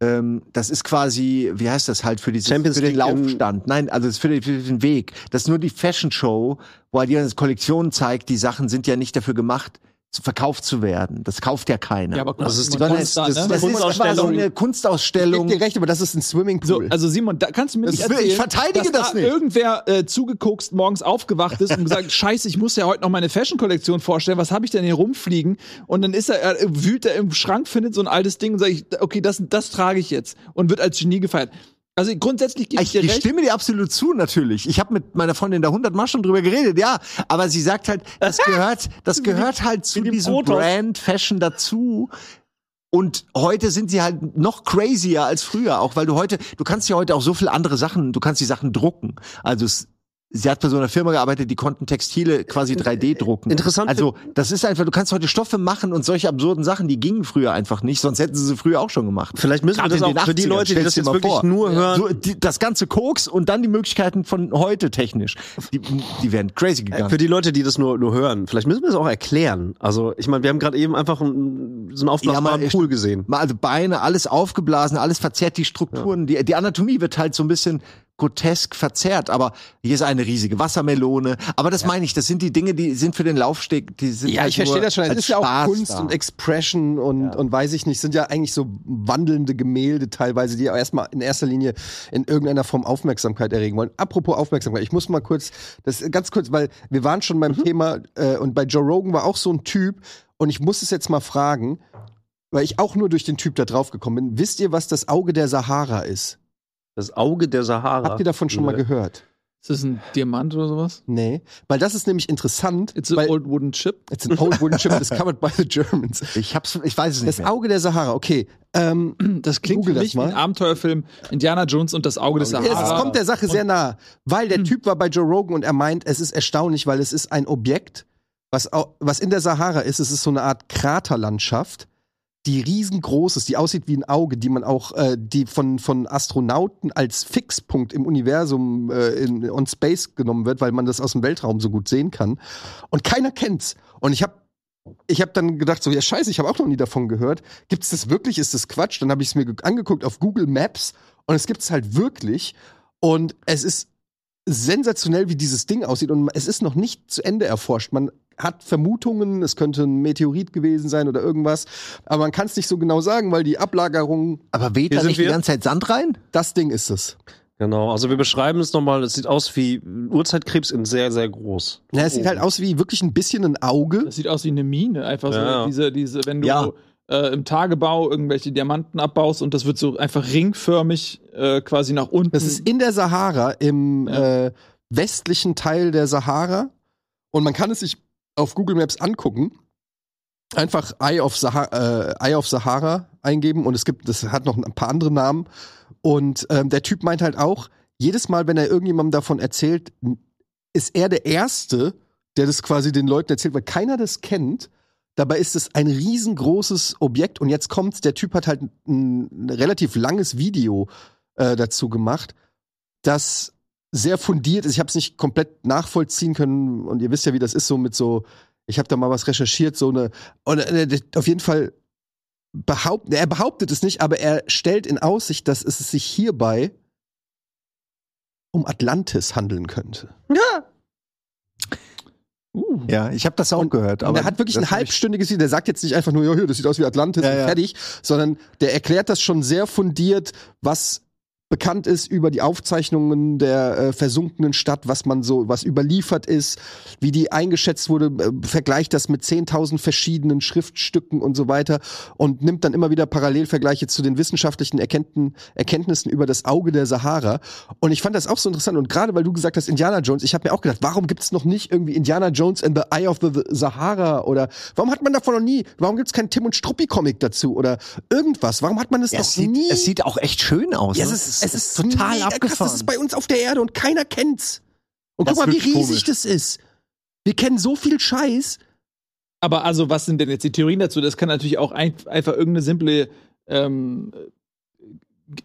Speaker 3: ähm, das ist quasi, wie heißt das halt für, dieses,
Speaker 2: Champions
Speaker 3: für den
Speaker 2: League im-
Speaker 3: Laufstand? Nein, also es ist für den, für den Weg. Das ist nur die Fashion Show, wo halt jemand Kollektionen zeigt, die Sachen sind ja nicht dafür gemacht, zu- verkauft zu werden. Das kauft ja keiner.
Speaker 4: Ja, aber guck
Speaker 2: Das ist die
Speaker 4: mal,
Speaker 2: Kunst,
Speaker 4: da,
Speaker 2: das ist
Speaker 4: ne?
Speaker 3: das ist aber
Speaker 2: Kunstausstellung.
Speaker 3: so eine
Speaker 1: Ich geb
Speaker 3: Kunstausstellung.
Speaker 1: dir recht, aber das ist ein
Speaker 4: So,
Speaker 1: Swimmingpool.
Speaker 4: also Simon, da kannst du mir
Speaker 3: Das
Speaker 4: nicht
Speaker 3: will-
Speaker 4: erzählen,
Speaker 3: ich verteidige
Speaker 4: dass
Speaker 3: das
Speaker 4: da
Speaker 3: nicht.
Speaker 4: irgendwer äh, zugekokst morgens aufgewacht ist
Speaker 3: *laughs*
Speaker 4: und gesagt, Scheiße, ich muss ja heute noch meine Fashion-Kollektion vorstellen. Was habe ich denn hier rumfliegen? Und dann ist er, er wühlt er im Schrank, findet so ein altes Ding und sagt, okay, das, das trage ich jetzt und wird als Genie gefeiert. Also grundsätzlich gebe
Speaker 3: Ah,
Speaker 4: ich
Speaker 3: Ich,
Speaker 4: dir
Speaker 3: ich
Speaker 4: recht.
Speaker 3: stimme dir absolut zu, natürlich. Ich habe mit meiner Freundin da 100 Mal schon drüber geredet, ja. Aber
Speaker 2: *laughs*
Speaker 3: sie sagt halt, das gehört, das gehört halt zu
Speaker 2: wie die
Speaker 3: diesem
Speaker 2: Protos.
Speaker 3: Brand Fashion dazu, Und heute sind sie halt noch crazier als früher, auch weil du heute, du kannst ja heute auch so viel andere Sachen, du kannst die Sachen drucken. Also es, sie hat bei so einer Firma gearbeitet, die konnten Textile quasi 3D drucken.
Speaker 2: Interessant.
Speaker 3: Also das ist einfach, du kannst heute Stoffe machen und solche absurden Sachen, die gingen früher einfach nicht, sonst hätten sie sie früher auch schon gemacht.
Speaker 2: Vielleicht müssen wir
Speaker 3: Gerade
Speaker 2: das
Speaker 3: in
Speaker 2: auch
Speaker 3: den
Speaker 2: für die
Speaker 3: 80ern,
Speaker 2: Leute, die
Speaker 3: stell's
Speaker 2: das
Speaker 3: dir
Speaker 2: jetzt
Speaker 3: mal
Speaker 2: wirklich
Speaker 3: vor.
Speaker 2: nur hören,
Speaker 3: So, die, das ganze Koks und dann die Möglichkeiten von heute technisch. Die, die wären crazy gegangen.
Speaker 2: Für die Leute, die das nur, nur hören, vielleicht müssen wir das auch erklären. Also, ich meine, wir haben gerade eben einfach einen, so einen aufblasbaren
Speaker 3: Ja, mal-
Speaker 2: Pool gesehen.
Speaker 3: Mal also Beine, alles aufgeblasen, alles verzerrt, die Strukturen, die, die Anatomie wird halt so ein bisschen grotesk verzerrt, aber hier ist eine riesige Wassermelone. Aber das meine ich, das sind die Dinge, die sind für den Laufsteg, die sind
Speaker 1: Ja,
Speaker 3: halt
Speaker 1: ich verstehe
Speaker 3: nur
Speaker 1: das schon. Es
Speaker 3: als
Speaker 1: ist ja auch
Speaker 3: Spaß
Speaker 1: Kunst
Speaker 3: da.
Speaker 1: und Expression und, und weiß ich nicht, sind ja eigentlich so wandelnde Gemälde teilweise, die ja erstmal in erster Linie in irgendeiner Form Aufmerksamkeit erregen wollen. Apropos Aufmerksamkeit, ich muss mal kurz, das ganz kurz, weil wir waren schon
Speaker 2: Mhm.
Speaker 1: beim Thema äh, und bei Joe Rogan war auch so ein Typ und ich muss es jetzt mal fragen, weil ich auch nur durch den Typ da drauf gekommen bin. Wisst ihr, was das Auge der Sahara ist?
Speaker 2: Das Auge der Sahara. Genau.
Speaker 1: Habt ihr davon schon mal
Speaker 2: Nö.
Speaker 1: gehört?
Speaker 4: Ist das ein Diamant oder sowas?
Speaker 1: Nee, weil das ist nämlich interessant.
Speaker 4: It's an
Speaker 1: weil,
Speaker 4: old wooden chip.
Speaker 1: it's an old wooden ship
Speaker 4: *laughs*
Speaker 1: discovered by the Germans.
Speaker 3: Ich hab's, ich weiß es nicht
Speaker 1: Das
Speaker 3: mehr.
Speaker 1: Auge der Sahara, okay. Ähm,
Speaker 4: Das klingt
Speaker 1: Google
Speaker 4: für
Speaker 1: das
Speaker 4: mich wie ein
Speaker 1: mal.
Speaker 4: Abenteuerfilm Indiana Jones und das Auge des
Speaker 1: es
Speaker 4: Sahara.
Speaker 1: kommt der Sache sehr nah, weil der Typ war bei Joe Rogan und er meint, es ist erstaunlich, weil es ist ein Objekt, was, au- was in der Sahara ist. Es ist so eine Art Kraterlandschaft, die riesengroß ist, die aussieht wie ein Auge, die man auch, äh, die von, von Astronauten als Fixpunkt im Universum äh, in, on Space genommen wird, weil man das aus dem Weltraum so gut sehen kann. Und keiner kennt's. Und ich habe ich habe dann gedacht, so, ja, scheiße, ich habe auch noch nie davon gehört. Gibt es das wirklich? Ist das Quatsch? Dann habe ich es mir ge- angeguckt auf Google Maps und es gibt es halt wirklich. Und es ist sensationell, wie dieses Ding aussieht. Und es ist noch nicht zu Ende erforscht. Man hat Vermutungen, es könnte ein Meteorit gewesen sein oder irgendwas. Aber man kann es nicht so genau sagen, weil die Ablagerung,
Speaker 3: Aber weht
Speaker 2: Hier
Speaker 3: da
Speaker 2: sind
Speaker 3: nicht die
Speaker 2: wir.
Speaker 3: ganze Zeit Sand rein?
Speaker 1: das Ding ist es.
Speaker 2: Genau, also wir beschreiben es nochmal. Es sieht aus wie Urzeitkrebs in sehr, sehr groß.
Speaker 1: Na, es sieht halt aus wie wirklich ein bisschen ein Auge.
Speaker 4: Das sieht aus wie eine Mine, einfach
Speaker 2: Ja.
Speaker 4: so. Diese, diese, wenn du
Speaker 3: Ja.
Speaker 4: äh, im Tagebau irgendwelche Diamanten abbaust und das wird so einfach ringförmig äh, quasi nach unten.
Speaker 1: Das ist in der Sahara, im äh, westlichen Teil der Sahara. Und man kann es sich auf Google Maps angucken. Einfach Eye of, Sahara, äh, Eye of Sahara eingeben und es gibt, das hat noch ein paar andere Namen. Und ähm, der Typ meint halt auch, jedes Mal, wenn er irgendjemandem davon erzählt, n- ist er der Erste, der das quasi den Leuten erzählt, weil keiner das kennt. Dabei ist es ein riesengroßes Objekt und jetzt kommt's, der Typ hat halt ein, ein relativ langes Video äh, dazu gemacht, das sehr fundiert ist. Ich habe es nicht komplett nachvollziehen können und ihr wisst ja, wie das ist so mit so, ich habe da mal was recherchiert, so eine, und, äh, auf jeden Fall behauptet, er behauptet es nicht, aber er stellt in Aussicht, dass es sich hierbei um Atlantis handeln könnte. *laughs*
Speaker 4: uh,
Speaker 3: Ja, ich habe das auch
Speaker 1: Und-
Speaker 3: gehört.
Speaker 1: Und er hat wirklich
Speaker 3: das
Speaker 1: ein
Speaker 3: hab ich-
Speaker 1: halbstündiges Video. Der sagt jetzt nicht einfach nur, ja, hier, das sieht aus wie Atlantis
Speaker 3: Ja,
Speaker 1: und
Speaker 3: ja.
Speaker 1: fertig, sondern der erklärt das schon sehr fundiert, was bekannt ist über die Aufzeichnungen der äh, versunkenen Stadt, was man so, was überliefert ist, wie die eingeschätzt wurde, äh, vergleicht das mit 10.000 verschiedenen Schriftstücken und so weiter und nimmt dann immer wieder Parallelvergleiche zu den wissenschaftlichen Erkennten, Erkenntnissen über das Auge der Sahara. Und ich fand das auch so interessant und gerade weil du gesagt hast, Indiana Jones, ich habe mir auch gedacht, warum gibt es noch nicht irgendwie Indiana Jones and the Eye of the Sahara oder warum hat man davon noch nie, warum gibt es keinen Tim und Struppi Comic dazu oder irgendwas, warum hat man das
Speaker 3: Ja,
Speaker 1: noch
Speaker 3: es, sieht,
Speaker 1: nie?
Speaker 3: es sieht auch echt schön aus.
Speaker 1: Ja,
Speaker 3: ne?
Speaker 1: es ist, es ist
Speaker 3: total
Speaker 1: mega krass,
Speaker 3: abgefahren.
Speaker 1: Das ist bei uns auf der Erde und keiner kennt's. Und
Speaker 3: Das
Speaker 1: guck mal, wie
Speaker 3: ist wirklich
Speaker 1: riesig das ist. Wir kennen so viel Scheiß.
Speaker 4: Aber also, was sind denn jetzt die Theorien dazu? Das kann natürlich auch ein, einfach irgendeine simple ähm,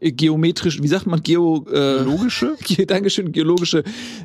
Speaker 4: ge- geometrische, wie sagt man, geo, äh, *laughs* geologische? Dankeschön, geologische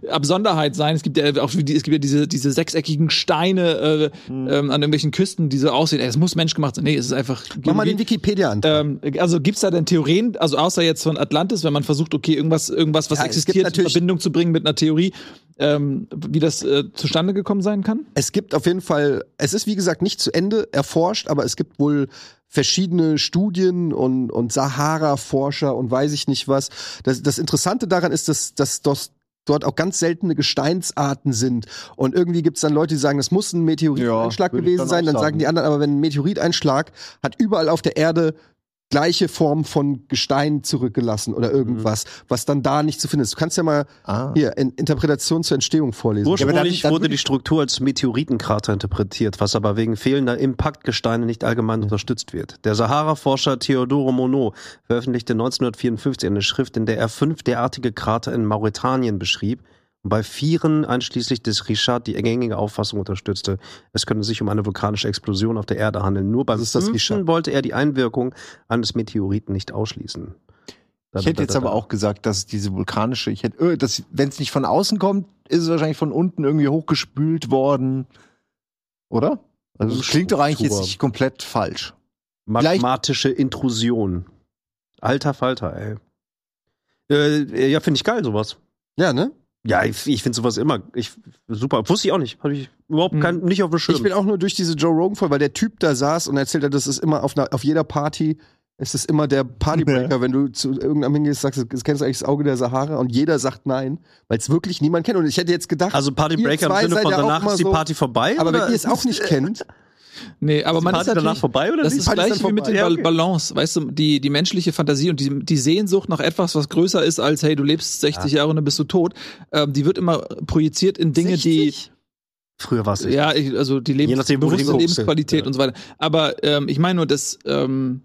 Speaker 4: Absonderheit sein. Es gibt ja auch die- es gibt ja diese, diese sechseckigen Steine äh,
Speaker 2: Hm.
Speaker 4: ähm, an irgendwelchen Küsten, die so aussehen. Ey, Es muss menschgemacht sein. Nee, es ist einfach.
Speaker 1: Mach mal
Speaker 4: Geologie.
Speaker 1: den Wikipedia an.
Speaker 4: Ähm, also gibt's da denn Theorien, also außer jetzt von Atlantis, wenn man versucht, okay, irgendwas, irgendwas, was
Speaker 1: Ja, es gibt
Speaker 4: existiert, in
Speaker 1: natürlich-
Speaker 4: Verbindung zu bringen mit einer Theorie, ähm, wie das äh, zustande gekommen sein kann?
Speaker 1: Es gibt auf jeden Fall, es ist wie gesagt nicht zu Ende erforscht, aber es gibt wohl verschiedene Studien und, und Sahara-Forscher und weiß ich nicht was. Das, das Interessante daran ist, dass, dass das dort auch ganz seltene Gesteinsarten sind. Und irgendwie gibt es dann Leute, die sagen, das muss ein Meteoriteinschlag
Speaker 3: Ja, würd ich
Speaker 1: gewesen
Speaker 3: dann auch
Speaker 1: sein. Dann
Speaker 3: sagen.
Speaker 1: sagen die anderen, aber wenn ein Meteoriteinschlag hat überall auf der Erde gleiche Form von Gestein zurückgelassen
Speaker 3: Mhm.
Speaker 1: oder irgendwas, was dann da nicht zu finden ist. Du kannst ja mal
Speaker 3: Ah.
Speaker 1: hier in Interpretation zur Entstehung vorlesen.
Speaker 2: Ursprünglich
Speaker 3: dann- dann
Speaker 2: wurde
Speaker 3: würd
Speaker 2: die
Speaker 3: ich-
Speaker 2: Struktur als Meteoritenkrater interpretiert, was aber wegen fehlender Impaktgesteine nicht allgemein unterstützt wird. Der Sahara-Forscher Theodore Monod veröffentlichte 1954 eine Schrift, in der er fünf derartige Krater in Mauretanien beschrieb und bei vieren einschließlich des Richard die gängige Auffassung unterstützte, es könnte sich um eine vulkanische Explosion auf der Erde handeln. Nur beim
Speaker 1: Das ist
Speaker 3: Mhm.
Speaker 1: das
Speaker 2: fünften
Speaker 1: Richard.
Speaker 2: wollte er die Einwirkung eines Meteoriten nicht ausschließen.
Speaker 3: Ich hätte jetzt aber auch gesagt, dass diese vulkanische, ich hätte, wenn es nicht von außen kommt, ist es wahrscheinlich von unten irgendwie hochgespült worden. Oder? Also es klingt doch eigentlich jetzt nicht komplett falsch. Vielleicht-
Speaker 2: Magmatische Intrusion. Alter Falter, ey. Äh, ja, finde ich geil, sowas.
Speaker 1: Ja, ne?
Speaker 2: Ja, ich, ich finde sowas immer ich, super. Wusste ich auch nicht. Habe ich überhaupt
Speaker 4: Hm.
Speaker 2: kein, nicht auf dem Schirm.
Speaker 1: Ich bin auch nur durch diese Joe Rogan voll, weil der Typ da saß und erzählt hat, das ist immer auf, einer, auf jeder Party, es ist immer der Partybreaker, wenn du zu irgendeinem hingehst, sagst, du, kennst du eigentlich das Auge der Sahara und jeder sagt nein, weil es wirklich niemand kennt. Und ich hätte jetzt gedacht,
Speaker 2: also
Speaker 1: ihr
Speaker 2: Partybreaker im
Speaker 1: zwei
Speaker 2: Sinne
Speaker 1: seid
Speaker 2: von
Speaker 1: ja auch
Speaker 2: danach
Speaker 1: immer
Speaker 2: ist die
Speaker 1: so-
Speaker 2: Party vorbei.
Speaker 1: aber
Speaker 2: oder?
Speaker 1: wenn ihr es auch nicht kennt,
Speaker 4: Nee, aber
Speaker 2: die
Speaker 4: man
Speaker 2: Party
Speaker 4: ist natürlich,
Speaker 2: danach vorbei oder
Speaker 4: Das
Speaker 2: nicht?
Speaker 4: ist
Speaker 1: Die Party ist
Speaker 4: gleich
Speaker 1: dann
Speaker 4: wie mit
Speaker 1: vorbei.
Speaker 4: der
Speaker 2: Ja,
Speaker 4: Bal-
Speaker 2: okay.
Speaker 4: Balance. Weißt du, die, die menschliche Fantasie und die, die Sehnsucht nach etwas, was größer ist als, hey, du lebst 60 Jahre und dann bist du tot, ähm, die wird immer projiziert in Dinge,
Speaker 2: Früher war es
Speaker 4: die, ja, ich- also die Lebens
Speaker 2: Je nachdem, wo du
Speaker 4: bewusste
Speaker 2: hinguckst.
Speaker 4: Lebensqualität
Speaker 2: Ja.
Speaker 4: und so weiter. Aber ähm, ich meine nur, dass ähm,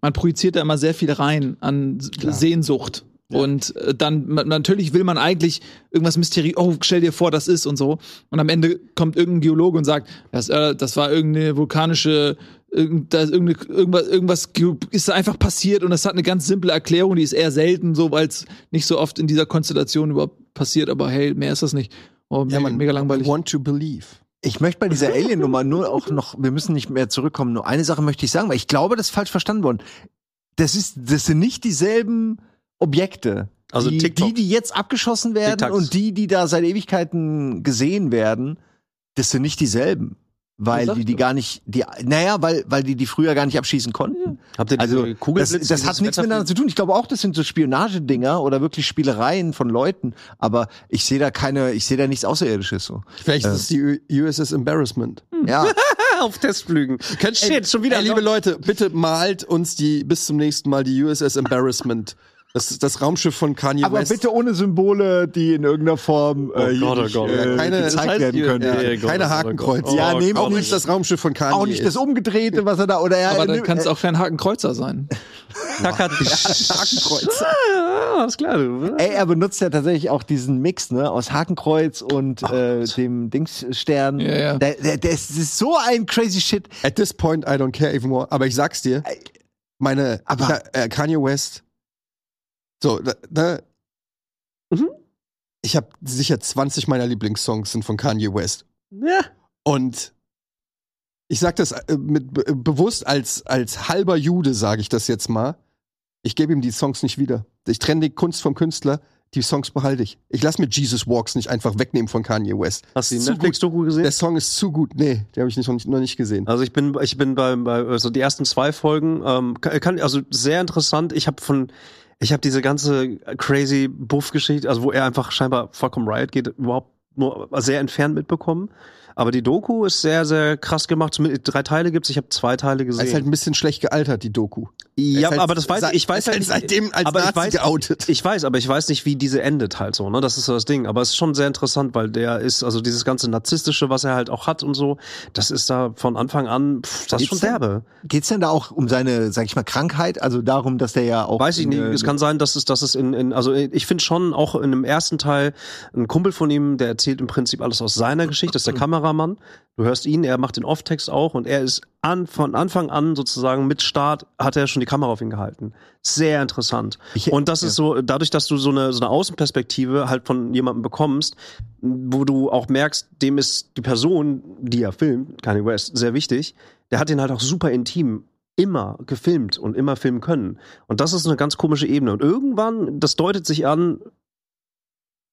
Speaker 4: man projiziert da immer sehr viel rein an S- Sehnsucht. Und äh, dann ma- natürlich will man eigentlich irgendwas mysteriös, oh, stell dir vor, das ist und so. Und am Ende kommt irgendein Geologe und sagt, das, äh, das war irgendeine vulkanische, irgend, da ist irgendeine, irgendwas, irgendwas ge- ist da einfach passiert und das hat eine ganz simple Erklärung, die ist eher selten so, weil es nicht so oft in dieser Konstellation überhaupt passiert, aber hey, mehr ist das nicht. Oh, me mega langweilig.
Speaker 1: want to believe.
Speaker 3: Ich möchte bei dieser Alien-Nummer nur auch noch, wir müssen nicht mehr zurückkommen, nur eine Sache möchte ich sagen, weil ich glaube, das ist falsch verstanden worden. Das, ist, das sind nicht dieselben Objekte.
Speaker 2: Also
Speaker 3: die,
Speaker 2: TikTok.
Speaker 3: die, die jetzt abgeschossen werden
Speaker 2: TikToks.
Speaker 3: und die, die da seit Ewigkeiten gesehen werden, das sind nicht dieselben. Weil
Speaker 4: Wer sagt
Speaker 3: die die
Speaker 4: das?
Speaker 3: gar nicht, die, naja, weil, weil die die früher gar nicht abschießen konnten.
Speaker 2: Habt ihr
Speaker 3: Also,
Speaker 2: diese
Speaker 3: Das,
Speaker 2: Kugelblitz?
Speaker 3: das hat
Speaker 2: dieses
Speaker 3: nichts miteinander zu tun. Ich glaube auch, das sind so Spionagedinger oder wirklich Spielereien von Leuten. Aber ich sehe da keine, ich sehe da nichts Außerirdisches so.
Speaker 1: Vielleicht ist es die U- USS Embarrassment.
Speaker 2: Hm. *laughs*
Speaker 3: Ja.
Speaker 2: Wetterflug- auf Testflügen. Kein Shit, schon wieder.
Speaker 1: Ey, liebe Leute, bitte malt uns die bis zum nächsten Mal die USS Embarrassment. Das ist das Raumschiff von Kanye
Speaker 3: Aber
Speaker 1: West.
Speaker 3: bitte ohne Symbole, die in irgendeiner Form
Speaker 2: Oh
Speaker 3: äh, hier
Speaker 2: Gott, oh
Speaker 3: nicht,
Speaker 2: Gott.
Speaker 3: äh,
Speaker 1: Keine- das
Speaker 3: gezeigt
Speaker 2: heißt,
Speaker 3: werden
Speaker 2: ihr-
Speaker 3: können.
Speaker 2: ja,
Speaker 1: Ja,
Speaker 2: Ey, Gott,
Speaker 1: keine
Speaker 2: oh Gott.
Speaker 1: Hakenkreuze.
Speaker 2: Oh,
Speaker 3: Ja, nehmen
Speaker 1: auch
Speaker 3: auch
Speaker 1: nicht das Raumschiff von Kanye.
Speaker 3: Auch nicht das
Speaker 1: ist.
Speaker 3: Umgedrehte, was er da oder er.
Speaker 4: Aber dann
Speaker 3: ne-
Speaker 4: kann es auch kein Hakenkreuzer sein.
Speaker 2: Hakenkreuz. *laughs* Ah, alles klar, du.
Speaker 3: Ey, er benutzt ja tatsächlich auch diesen Mix, ne, aus Hakenkreuz und äh, dem Dingsstern.
Speaker 4: Ja, ja.
Speaker 3: Der, der, der ist, das ist so ein crazy shit.
Speaker 1: At this point, I don't care even more. Aber ich sag's dir, meine
Speaker 3: Aber-
Speaker 1: Ka- äh, Kanye West. So, da, da, ich habe sicher 20 meiner Lieblingssongs sind von Kanye West.
Speaker 2: Ja.
Speaker 1: Und ich sage das äh, mit be bewusst als, als halber Jude, sage ich das jetzt mal. Ich gebe ihm die Songs nicht wieder. Ich trenne die Kunst vom Künstler, die Songs behalte ich. Ich lasse mir Jesus Walks nicht einfach wegnehmen von Kanye West.
Speaker 2: Hast du die
Speaker 1: Zu
Speaker 2: Netflix-Doku gesehen?
Speaker 1: Der Song ist zu gut. Nee, den habe ich nicht, noch, nicht, noch nicht gesehen.
Speaker 2: Also ich bin, ich bin bei, bei also die ersten zwei Folgen, ähm, kann, kann- also sehr interessant. Ich habe von, ich habe diese ganze crazy Buff-Geschichte, also wo er einfach scheinbar vollkommen Riot geht, überhaupt nur sehr entfernt mitbekommen. Aber die Doku ist sehr, sehr krass gemacht. Zumindest Drei Teile gibt's. Ich habe zwei Teile
Speaker 1: Er
Speaker 2: gesehen.
Speaker 1: ist halt ein bisschen schlecht gealtert, die Doku. Er
Speaker 2: ja,
Speaker 1: ist halt
Speaker 2: aber das weiß
Speaker 1: seit-
Speaker 2: ich. Ich weiß
Speaker 1: er
Speaker 2: halt
Speaker 1: ist
Speaker 2: nicht,
Speaker 1: halt seitdem als
Speaker 2: aber ich
Speaker 1: Nazi
Speaker 2: weiß-
Speaker 1: geoutet.
Speaker 2: ich weiß, aber ich weiß nicht, wie diese endet halt so, ne? Das ist so das Ding. Aber es ist schon sehr interessant, weil der ist, also dieses ganze Narzisstische, was er halt auch hat und so, das ist da von Anfang an, pff, das ist schon
Speaker 3: Gibt's denn-
Speaker 2: derbe.
Speaker 3: Geht's denn da auch um seine, sag ich mal, Krankheit? Also darum, dass der ja auch.
Speaker 2: Weiß ich nicht.
Speaker 3: eine-
Speaker 2: Es kann sein, dass es, dass es in, in also ich finde schon auch in dem ersten Teil ein Kumpel von ihm, der erzählt im Prinzip alles aus seiner Geschichte, das ist der
Speaker 3: Mhm.
Speaker 2: Kameramann. Du hörst ihn, er macht den Off-Text auch und er ist an, von Anfang an sozusagen mit Start hat er schon die Kamera auf ihn gehalten. Sehr interessant.
Speaker 3: Ich-
Speaker 2: und das ist so, dadurch, dass du so eine, so eine Außenperspektive halt von jemandem bekommst, wo du auch merkst, dem ist die Person, die er filmt, Kanye West, sehr wichtig, der hat ihn halt auch super intim immer gefilmt und immer filmen können. Und das ist eine ganz komische Ebene. Und irgendwann, das deutet sich an,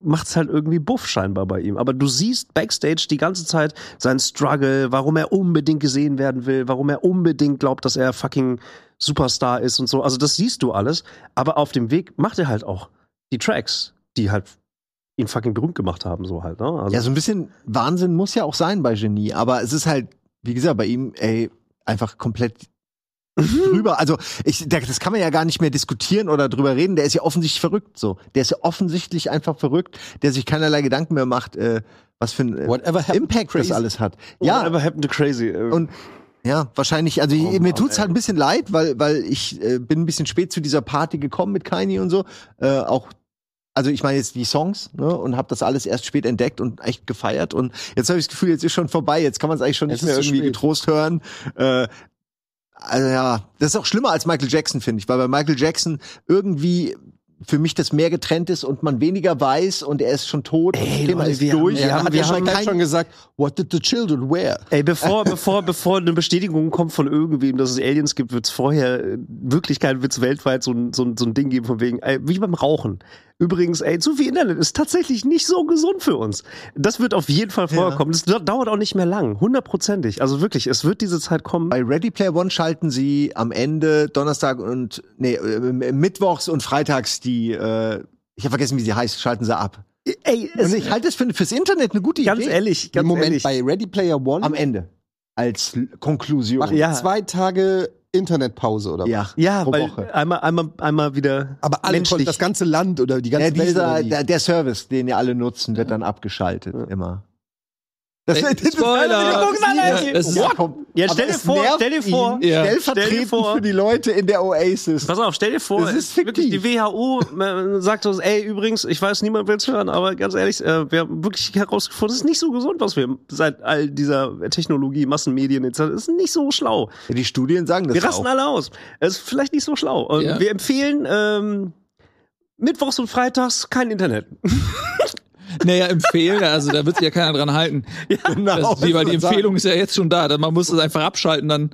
Speaker 2: macht's halt irgendwie buff scheinbar bei ihm. Aber du siehst backstage die ganze Zeit seinen Struggle, warum er unbedingt gesehen werden will, warum er unbedingt glaubt, dass er fucking Superstar ist und so. Also das siehst du alles. Aber auf dem Weg macht er halt auch die Tracks, die halt ihn fucking berühmt gemacht haben, so halt. Ne? Also,
Speaker 3: Ja, so ein bisschen Wahnsinn muss ja auch sein bei Genie, aber es ist halt, wie gesagt, bei ihm, ey, einfach komplett drüber. Also ich, da- das kann man ja gar nicht mehr diskutieren oder drüber reden. Der ist ja offensichtlich verrückt. So, der ist ja offensichtlich einfach verrückt, der sich keinerlei Gedanken mehr macht, äh, was für ein äh,
Speaker 1: Whatever happened
Speaker 3: Impact
Speaker 1: crazy.
Speaker 3: das alles hat. Ja,
Speaker 2: Whatever happened to crazy. äh,
Speaker 3: Und ja, wahrscheinlich, also ich-
Speaker 1: Oh,
Speaker 3: mir tut's halt ein bisschen leid, weil, weil ich äh, bin ein bisschen spät zu dieser Party gekommen mit Kanye und so. Äh, auch, also ich meine jetzt die Songs, ne? Und habe das alles erst spät entdeckt und echt gefeiert. Und jetzt habe ich das Gefühl, jetzt ist schon vorbei, jetzt kann man es eigentlich schon
Speaker 1: Jetzt
Speaker 3: nicht mehr
Speaker 1: ist es
Speaker 3: irgendwie
Speaker 1: spät.
Speaker 3: getrost hören. Äh, also ja, das ist auch schlimmer als Michael Jackson, finde ich, weil bei Michael Jackson irgendwie für mich das mehr getrennt ist und man weniger weiß und er ist schon tot und das Thema ist durch.
Speaker 1: Wir haben,
Speaker 3: Hat
Speaker 1: wir
Speaker 3: ja
Speaker 1: haben
Speaker 3: kein-
Speaker 1: schon gesagt, what did the children wear?
Speaker 2: Ey, bevor, bevor, bevor eine Bestätigung kommt von irgendwem, dass es Aliens gibt, wird es vorher, äh, in Wirklichkeit wird es weltweit so ein, so, ein, so ein Ding geben von wegen, ey, wie beim Rauchen. Übrigens, ey, zu viel Internet ist tatsächlich nicht so gesund für uns. Das wird auf jeden Fall vorkommen. Das dau- dauert auch nicht mehr lang, hundertprozentig. Also wirklich, es wird diese Zeit kommen.
Speaker 3: Bei Ready Player One schalten sie am Ende Donnerstag und nee, äh, mittwochs und freitags die äh, ich habe vergessen, wie sie heißt, schalten sie ab.
Speaker 2: Ey,
Speaker 3: Also
Speaker 2: es,
Speaker 3: ich halte das für, fürs Internet eine gute
Speaker 2: ganz
Speaker 3: Idee.
Speaker 2: ehrlich, ganz
Speaker 1: Im Moment
Speaker 2: ehrlich.
Speaker 1: bei Ready Player One
Speaker 3: Am Ende. Als L- Konklusion.
Speaker 1: machen
Speaker 2: Ja.
Speaker 1: zwei Tage Internetpause oder was?
Speaker 3: ja.
Speaker 2: ja,
Speaker 3: pro
Speaker 2: weil
Speaker 3: Woche.
Speaker 2: einmal, einmal, einmal wieder
Speaker 1: Aber alle
Speaker 2: menschlich.
Speaker 1: das ganze Land oder die ganze Welt.
Speaker 3: Ja,
Speaker 1: Oder
Speaker 3: dieser,
Speaker 1: wie?
Speaker 3: der, der Service, den ja alle nutzen, wird dann abgeschaltet immer.
Speaker 4: Ey, Spoiler! Ja, es ist-
Speaker 3: komm,
Speaker 2: Ja, stell
Speaker 3: aber
Speaker 2: dir
Speaker 3: es
Speaker 2: vor,
Speaker 3: nervt
Speaker 2: stell dir vor,
Speaker 3: ihn,
Speaker 4: Ja.
Speaker 2: Stell dir
Speaker 3: stellvertretend
Speaker 2: vor-
Speaker 3: für die Leute in der Oasis.
Speaker 2: Pass auf, stell dir vor,
Speaker 3: Das ist fiktiv.
Speaker 2: wirklich die WHO äh, sagt uns, ey, übrigens, ich weiß, niemand will's hören, aber ganz ehrlich, äh, wir haben wirklich herausgefunden, es ist nicht so gesund, was wir seit all dieser Technologie, Massenmedien etc. ist nicht so schlau.
Speaker 3: Die Studien sagen das
Speaker 2: Wir
Speaker 3: auch.
Speaker 2: rasten alle aus. Es ist vielleicht nicht so schlau. Und
Speaker 4: Ja.
Speaker 2: wir empfehlen ähm, Mittwochs und Freitags kein Internet.
Speaker 4: Naja, empfehlen, also da wird sich ja keiner dran halten.
Speaker 3: Genau,
Speaker 4: das, die, weil die
Speaker 3: das soll
Speaker 4: Empfehlung ist ja jetzt schon da. dann- Man muss es einfach abschalten, dann.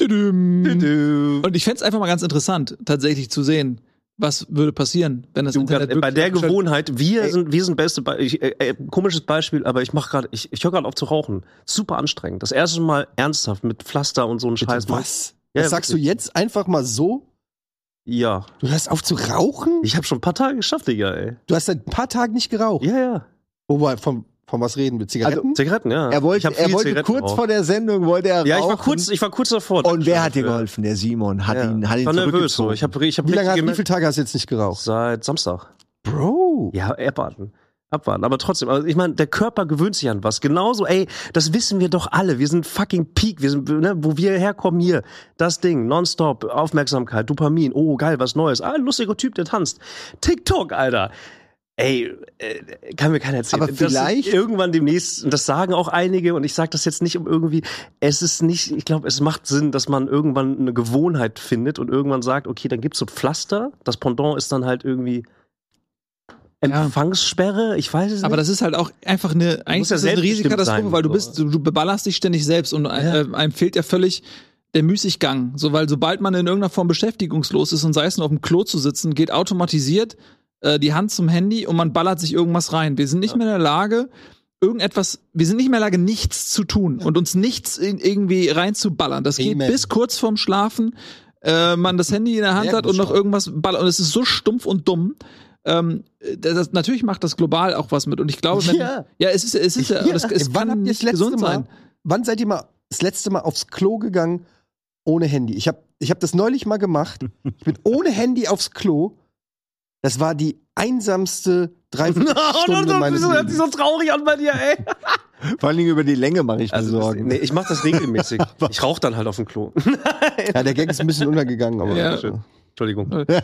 Speaker 2: Mhm.
Speaker 4: Und ich fänd's einfach mal ganz interessant, tatsächlich zu sehen, was würde passieren, wenn das
Speaker 2: Du,
Speaker 4: Internet
Speaker 2: bei
Speaker 4: äh, wirklich
Speaker 2: der
Speaker 4: abgeschaltet-
Speaker 2: Gewohnheit, wir sind wir sind beste Be ich, äh, äh, komisches Beispiel, aber ich mache gerade ich, ich höre gerade auf zu rauchen. Super anstrengend. Das erste Mal ernsthaft mit Pflaster und so ein Scheiß.
Speaker 1: was?
Speaker 2: Ja,
Speaker 1: das sagst du jetzt einfach mal so?
Speaker 2: Ja.
Speaker 1: Du hörst auf zu rauchen?
Speaker 2: Ich habe schon ein paar Tage geschafft, Digga, ey.
Speaker 1: Du hast seit ein paar Tagen nicht geraucht.
Speaker 2: Ja, ja.
Speaker 1: Wobei, von, von was reden wir? Zigaretten?
Speaker 2: Zigaretten, ja.
Speaker 3: Hm? Er
Speaker 2: Ich
Speaker 3: wollte,
Speaker 2: hab viel
Speaker 3: er wollte
Speaker 2: Zigaretten
Speaker 3: kurz
Speaker 2: geraucht.
Speaker 3: vor der Sendung, wollte er
Speaker 2: Ja, ich war
Speaker 3: rauchen.
Speaker 2: kurz, ich war kurz davor.
Speaker 3: Und wer hat dir
Speaker 2: Ja.
Speaker 3: geholfen? Der Simon hat
Speaker 2: Ja.
Speaker 3: ihn, hat
Speaker 2: ich
Speaker 3: ihn
Speaker 2: war nervös so.
Speaker 3: zurückgezogen.
Speaker 2: Ich habe ich hab
Speaker 1: wie lange hast,
Speaker 2: richtig
Speaker 1: wie viele
Speaker 2: gemerkt,
Speaker 1: Tage hast du jetzt nicht geraucht?
Speaker 2: Seit Samstag.
Speaker 1: Bro.
Speaker 2: Ja, abwarten. Abwarten. Aber trotzdem, also ich meine, der Körper gewöhnt sich an was. Genauso, ey, das wissen wir doch alle. Wir sind fucking Peak. Wir sind, ne, wo wir herkommen hier. Das Ding, nonstop, Aufmerksamkeit, Dopamin. Oh, geil, was Neues. Ah, ein lustiger Typ, der tanzt. TikTok, Alter. Ey, äh, kann mir keiner erzählen.
Speaker 3: Aber
Speaker 2: Das
Speaker 3: vielleicht-
Speaker 2: ist irgendwann demnächst, und das sagen auch einige, und ich sage das jetzt nicht um irgendwie, es ist nicht, ich glaube, es macht Sinn, dass man irgendwann eine Gewohnheit findet und irgendwann sagt, okay, dann gibt's so Pflaster. Das Pendant ist dann halt irgendwie Empfangssperre, ich weiß es
Speaker 4: Aber
Speaker 2: nicht.
Speaker 4: das ist halt auch einfach eine, eigentlich
Speaker 2: Muss ja
Speaker 4: ist das eine riesige
Speaker 2: selbstbestimmt
Speaker 4: Katastrophe,
Speaker 2: sein,
Speaker 4: weil du
Speaker 2: so.
Speaker 4: bist, du, du beballerst dich ständig selbst und äh, einem fehlt ja völlig der Müßiggang. So, weil sobald man in irgendeiner Form beschäftigungslos ist und sei es nur auf dem Klo zu sitzen, geht automatisiert äh, die Hand zum Handy und man ballert sich irgendwas rein. Wir sind nicht mehr in der Lage, irgendetwas, wir sind nicht mehr in der Lage, nichts zu tun und uns nichts in, irgendwie reinzuballern. Das geht
Speaker 1: Amen.
Speaker 4: bis kurz vorm Schlafen, äh, man das Handy in der Hand
Speaker 1: Sehr
Speaker 4: hat
Speaker 1: gut,
Speaker 4: und noch
Speaker 1: Schlafen.
Speaker 4: irgendwas ballert. Und es ist so stumpf und dumm. Ähm, das, natürlich macht das global auch was mit. Und ich glaube,
Speaker 1: *laughs*
Speaker 4: wenn.
Speaker 1: Ja.
Speaker 4: Ja, es ist, es ist ja.
Speaker 1: Hier,
Speaker 4: Das, es
Speaker 1: wann
Speaker 4: kann
Speaker 1: habt ihr
Speaker 4: nicht
Speaker 1: das letzte
Speaker 4: gesund
Speaker 1: Mal,
Speaker 4: sein.
Speaker 1: Wann seid ihr mal das letzte Mal aufs Klo gegangen ohne Handy? Ich habe ich hab das neulich mal gemacht. Ich
Speaker 4: *laughs*
Speaker 1: bin ohne Handy aufs Klo. Das war die
Speaker 4: *laughs*
Speaker 1: einsamste
Speaker 2: *laughs*
Speaker 1: Dreiviertelstunde
Speaker 2: das
Speaker 1: meines
Speaker 2: hört
Speaker 1: Lebens.
Speaker 2: sich so traurig an bei dir, ey.
Speaker 3: Vor allen Dingen über die Länge mache ich
Speaker 2: *laughs*
Speaker 3: mir
Speaker 2: Also,
Speaker 3: Sorgen.
Speaker 2: nee, ich mach das *laughs* regelmäßig. ich rauche dann halt auf dem Klo. *laughs*
Speaker 1: Ja, der Gag ist ein bisschen untergegangen, aber
Speaker 4: Ja.
Speaker 1: Also,
Speaker 2: Entschuldigung.
Speaker 4: Aber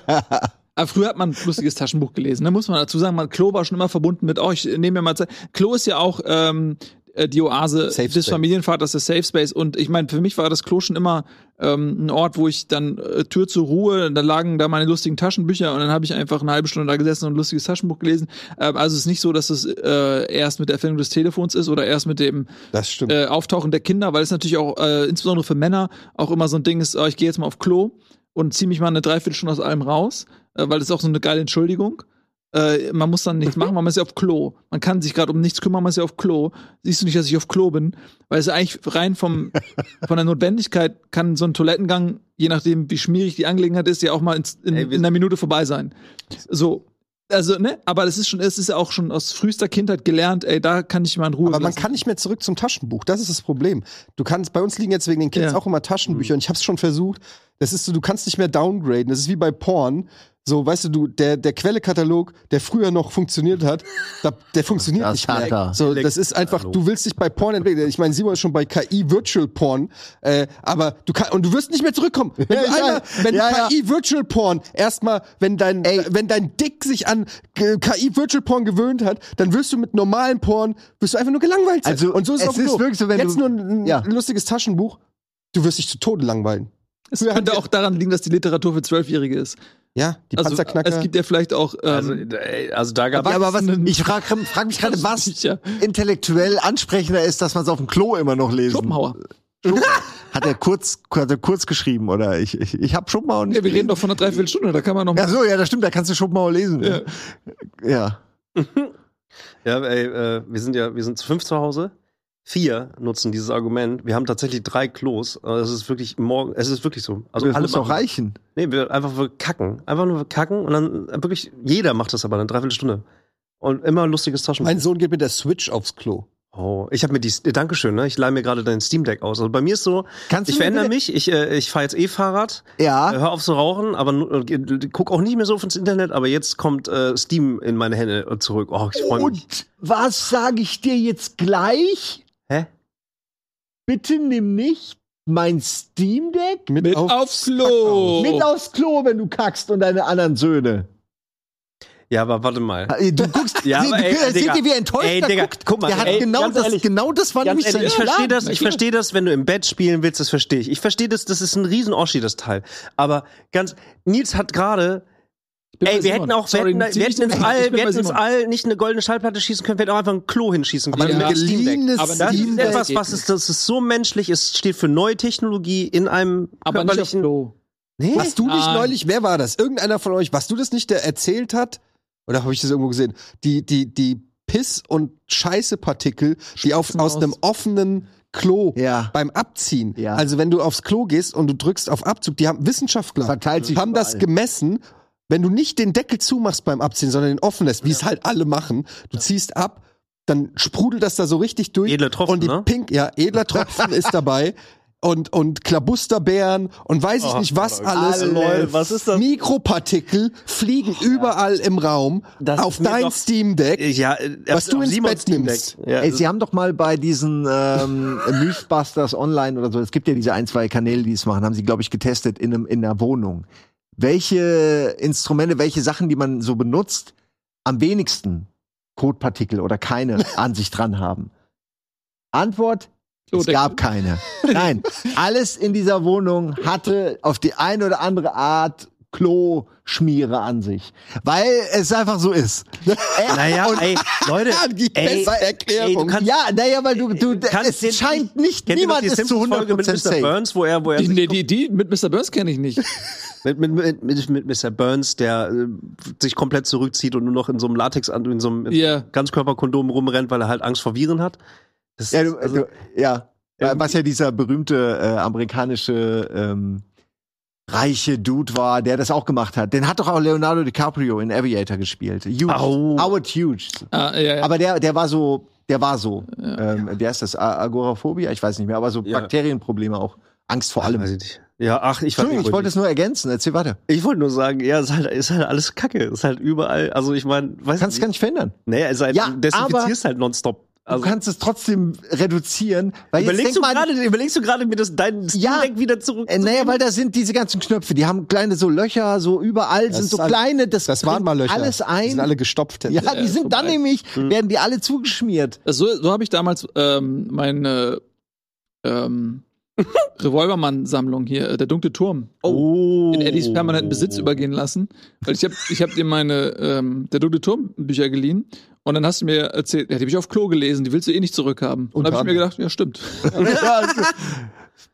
Speaker 4: Ah, früher hat man ein lustiges Taschenbuch gelesen. Da muss man dazu sagen, man Klo war schon immer verbunden mit, oh, ich nehme mir mal Zeit. Klo ist ja auch ähm, äh, die Oase
Speaker 1: Safe
Speaker 4: des
Speaker 1: Space.
Speaker 4: Familienvaters, des Safe Space. Und ich meine, für mich war das Klo schon immer ähm, ein Ort, wo ich dann äh, Tür zur Ruhe, da lagen da meine lustigen Taschenbücher und dann habe ich einfach eine halbe Stunde da gesessen und ein lustiges Taschenbuch gelesen. Ähm, also es ist nicht so, dass es äh, erst mit der Erfindung des Telefons ist oder erst mit dem
Speaker 1: das stimmt.
Speaker 4: äh, Auftauchen der Kinder, weil es natürlich auch, äh, insbesondere für Männer, auch immer so ein Ding ist, oh, ich gehe jetzt mal auf Klo und ziehe mich mal eine Dreiviertelstunde aus allem raus, äh, weil das ist auch so eine geile Entschuldigung. Äh, man muss dann nichts machen, man ist ja auf Klo. Man kann sich gerade um nichts kümmern, man ist ja auf Klo. Siehst du nicht, dass ich auf Klo bin? Weil es ja eigentlich rein
Speaker 1: *laughs*
Speaker 4: vom, von der Notwendigkeit kann so ein Toilettengang, je nachdem, wie schmierig die Angelegenheit ist, ja auch mal ins, in,
Speaker 2: Ey, wir-
Speaker 4: in einer Minute vorbei sein. So. Also, ne, aber das ist schon, es ist ja auch schon aus frühester Kindheit gelernt, ey, da kann ich mal in Ruhe.
Speaker 1: Aber man
Speaker 4: lassen.
Speaker 1: kann nicht mehr zurück zum Taschenbuch. Das ist das Problem. Du kannst, bei uns liegen jetzt wegen den Kids
Speaker 4: Ja. Mhm.
Speaker 1: auch immer Taschenbücher und ich habe es schon versucht. Das ist so, du kannst nicht mehr downgraden. Das ist wie bei Porn. So, weißt du, du der, der Quellekatalog, der früher noch funktioniert hat, da, der funktioniert
Speaker 3: Das
Speaker 1: nicht
Speaker 3: hat
Speaker 1: mehr.
Speaker 3: er.
Speaker 1: So, das ist einfach, du willst dich bei Porn entwickeln. Ich meine, Simon ist schon bei KI Virtual Porn, äh, aber du kannst und du wirst nicht mehr zurückkommen. Wenn,
Speaker 3: Ja,
Speaker 1: du
Speaker 3: ja.
Speaker 1: einmal, wenn
Speaker 3: Ja, ja.
Speaker 1: KI Virtual Porn erstmal, wenn dein, wenn dein Dick sich an äh, KI Virtual Porn gewöhnt hat, dann wirst du mit normalen Porn wirst du einfach nur gelangweilt sein.
Speaker 3: Also,
Speaker 1: und so ist
Speaker 3: es
Speaker 1: auf dem
Speaker 3: ist
Speaker 1: Klo.
Speaker 3: wirklich so, wenn
Speaker 1: jetzt
Speaker 3: du-
Speaker 1: nur ein
Speaker 3: ja.
Speaker 1: lustiges Taschenbuch, du wirst dich zu Tode langweilen.
Speaker 4: Es
Speaker 1: Früher
Speaker 4: könnte
Speaker 1: hatten
Speaker 4: auch daran liegen, dass die Literatur für Zwölfjährige ist.
Speaker 1: Ja, die
Speaker 4: Also
Speaker 1: Panzerknacker.
Speaker 4: es gibt ja vielleicht auch ähm,
Speaker 2: Also, äh, also da gab
Speaker 3: Ja, aber was,
Speaker 4: Erwachsenen-
Speaker 3: ich frage frag mich
Speaker 4: *laughs*
Speaker 3: gerade, was
Speaker 4: Sicher.
Speaker 3: intellektuell ansprechender ist, dass man es auf dem Klo immer noch lesen
Speaker 4: Schopenhauer.
Speaker 3: *laughs* Hat er kurz, hat er kurz geschrieben oder ich, ich, ich habe Schopenhauer nicht.
Speaker 4: Ja, wir
Speaker 3: gelesen.
Speaker 4: reden doch von einer Dreiviertelstunde, da kann man noch mal.
Speaker 3: Ach so, ja, das stimmt, da kannst du Schopenhauer lesen. Ja. ja.
Speaker 2: Ja, ey, äh, wir sind ja, wir sind zu fünf zu Hause. Vier nutzen dieses Argument. Wir haben tatsächlich drei Klos. Also Es ist wirklich morgen, es ist wirklich so. Also
Speaker 3: Also das muss doch
Speaker 2: machen-
Speaker 3: reichen.
Speaker 2: Nee, wir einfach wir kacken. Einfach nur wir kacken und dann äh, wirklich, jeder macht das aber eine Dreiviertelstunde. Und immer ein lustiges Taschenbuch.
Speaker 1: mein Sohn geht mit der Switch aufs Klo.
Speaker 2: Oh, ich habe mir die, äh, Dankeschön, ne? Ich leih mir gerade dein Steam Deck aus. Also bei mir ist so,
Speaker 3: Kannst du
Speaker 2: ich
Speaker 3: mir
Speaker 2: verändere
Speaker 3: bitte- Ah.
Speaker 2: mich, ich, äh, ich fahre jetzt E-Fahrrad, äh,
Speaker 3: Ja.
Speaker 2: hör auf zu rauchen, aber nu- äh, guck auch nicht mehr so auf ins Internet, aber jetzt kommt äh, Steam in meine Hände äh, zurück. Oh, ich freue mich.
Speaker 3: Und was sage ich dir jetzt gleich?
Speaker 2: Hä?
Speaker 3: Bitte nimm nicht mein Steam Deck
Speaker 1: Mit,
Speaker 4: Mit
Speaker 1: auf-
Speaker 4: aufs Klo.
Speaker 3: mit aufs Klo, wenn du kackst und deine anderen Söhne.
Speaker 2: Ja, aber warte mal.
Speaker 3: Du guckst,
Speaker 2: Ja,
Speaker 3: du,
Speaker 2: aber ey,
Speaker 3: seht
Speaker 2: Digga.
Speaker 3: ihr, wie enttäuscht
Speaker 2: Ey,
Speaker 3: er
Speaker 2: Digga,
Speaker 3: Äh, guckt?
Speaker 2: guck mal,
Speaker 3: der hat
Speaker 2: ey,
Speaker 3: genau,
Speaker 2: ganz
Speaker 3: das,
Speaker 2: ehrlich,
Speaker 3: genau das war
Speaker 2: Ganz
Speaker 3: nämlich
Speaker 2: ehrlich,
Speaker 3: sein
Speaker 2: ich
Speaker 3: Plan.
Speaker 2: verstehe das, ich
Speaker 4: klar.
Speaker 2: verstehe das, wenn du im Bett spielen willst, das verstehe ich. Ich verstehe das, das ist ein riesen Oschi, das Teil. Aber ganz, Nils hat gerade,
Speaker 4: Ich bin bei
Speaker 2: ey, wir
Speaker 4: Simon.
Speaker 2: hätten auch,
Speaker 4: Sorry,
Speaker 2: wir hätten, wir
Speaker 4: ziemlich-
Speaker 2: hätten ins
Speaker 4: Ich
Speaker 2: All,
Speaker 4: bin
Speaker 2: wir
Speaker 4: bei
Speaker 2: hätten ins
Speaker 4: Simon.
Speaker 2: All nicht eine goldene Schallplatte schießen können, wir hätten auch einfach ein Klo hinschießen
Speaker 1: aber
Speaker 2: können.
Speaker 1: ein
Speaker 4: Ja, Steam Deck.
Speaker 1: geliehenes
Speaker 2: das
Speaker 4: Aber
Speaker 1: Steam
Speaker 2: ist
Speaker 1: Deck.
Speaker 2: etwas, was ist, das ist so menschlich, es steht für neue Technologie in einem
Speaker 4: Aber nicht aufs
Speaker 2: körperlichen.
Speaker 4: Klo.
Speaker 1: Nee? Warst du nicht
Speaker 4: Nein.
Speaker 1: neulich, wer war das? Irgendeiner von euch, warst du das nicht, der erzählt hat? Oder habe ich das irgendwo gesehen? Die, die, die Piss- und Scheißepartikel, die auf,
Speaker 4: Spritzen
Speaker 1: aus
Speaker 4: aus.
Speaker 1: einem offenen Klo
Speaker 3: Ja.
Speaker 1: beim Abziehen.
Speaker 3: Ja.
Speaker 1: Also wenn du aufs Klo gehst und du drückst auf Abzug, die haben Wissenschaftler
Speaker 3: Verteilt sich
Speaker 1: haben das
Speaker 3: überall.
Speaker 1: gemessen. Wenn du nicht den Deckel zumachst beim Abziehen, sondern den offen lässt, wie es halt alle machen, du ziehst ab, dann sprudelt das da so richtig durch.
Speaker 2: Edler Tropfen,
Speaker 1: und die
Speaker 2: ne?
Speaker 1: Pink, ja,
Speaker 2: *laughs*
Speaker 1: edler Tropfen ist dabei. Und, und Klabusterbären und weiß ich
Speaker 2: Oh,
Speaker 1: nicht was
Speaker 2: Gott,
Speaker 1: alles.
Speaker 2: Alter, Leute, was ist das? Oh,
Speaker 1: Mikropartikel fliegen überall im Raum
Speaker 2: Das
Speaker 1: auf
Speaker 2: ist mir
Speaker 1: dein
Speaker 2: doch-
Speaker 1: Steam Deck.
Speaker 2: Ja, äh,
Speaker 1: Was du
Speaker 2: auf
Speaker 1: ins
Speaker 2: Simons
Speaker 1: Bett
Speaker 2: Steam Deck.
Speaker 1: nimmst.
Speaker 2: Ja,
Speaker 3: Ey, sie haben doch mal bei diesen ähm, Mythbusters Online oder so, es gibt ja diese ein, zwei Kanäle, die es machen, haben sie, glaube ich, getestet in, einem, in einer Wohnung. Welche Instrumente, welche Sachen, die man so benutzt, am wenigsten Kotpartikel oder keine an sich dran haben? Antwort, es
Speaker 4: Klodeckel.
Speaker 3: gab keine. Nein, alles in dieser Wohnung hatte auf die eine oder andere Art Klo-Schmiere an sich. Weil es einfach so ist. Äh,
Speaker 2: naja,
Speaker 3: und-
Speaker 2: ey,
Speaker 3: *laughs*
Speaker 2: Leute,
Speaker 1: Die
Speaker 2: ey,
Speaker 1: beste
Speaker 2: ey, du
Speaker 1: Erklärung.
Speaker 2: kannst, Äh,
Speaker 3: ja, naja, weil du, du
Speaker 2: kannst
Speaker 3: es
Speaker 2: den-
Speaker 3: scheint nicht,
Speaker 2: kennt ihr noch
Speaker 3: niemand
Speaker 2: die
Speaker 3: ist zu
Speaker 2: Simpsons-Folge
Speaker 3: 100%
Speaker 2: mit Mr.
Speaker 3: safe.
Speaker 2: Burns, wo er, wo er
Speaker 4: Die,
Speaker 2: sich
Speaker 4: nee, die, die mit Mr. Burns kenne
Speaker 2: *laughs*
Speaker 4: ich nicht.
Speaker 2: Mit, mit, mit, mit, mit Mr. Burns, der äh, sich komplett zurückzieht und nur noch in so einem Latex, in so einem
Speaker 4: Ja.
Speaker 2: Ganzkörperkondom rumrennt, weil er halt Angst vor Viren hat. Das
Speaker 3: Ja,
Speaker 2: ist-
Speaker 3: du, du, ja.
Speaker 2: Also irgendwie-
Speaker 3: was ja dieser berühmte äh, amerikanische ähm, reiche Dude war, der das auch gemacht hat. Den hat doch auch Leonardo DiCaprio in Aviator gespielt. Huge.
Speaker 2: Au.
Speaker 3: Howard Hughes.
Speaker 4: Ah, ja, ja.
Speaker 3: Aber der, der war so, der war so. Ähm, der ist das A- Agoraphobia, ich weiß nicht mehr, aber so
Speaker 2: Ja.
Speaker 3: Bakterienprobleme auch. Angst vor
Speaker 2: Ach,
Speaker 3: allem.
Speaker 2: weiß ich nicht. Ja, ach, ich, weiß
Speaker 3: Entschuldigung,
Speaker 2: nicht,
Speaker 3: ich wollte
Speaker 2: ich,
Speaker 3: es nur ergänzen. Erzähl weiter.
Speaker 2: ich wollte nur sagen, ja, ist halt, ist halt alles Kacke. Ist halt überall, also ich meine, weiß
Speaker 3: Kannst
Speaker 2: nicht.
Speaker 3: gar nicht verändern.
Speaker 2: Naja, ist halt,
Speaker 3: Ja,
Speaker 2: du desinfizierst halt nonstop.
Speaker 3: du kannst es trotzdem reduzieren. Weil
Speaker 2: überlegst,
Speaker 3: jetzt
Speaker 2: du
Speaker 3: denk mal,
Speaker 2: gerade, überlegst du gerade, mir das dein
Speaker 3: Ja.
Speaker 2: Steam Deck wieder zurück?
Speaker 3: Äh, naja, weil da sind diese ganzen Knöpfe, die haben kleine so Löcher, so überall sind
Speaker 1: ist
Speaker 3: so
Speaker 1: all-
Speaker 3: kleine, das,
Speaker 1: Das
Speaker 3: dringt
Speaker 1: waren mal Löcher.
Speaker 3: alles ein.
Speaker 1: Die sind alle gestopft.
Speaker 3: ja, die
Speaker 4: äh,
Speaker 3: sind dann
Speaker 4: vorbei.
Speaker 3: nämlich, werden die alle zugeschmiert.
Speaker 4: Also so so habe ich damals ähm, meine
Speaker 1: *laughs*
Speaker 4: ähm, Revolvermann-Sammlung hier, äh, der dunkle Turm,
Speaker 2: oh.
Speaker 4: in Eddies permanenten Besitz übergehen lassen. Weil ich habe ich hab dir meine ähm, der dunkle Turm-Bücher geliehen und dann hast du mir erzählt, ja, die habe ich auf Klo gelesen, die willst du eh nicht zurückhaben. Und
Speaker 1: Unter
Speaker 4: habe ich mir
Speaker 1: anderem.
Speaker 4: gedacht, ja, stimmt.
Speaker 3: *laughs* Ja, ist-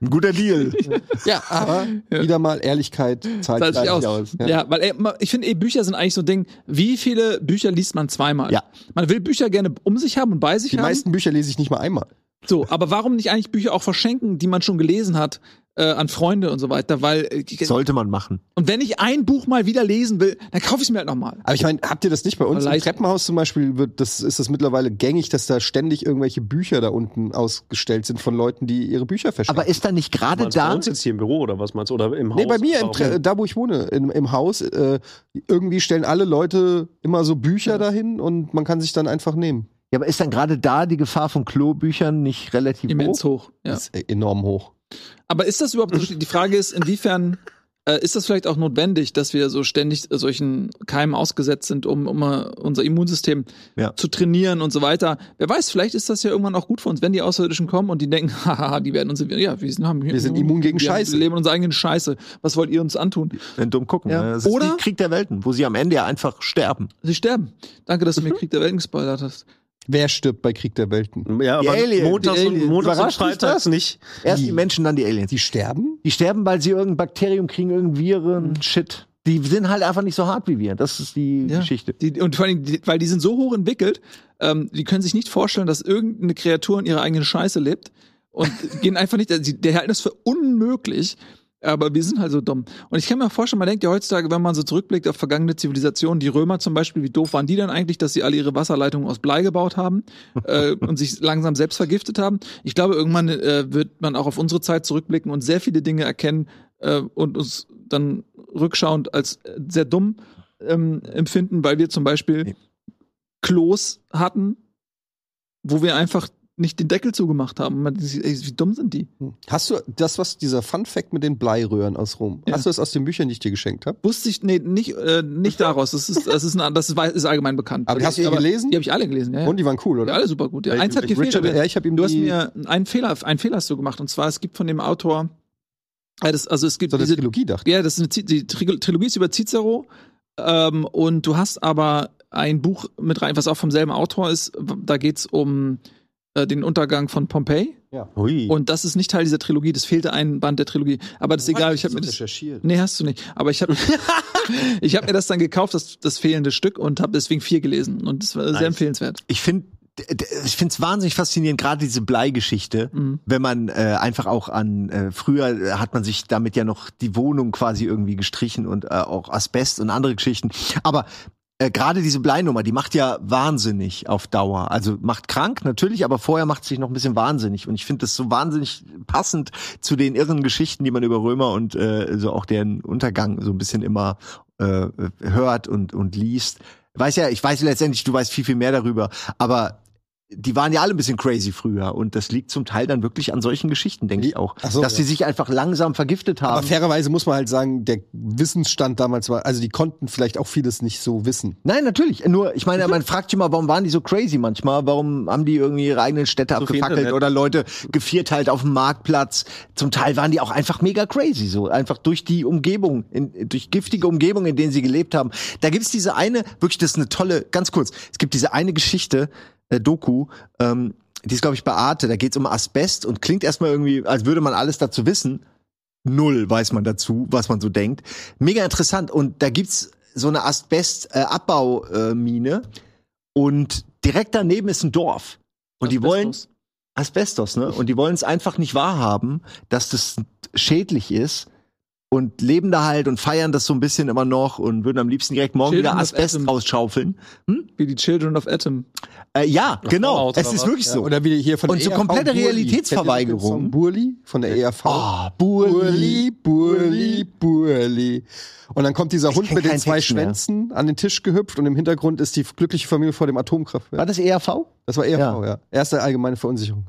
Speaker 3: Ein guter Deal.
Speaker 1: Ja, aber
Speaker 4: Ja.
Speaker 1: wieder mal Ehrlichkeit
Speaker 3: Genau.
Speaker 1: zahlt
Speaker 4: Zahlt sich
Speaker 1: gleich
Speaker 4: Hm. aus.
Speaker 1: aus.
Speaker 4: Ja, weil ey, ma- ich finde, eh, Bücher sind eigentlich so ein Ding, wie viele Bücher liest man zweimal?
Speaker 3: Ja.
Speaker 4: Man will Bücher gerne um sich haben und bei sich
Speaker 1: Die
Speaker 4: haben.
Speaker 1: meisten Bücher lese ich nicht mal einmal.
Speaker 4: So, aber warum nicht eigentlich Bücher auch verschenken, die man schon gelesen hat? äh, an Freunde und so weiter, weil äh,
Speaker 3: Sollte man machen.
Speaker 4: und wenn ich ein Buch mal wieder lesen will, dann kaufe ich es mir halt nochmal.
Speaker 1: Aber ich meine, habt ihr das nicht bei uns im
Speaker 4: Leicht-
Speaker 1: Treppenhaus zum Beispiel? Wird das, ist das mittlerweile gängig, dass da ständig irgendwelche Bücher da unten ausgestellt sind von Leuten, die ihre Bücher verstecken?
Speaker 3: Aber ist da nicht gerade
Speaker 2: Meinst du bei
Speaker 3: da?
Speaker 2: uns jetzt hier im Büro oder was meinst du? Oder im Haus?
Speaker 1: Nee, bei mir, im
Speaker 2: Warum?
Speaker 1: Tre da wo ich wohne, im, im Haus, äh, irgendwie stellen alle Leute immer so Bücher dahin und man kann sich dann einfach nehmen.
Speaker 3: Ja, aber ist dann gerade da die Gefahr von Klobüchern nicht relativ
Speaker 4: Immens
Speaker 3: hoch?
Speaker 4: hoch. Ja.
Speaker 1: Das ist äh, enorm hoch.
Speaker 4: Aber ist das überhaupt so? Die Frage ist, inwiefern äh, ist das vielleicht auch notwendig, dass wir so ständig solchen Keimen ausgesetzt sind, um, um äh, unser Immunsystem
Speaker 3: Ja.
Speaker 4: zu trainieren und so weiter? Wer weiß, vielleicht ist das ja irgendwann auch gut für uns, wenn die Außerirdischen kommen und die denken, *laughs* haha, die werden uns, ja, wir sind, haben,
Speaker 1: Wir sind immun gegen
Speaker 4: wir haben-
Speaker 1: Scheiße.
Speaker 4: Wir leben in unserer eigenen Scheiße. Was wollt ihr uns antun?
Speaker 3: Wenn dumm gucken.
Speaker 4: Ja.
Speaker 3: ne? Das ist
Speaker 4: Oder-
Speaker 3: wie Krieg der Welten, wo sie am Ende ja einfach sterben.
Speaker 4: Sie sterben. Danke, dass du mir Krieg der Welten gespoilert hast.
Speaker 1: Wer stirbt bei Krieg der Welten?
Speaker 2: Ja,
Speaker 3: Die
Speaker 2: aber
Speaker 3: Aliens,
Speaker 2: montags,
Speaker 3: die
Speaker 2: und,
Speaker 3: Aliens.
Speaker 2: montags und
Speaker 3: Überrascht dich
Speaker 2: freitags
Speaker 3: das?
Speaker 2: nicht.
Speaker 3: Erst
Speaker 1: Die-
Speaker 3: die Menschen, dann die Aliens.
Speaker 1: Die sterben?
Speaker 3: Die sterben, weil sie irgendein Bakterium kriegen, irgendein Viren, Shit. Die sind halt einfach nicht so hart wie wir. Das ist die
Speaker 4: Ja.
Speaker 3: Geschichte.
Speaker 4: Die, und vor allem, die, weil die sind so hoch entwickelt, ähm, die können sich nicht vorstellen, dass irgendeine Kreatur in ihrer eigenen Scheiße lebt und gehen einfach nicht, also, die, die halten das für unmöglich. Aber wir sind halt so dumm. Und ich kann mir vorstellen, man denkt ja heutzutage, wenn man so zurückblickt auf vergangene Zivilisationen, die Römer zum Beispiel, wie doof waren die dann eigentlich, dass sie alle ihre Wasserleitungen aus Blei gebaut haben äh, und sich langsam selbst vergiftet haben? Ich glaube, irgendwann äh, wird man auch auf unsere Zeit zurückblicken und sehr viele Dinge erkennen äh, und uns dann rückschauend als äh, sehr dumm ähm, empfinden, weil wir zum Beispiel Klos hatten, wo wir einfach nicht den Deckel zugemacht haben. Man, denkt sich, ey, wie dumm sind die?
Speaker 1: Hast du das, was dieser Fun Fact mit den Bleiröhren aus Rom?
Speaker 4: Ja.
Speaker 1: Hast du das aus den Büchern, die ich dir geschenkt habe?
Speaker 4: Wusste ich, nee, nicht, äh, nicht daraus. Das ist, das ist, ein, das ist, wei- ist allgemein bekannt.
Speaker 1: Aber die hast du eh gelesen?
Speaker 4: Die habe ich alle gelesen, ja. ja.
Speaker 1: Und die waren cool,
Speaker 4: ja,
Speaker 1: oder?
Speaker 4: alle super gut. Ja.
Speaker 1: Weil
Speaker 4: Eins hat gefehlt.
Speaker 1: Richard,
Speaker 4: aber-
Speaker 1: ja, ich habe ihm
Speaker 4: Du hast
Speaker 1: die-
Speaker 4: mir einen Fehler, einen Fehler hast du gemacht. Und zwar, es gibt von dem Autor, äh, das, also es gibt
Speaker 1: so eine
Speaker 4: diese,
Speaker 1: Trilogie dachte
Speaker 4: ja, das ist eine, Zi- die Tri- Trilogie ist über Cicero. Ähm, und du hast aber ein Buch mit rein, was auch vom selben Autor ist. W- Da geht's um äh, den Untergang von Pompeji.
Speaker 2: Hui.
Speaker 4: Und das ist nicht Teil dieser Trilogie. Das fehlte ein Band der Trilogie. Aber das ist egal. Ich habe mir das.
Speaker 1: recherchiert.
Speaker 4: Nee, hast du nicht. Aber ich habe ich hab mir das dann gekauft, das, das fehlende Stück, und habe deswegen vier gelesen. Und das war sehr empfehlenswert.
Speaker 3: Ich finde ich finde es wahnsinnig faszinierend, gerade diese Bleigeschichte,
Speaker 4: Mhm.
Speaker 3: wenn man äh, einfach auch an, äh, früher hat man sich damit ja noch die Wohnung quasi irgendwie gestrichen und äh, auch Asbest und andere Geschichten. Aber äh, gerade diese Bleinummer, die macht ja wahnsinnig auf Dauer. Also macht krank natürlich, aber vorher macht sich noch ein bisschen wahnsinnig. Und ich finde das so wahnsinnig passend zu den irren Geschichten, die man über Römer und äh, so auch deren Untergang so ein bisschen immer äh, hört und, und liest. Weiß ja, ich weiß letztendlich, du weißt viel, viel mehr darüber, aber die waren ja alle ein bisschen crazy früher und das liegt zum Teil dann wirklich an solchen Geschichten, denke ich auch.
Speaker 1: Ach so,
Speaker 3: dass
Speaker 1: ja.
Speaker 3: die sich einfach langsam vergiftet
Speaker 1: Aber
Speaker 3: haben.
Speaker 1: fairerweise muss man halt sagen, der Wissensstand damals war, also die konnten vielleicht auch vieles nicht so wissen.
Speaker 3: Nein, natürlich. Nur, ich meine, man fragt sich mal, warum waren die so crazy manchmal? Warum haben die irgendwie ihre eigenen Städte
Speaker 2: viel
Speaker 3: abgefackelt
Speaker 2: Internet.
Speaker 3: oder Leute gevierteilt auf dem Marktplatz? Zum Teil waren die auch einfach mega crazy, so einfach durch die Umgebung, in, durch giftige Umgebung, in denen sie gelebt haben. Da gibt's diese eine, wirklich, das ist eine tolle, ganz kurz, es gibt diese eine Geschichte, äh, Doku, ähm, die ist, glaube ich, bei Arte, da geht's um Asbest und klingt erstmal irgendwie, als würde man alles dazu wissen null weiß man dazu, was man so denkt. Mega interessant. Und da gibt's so eine Asbest-Abbaumine äh, Mine. und direkt daneben ist ein Dorf. Und die wollen
Speaker 4: Asbestos.
Speaker 3: Asbestos, ne? Und die wollen es einfach nicht wahrhaben, dass das schädlich ist und leben da halt und feiern das so ein bisschen immer noch und würden am liebsten direkt morgen
Speaker 4: Schildern
Speaker 3: wieder
Speaker 4: das
Speaker 3: Asbest
Speaker 4: Essen.
Speaker 3: rausschaufeln.
Speaker 4: Wie die Children of Atom.
Speaker 3: Äh, ja, genau.
Speaker 2: Fallout
Speaker 3: Es
Speaker 2: oder
Speaker 3: ist
Speaker 2: was?
Speaker 3: wirklich so.
Speaker 1: Oder wie hier von E
Speaker 3: Und so komplette
Speaker 1: Burli.
Speaker 3: Realitätsverweigerung.
Speaker 1: Kennt ihr den Song Burli von der ERV.
Speaker 3: Ah, Burli.
Speaker 1: Burli, Burli, Burli. Und dann kommt dieser Hund
Speaker 3: kenn
Speaker 1: mit den
Speaker 3: keinen
Speaker 1: zwei
Speaker 3: Text mehr.
Speaker 1: Schwänzen an den Tisch gehüpft und im Hintergrund ist die glückliche Familie vor dem Atomkraftwerk.
Speaker 3: War das E ERV?
Speaker 1: Das war ERV, ja. Erste allgemeine Verunsicherung.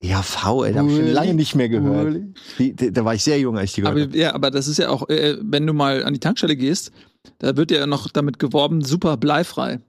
Speaker 3: ERV, E ey, da habe ich schon
Speaker 1: Burli,
Speaker 3: lange nicht mehr gehört.
Speaker 1: Burli.
Speaker 3: Die, die, da war ich sehr jung, als ich die gehört
Speaker 4: Aber
Speaker 3: habe.
Speaker 4: ja, aber das ist ja auch, äh, wenn du mal an die Tankstelle gehst, da wird ja noch damit geworben, super bleifrei.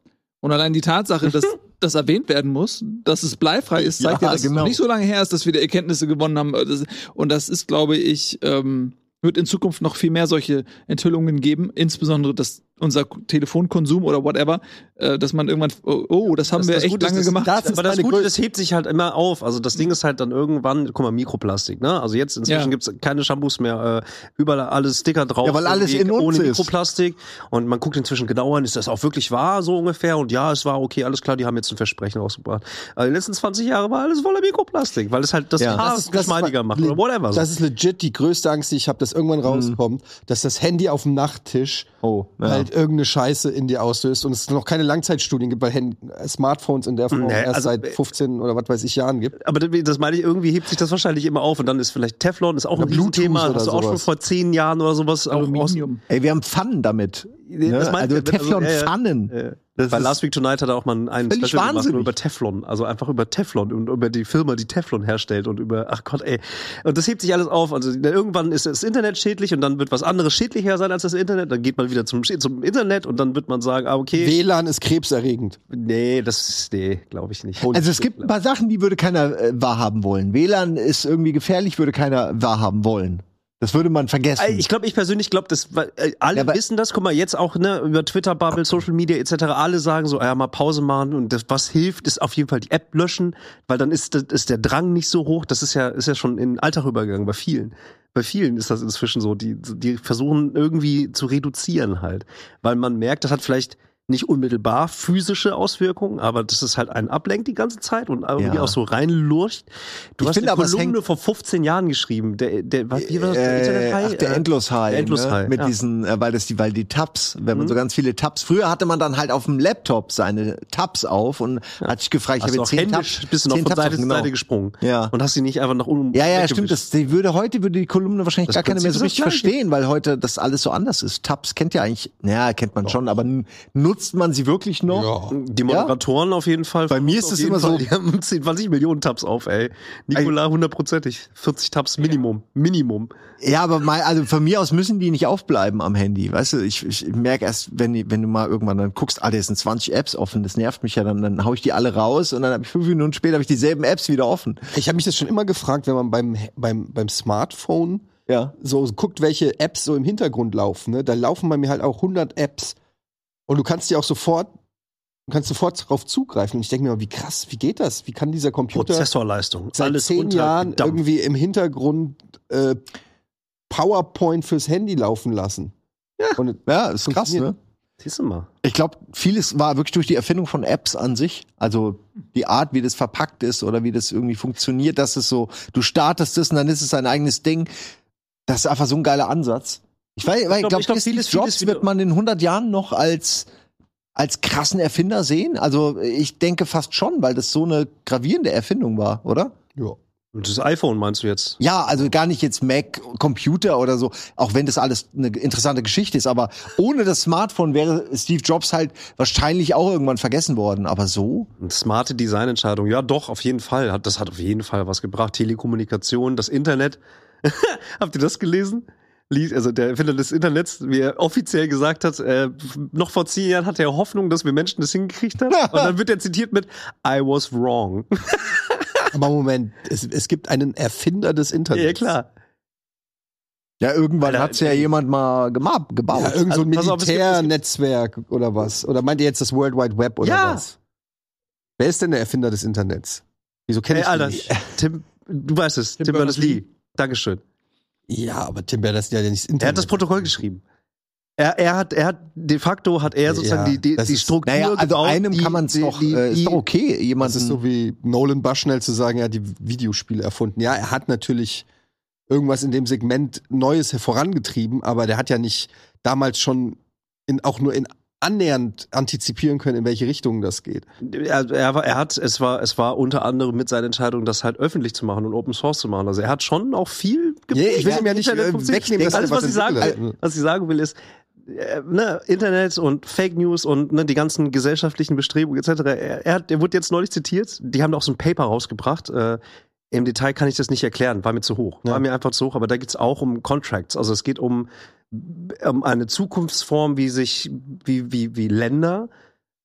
Speaker 4: Und allein die Tatsache, dass das erwähnt werden muss, dass es bleifrei ist, zeigt ja,
Speaker 3: Ja,
Speaker 4: dass es
Speaker 3: genau.
Speaker 4: noch nicht so lange her ist, dass wir die Erkenntnisse gewonnen haben. Äh, Das- Und das ist, glaube ich, ähm, wird in Zukunft noch viel mehr solche Enthüllungen geben, insbesondere, dass unser K- Telefonkonsum oder whatever, äh, dass man irgendwann, oh, oh das haben wir
Speaker 2: das
Speaker 4: echt
Speaker 2: Gute ist,
Speaker 4: lange
Speaker 2: das-
Speaker 4: gemacht.
Speaker 1: das ist
Speaker 2: Aber das
Speaker 1: meine
Speaker 2: Gute,
Speaker 1: größte-
Speaker 2: das hebt sich halt immer auf. Also das Ding ist halt dann irgendwann, guck mal, Mikroplastik, ne? Also jetzt inzwischen
Speaker 4: Ja.
Speaker 2: gibt's keine Shampoos mehr, äh, überall alle Sticker drauf.
Speaker 3: Ja, weil alles
Speaker 2: irgendwie
Speaker 3: in uns
Speaker 2: Ohne
Speaker 3: ist.
Speaker 2: Mikroplastik. Und man guckt inzwischen genau an, ist das auch wirklich wahr, so ungefähr? Und ja, es war okay, alles klar, die haben jetzt ein Versprechen rausgebracht. Aber die letzten 20 Jahre war alles voller Mikroplastik, weil es halt das
Speaker 3: Ja.
Speaker 2: Haar geschmeidiger macht oder whatever. Mhm.
Speaker 1: Das ist legit die größte Angst, die ich habe, dass irgendwann rauskommt, dass das Handy auf dem Nachttisch
Speaker 3: Oh, ja.
Speaker 1: halt irgendeine Scheiße in dir auslöst und es noch keine Langzeitstudien gibt, weil Hand äh, Smartphones in der Form
Speaker 2: Nee,
Speaker 1: erst
Speaker 2: also,
Speaker 1: seit
Speaker 2: äh,
Speaker 1: 15 oder was weiß ich Jahren gibt.
Speaker 2: aber das- das meine ich, irgendwie hebt sich das wahrscheinlich immer auf und dann ist vielleicht Teflon, ist auch ein
Speaker 1: Oder Bluetooth
Speaker 2: Riesenthema,
Speaker 1: oder
Speaker 2: hast du auch schon
Speaker 1: sowas.
Speaker 2: vor zehn Jahren oder sowas auch aus,
Speaker 4: Aluminium.
Speaker 3: Ey, wir haben Pfannen damit. Ne?
Speaker 2: das meint-
Speaker 3: also
Speaker 2: also, ja, ja.
Speaker 3: Teflon-Pfannen.
Speaker 2: Äh,
Speaker 3: Das
Speaker 2: Bei
Speaker 3: ist-
Speaker 2: Last Week Tonight hat er auch mal einen
Speaker 3: Völlig
Speaker 2: Special gemacht
Speaker 3: wahnsinnig.
Speaker 2: nur über Teflon. Also einfach über Teflon und über die Firma, die Teflon herstellt und über, ach Gott, ey. Und das hebt sich alles auf. Also irgendwann ist das Internet schädlich und dann wird was anderes schädlicher sein als das Internet. Dann geht man wieder zum, Sch- zum Internet und dann wird man sagen, ah, okay,
Speaker 1: WLAN ist krebserregend.
Speaker 2: nee, das, nee, glaube ich nicht.
Speaker 3: Also es gibt ein paar Sachen, die würde keiner äh, wahrhaben wollen. WLAN ist irgendwie gefährlich, würde keiner wahrhaben wollen. Das würde man vergessen.
Speaker 2: Äh, Ich glaube, ich persönlich glaube, das weil, äh, alle
Speaker 3: Ja, aber-
Speaker 2: wissen das. Guck mal, jetzt auch ne, über Twitter Bubble, Social Media etc. Alle sagen so, ah ja, mal Pause machen und das, was hilft, ist auf jeden Fall die App löschen, weil dann ist, das- ist der Drang nicht so hoch. Das ist ja ist ja schon in den Alltag übergegangen bei vielen. Bei vielen ist das inzwischen so, die die versuchen irgendwie zu reduzieren halt, weil man merkt, das hat vielleicht nicht unmittelbar physische Auswirkungen, aber das ist halt ein Ablenk die ganze Zeit und irgendwie
Speaker 3: Ja.
Speaker 2: auch so reinlurcht. Du
Speaker 3: Ich
Speaker 2: hast
Speaker 3: finde
Speaker 2: eine
Speaker 3: aber, es
Speaker 2: Kolumne
Speaker 3: hängt-
Speaker 2: vor 15 Jahren geschrieben. Der, der, was, wie war das? Der
Speaker 3: äh,
Speaker 2: Internet High?
Speaker 3: ach, der
Speaker 2: Äh,
Speaker 3: Endlos High.
Speaker 2: der Endlos
Speaker 3: ne?
Speaker 2: High,
Speaker 3: Mit
Speaker 2: ja. Mhm.
Speaker 3: diesen, äh, weil das die, weil die Tabs, wenn man so ganz viele Tabs. Früher hatte man dann halt auf dem Laptop seine Tabs auf und hat sich gefragt,
Speaker 2: Hast
Speaker 3: ich
Speaker 2: du
Speaker 3: habe
Speaker 2: auch
Speaker 3: jetzt zehn
Speaker 2: händisch
Speaker 3: Tabs.
Speaker 2: bist du noch
Speaker 3: zehn
Speaker 2: von
Speaker 3: Tabs
Speaker 2: Seite
Speaker 3: offen,
Speaker 2: zu
Speaker 3: genau.
Speaker 2: Seite gesprungen.
Speaker 3: Ja.
Speaker 2: Und hast sie nicht einfach nach unten
Speaker 3: Ja, ja,
Speaker 2: weggewischt.
Speaker 3: stimmt. Das, die würde heute würde die Kolumne wahrscheinlich
Speaker 2: Das
Speaker 3: gar keiner mehr so
Speaker 2: Prinzip
Speaker 3: richtig
Speaker 2: ist das Gleiche.
Speaker 3: verstehen, weil heute das alles so anders ist. Tabs kennt ja eigentlich, ja, kennt man schon, aber n- nutzt man sie wirklich noch?
Speaker 2: Die Moderatoren auf jeden Fall.
Speaker 3: Bei mir ist
Speaker 2: Auf
Speaker 3: es
Speaker 2: jeden
Speaker 3: immer so-
Speaker 2: Fall. *laughs* Die haben 10, 20 Millionen Tabs auf, ey. Nikola hundertprozentig. 40 Tabs Minimum. Minimum.
Speaker 3: Ja, aber mal, also von mir aus müssen die nicht aufbleiben am Handy. Weißt du, ich, ich merke erst, wenn, die- wenn du mal irgendwann dann guckst, ah, da sind 20 Apps offen, das nervt mich ja, dann, dann hau ich die alle raus und dann habe ich fünf Minuten später habe ich dieselben Apps wieder offen.
Speaker 1: Ich habe mich das schon immer gefragt, wenn man beim, beim, beim Smartphone
Speaker 3: Ja.
Speaker 1: so guckt, welche Apps so im Hintergrund laufen, ne? da laufen bei mir halt auch 100 Apps. Und du kannst die auch sofort, du kannst sofort darauf zugreifen. Und ich denke mir, mal, wie krass, wie geht das? Wie kann dieser Computer
Speaker 2: Prozessorleistung.
Speaker 1: seit
Speaker 2: Alles
Speaker 1: zehn Jahren
Speaker 2: untergedampft.
Speaker 1: irgendwie im Hintergrund äh, PowerPoint fürs Handy laufen lassen? Ja. Und
Speaker 2: *laughs*
Speaker 3: Ja, ist krass,
Speaker 1: Funktioniert.
Speaker 3: ne?
Speaker 2: Siehst du mal.
Speaker 3: Ich glaube, vieles war wirklich durch die Erfindung von Apps an sich. Also die Art, wie das verpackt ist oder wie das irgendwie funktioniert, dass es so, du startest es und dann ist es ein eigenes Ding. Das ist einfach so ein geiler Ansatz. Ich weiß, ich
Speaker 2: glaub-
Speaker 3: glaube,
Speaker 2: ich glaub,
Speaker 3: Steve
Speaker 2: vieles- vieles
Speaker 3: Jobs
Speaker 2: wieder-
Speaker 3: wird man in 100 Jahren noch als als krassen Erfinder sehen. Also ich denke fast schon, weil das so eine gravierende Erfindung war, oder?
Speaker 1: ja.
Speaker 2: Und das iPhone meinst du jetzt?
Speaker 3: Ja, also gar nicht jetzt Mac, Computer oder so, auch wenn das alles eine interessante Geschichte ist, aber ohne das Smartphone wäre Steve Jobs halt wahrscheinlich auch irgendwann vergessen worden, aber so?
Speaker 2: Eine Smarte Designentscheidung. Ja, doch, auf jeden Fall. Hat, das hat auf jeden Fall was gebracht. Telekommunikation, das Internet. *laughs* Habt ihr das gelesen? Lies- Also der Erfinder des Internets, wie er offiziell gesagt hat, äh, noch vor zehn Jahren hatte er Hoffnung, dass wir Menschen das hingekriegt
Speaker 3: *laughs*
Speaker 2: haben. Und dann wird er zitiert mit I was wrong.
Speaker 1: Aber Moment, es, es gibt einen Erfinder des Internets.
Speaker 2: ja, klar.
Speaker 3: Ja, irgendwann
Speaker 2: Alter, äh,
Speaker 3: hat's ja
Speaker 2: ey.
Speaker 3: jemand mal gema- gebaut.
Speaker 1: Ja, irgend so ein
Speaker 2: Also, pass auf, es gibt-
Speaker 1: Militärnetzwerk oder was? Oder meint ihr jetzt das World Wide Web oder
Speaker 2: Ja.
Speaker 1: was? Wer ist denn der Erfinder des Internets? Wieso kenne
Speaker 2: Hey,
Speaker 1: ich den
Speaker 2: Alter,
Speaker 1: nicht?
Speaker 2: Tim, du weißt es, Tim,
Speaker 4: Tim
Speaker 2: Berners-Lee.
Speaker 4: Berners-Lee.
Speaker 2: Dankeschön.
Speaker 1: Ja, aber Tim Berners-Lee hat ja nicht das Internet.
Speaker 2: Er hat das Protokoll geschrieben. Er, er hat, er hat, de facto hat er sozusagen
Speaker 1: Ja,
Speaker 2: die, die,
Speaker 1: das
Speaker 2: die
Speaker 1: ist-
Speaker 2: Struktur
Speaker 3: naja, also
Speaker 2: gebaut,
Speaker 3: einem
Speaker 2: die-
Speaker 3: kann man es
Speaker 2: die-
Speaker 3: doch,
Speaker 2: die-
Speaker 3: äh,
Speaker 2: die-
Speaker 3: ist doch okay, jemanden.
Speaker 1: Das ist so wie Nolan Bushnell zu sagen, er hat die Videospiele erfunden. Ja, er hat natürlich irgendwas in dem Segment Neues vorangetrieben, aber der hat ja nicht damals schon in, auch nur in annähernd antizipieren können, in welche Richtung das geht.
Speaker 2: Er, er, war- er hat, es war, es war unter anderem mit seiner Entscheidung, das halt öffentlich zu machen und Open Source zu machen. Also er hat schon auch viel
Speaker 1: Nee, ich will
Speaker 2: geprägt.
Speaker 1: ihm ja nicht,
Speaker 2: Internet
Speaker 1: äh,
Speaker 2: funktioniert.
Speaker 1: wegnehmen, dass er
Speaker 2: Alles,
Speaker 1: was
Speaker 2: was ich sagen,
Speaker 1: entwickelt hat. ne?
Speaker 2: was ich sagen will, ist, äh, ne, Internet und Fake News und ne, die ganzen gesellschaftlichen Bestrebungen etc. Er, er, hat, er wurde jetzt neulich zitiert, die haben auch so ein Paper rausgebracht. Äh, Im Detail kann ich das nicht erklären, war mir zu hoch. War mir einfach zu hoch, aber da geht's auch um Contracts. Also es geht ähm, um, um eine Zukunftsform, wie sich, wie, wie, wie Länder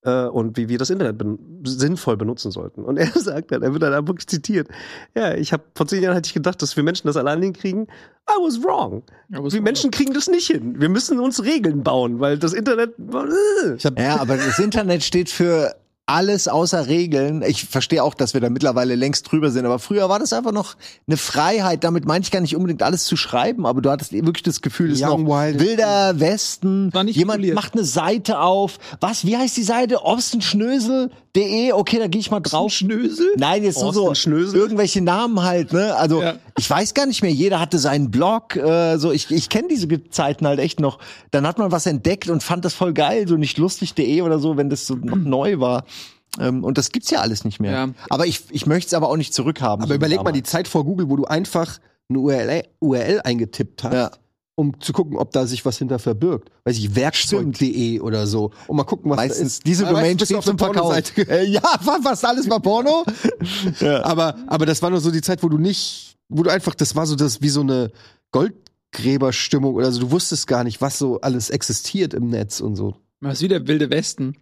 Speaker 2: äh, und wie wir das Internet ben sinnvoll benutzen sollten. Und er *laughs* sagt dann, er wird dann wirklich zitiert, ja, ich habe vor zehn Jahren hatte ich gedacht, dass wir Menschen das allein hinkriegen. I was wrong.
Speaker 4: Aber es-
Speaker 2: Wir Menschen kriegen das nicht hin. Wir müssen uns Regeln bauen, weil das Internet. äh,
Speaker 1: Ich hab,
Speaker 3: Ja, aber das Internet steht für alles außer Regeln. Ich verstehe auch, dass wir da mittlerweile längst drüber sind, aber früher war das einfach noch eine Freiheit. Damit meine ich gar nicht unbedingt alles zu schreiben, aber du hattest wirklich das Gefühl, es ist noch
Speaker 1: Young, wild.
Speaker 3: wilder Westen.
Speaker 4: War nicht
Speaker 3: Jemand
Speaker 4: reguliert.
Speaker 3: macht eine Seite auf. Was? Wie heißt die Seite? Obstenschnösel.de. Okay, da gehe ich mal drauf.
Speaker 4: Schnösel?
Speaker 3: Nein, jetzt nur so
Speaker 2: Obstenschnösel?
Speaker 3: irgendwelche Namen halt, ne? Also
Speaker 4: Ja.
Speaker 3: ich weiß gar nicht mehr, jeder hatte seinen Blog, äh, so ich, ich kenne diese Ge- Zeiten halt echt noch. Dann hat man was entdeckt und fand das voll geil, so nicht lustig.de oder so, wenn das so noch neu war. Ähm, und das gibt's ja alles nicht mehr.
Speaker 4: Ja.
Speaker 3: Aber ich, ich möchte es aber auch nicht zurückhaben.
Speaker 1: aber überleg mal die Zeit vor Google, wo du einfach eine URL, URL eingetippt hast.
Speaker 3: Ja.
Speaker 1: Um zu gucken, ob da sich was hinter verbirgt. Weiß ich, werkzeug.de oder so. Und mal gucken, was da
Speaker 3: Meistens
Speaker 1: ist.
Speaker 3: diese
Speaker 1: Aber
Speaker 3: Domain
Speaker 1: meistens bist du
Speaker 3: steht
Speaker 1: auf der
Speaker 3: zum Verkauf.
Speaker 1: Pornoseite. *laughs*
Speaker 3: Äh, ja, war fast alles mal Porno.
Speaker 1: Aber, aber das war nur so die Zeit, wo du nicht, wo du einfach, das war so das wie so eine Goldgräberstimmung oder so. Du wusstest gar nicht, was so alles existiert im Netz und so.
Speaker 4: Das ist wie der wilde Westen.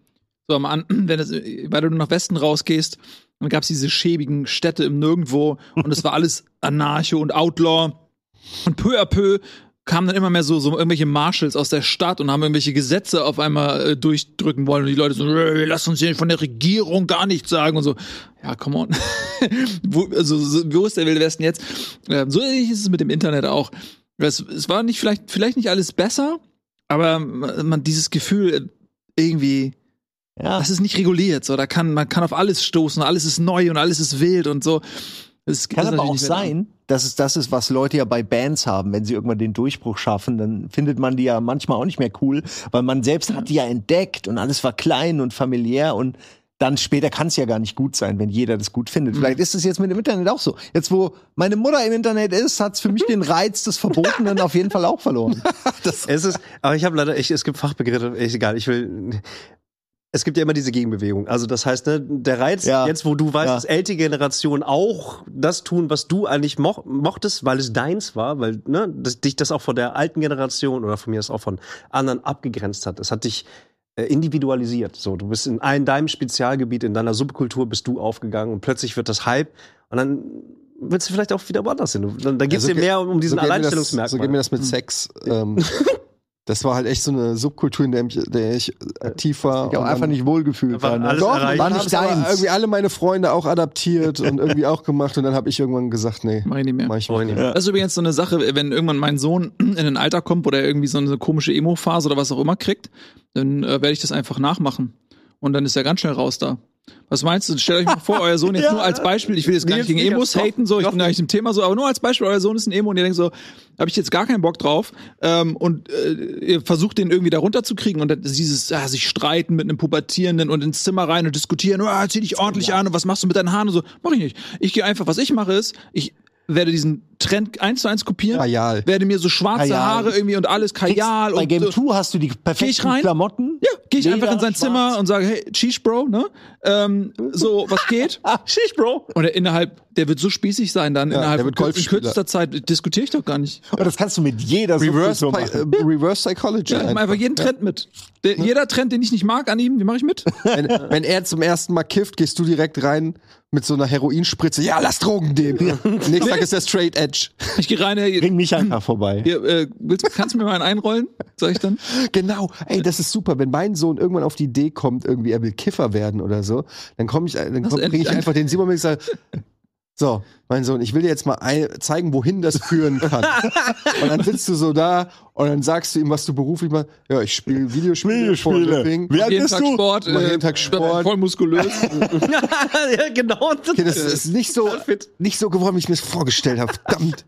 Speaker 4: So am An *clears throat* wenn es, weil du nach Westen rausgehst, dann gab es diese schäbigen Städte im Nirgendwo und es war alles Anarcho und Outlaw. Und peu à peu kamen dann immer mehr so, so irgendwelche Marshals aus der Stadt und haben irgendwelche Gesetze auf einmal äh, durchdrücken wollen. Und die Leute so, "Äh, lass uns hier von der Regierung gar nichts sagen und so. Ja, come on. *laughs* wo, also, so, wo ist der Wilde Westen jetzt? Ähm, so ähnlich ist es mit dem Internet auch. Es, es war nicht vielleicht, vielleicht nicht alles besser, aber man dieses Gefühl äh, irgendwie,
Speaker 3: Ja.
Speaker 4: das ist nicht reguliert. So, da kann man kann auf alles stoßen, alles ist neu und alles ist wild und so. Es
Speaker 3: Kann
Speaker 4: ist
Speaker 3: aber
Speaker 4: natürlich
Speaker 3: auch
Speaker 4: nicht mehr
Speaker 3: sein, dass es das ist, was Leute ja bei Bands haben. Wenn sie irgendwann den Durchbruch schaffen, dann findet man die ja manchmal auch nicht mehr cool, weil man selbst hat die ja entdeckt und alles war klein und familiär und dann später kann es ja gar nicht gut sein, wenn jeder das gut
Speaker 4: Mhm.
Speaker 3: findet. Vielleicht ist es jetzt mit dem Internet auch so. Jetzt, wo meine Mutter im Internet ist, hat es für
Speaker 4: Mhm.
Speaker 3: mich den Reiz des Verbotenen auf jeden Fall auch
Speaker 4: *laughs*
Speaker 3: verloren.
Speaker 2: es ist, aber ich habe leider, ich, es gibt Fachbegriffe, ist egal, ich will. Es gibt ja immer diese Gegenbewegung. Also das heißt, ne, der Reiz,
Speaker 3: Ja.
Speaker 2: jetzt wo du weißt,
Speaker 3: Ja.
Speaker 2: dass ältere Generationen auch das tun, was du eigentlich moch, mochtest, weil es deins war, weil ne, das, dich das auch von der alten Generation oder von mir das auch von anderen abgegrenzt hat. Es hat dich äh, individualisiert. So, du bist in, ein, deinem Spezialgebiet, in deiner Subkultur bist du aufgegangen und plötzlich wird das Hype und dann willst du vielleicht auch wieder woanders hin. Dann, dann geht's
Speaker 1: Ja, so
Speaker 2: dir
Speaker 1: ge-
Speaker 2: mehr um diesen
Speaker 1: geht mir das-
Speaker 2: Alleinstellungsmerkmal.
Speaker 1: So geht mir das mit Sex. Ähm, *laughs* das war halt echt so eine Subkultur, in der ich, der ich aktiv war.
Speaker 3: Ich habe
Speaker 1: Und
Speaker 3: einfach
Speaker 1: dann-
Speaker 3: nicht wohlgefühlt.
Speaker 2: War
Speaker 3: sein, ne?
Speaker 2: alles
Speaker 1: Doch,
Speaker 2: erreicht.
Speaker 1: war
Speaker 3: War
Speaker 1: nicht
Speaker 3: nicht
Speaker 1: aber
Speaker 3: deins.
Speaker 1: irgendwie alle meine Freunde auch adaptiert und irgendwie auch gemacht. Und dann habe ich irgendwann gesagt, nee,
Speaker 4: Mach ich nicht mehr.
Speaker 1: mach ich nicht. mehr.
Speaker 4: Das ist übrigens so eine Sache, wenn irgendwann mein Sohn *clears throat* in ein Alter kommt, wo der irgendwie so eine komische Emo-Phase oder was auch immer kriegt, dann äh, werde ich das einfach nachmachen. Und dann ist er ganz schnell raus da. Was meinst du? Stellt euch mal vor, euer *laughs* Sohn jetzt nur als Beispiel, ich will jetzt gar
Speaker 2: Nils,
Speaker 4: nicht gegen
Speaker 2: Nils,
Speaker 4: Emos
Speaker 2: doch,
Speaker 4: haten, so, ich
Speaker 2: doch.
Speaker 4: bin gar nicht im Thema so, aber nur als Beispiel, euer Sohn ist ein Emo und ihr denkt so, habe ich jetzt gar keinen Bock drauf ähm, und äh, ihr versucht den irgendwie da runterzukriegen und dann ist dieses ah, sich streiten mit einem Pubertierenden und ins Zimmer rein und diskutieren, ah, zieh dich ordentlich an und was machst du mit deinen Haaren und so, mach ich nicht. Ich gehe einfach, was ich mache ist, ich werde diesen Trend eins zu eins kopieren,
Speaker 1: Kajal.
Speaker 4: werde mir so schwarze
Speaker 3: Kajal.
Speaker 4: Haare irgendwie und alles Kajal
Speaker 3: Bei
Speaker 4: und
Speaker 3: Game
Speaker 4: so,
Speaker 3: 2 hast du die perfekten
Speaker 4: rein?
Speaker 3: Klamotten.
Speaker 4: ja, gehe ich einfach
Speaker 3: Leder,
Speaker 4: in sein
Speaker 3: schwarz.
Speaker 4: Zimmer und sage, hey, Cheese Bro, ne? Ähm, so, was geht? Cheese Bro. Und er innerhalb, der wird so spießig sein dann, innerhalb
Speaker 1: der wird
Speaker 4: von kür- in
Speaker 1: Golfspieler.
Speaker 4: kürzester Zeit diskutiere ich doch gar nicht.
Speaker 3: Und das kannst du mit jeder
Speaker 1: Reverse,
Speaker 3: Subkultur
Speaker 1: Pi-
Speaker 3: machen.
Speaker 1: äh, Reverse Psychology.
Speaker 4: Ja, ich mach einfach jeden Trend mit. Der, jeder Trend, den ich nicht mag an ihm, den mache ich mit.
Speaker 1: Wenn, wenn er zum ersten Mal kifft, gehst du direkt rein mit so einer Heroinspritze. Ja, lass Drogen dem. Nächsten Tag ist er straight edge.
Speaker 4: Ich gehe rein, hey,
Speaker 3: Bring mich einfach vorbei.
Speaker 4: hier, äh, willst, kannst du mir mal einen einrollen? Sag ich dann.
Speaker 1: Genau, ey, das ist super. Wenn mein Sohn irgendwann auf die Idee kommt, irgendwie er will Kiffer werden oder so, dann komme ich, dann komm, bringe
Speaker 4: endlich
Speaker 1: ich
Speaker 4: ein-
Speaker 1: einfach den Simon mit und sage, so, mein Sohn, ich will dir jetzt mal ein, zeigen, wohin das führen kann. und dann sitzt du so da und dann sagst du ihm, was du beruflich machst. Ja, ich spiele Videospiele.
Speaker 3: Videospiele.
Speaker 1: Videospiele.
Speaker 3: Wie alt
Speaker 4: Jeden
Speaker 3: bist
Speaker 4: Tag
Speaker 3: du?
Speaker 4: Sport, äh,
Speaker 1: Mach jeden Tag Sport.
Speaker 4: voll muskulös.
Speaker 2: *laughs* ja, genau.
Speaker 1: Okay, das ist nicht so, nicht so geworden, wie ich mir das vorgestellt habe. *laughs* Verdammt.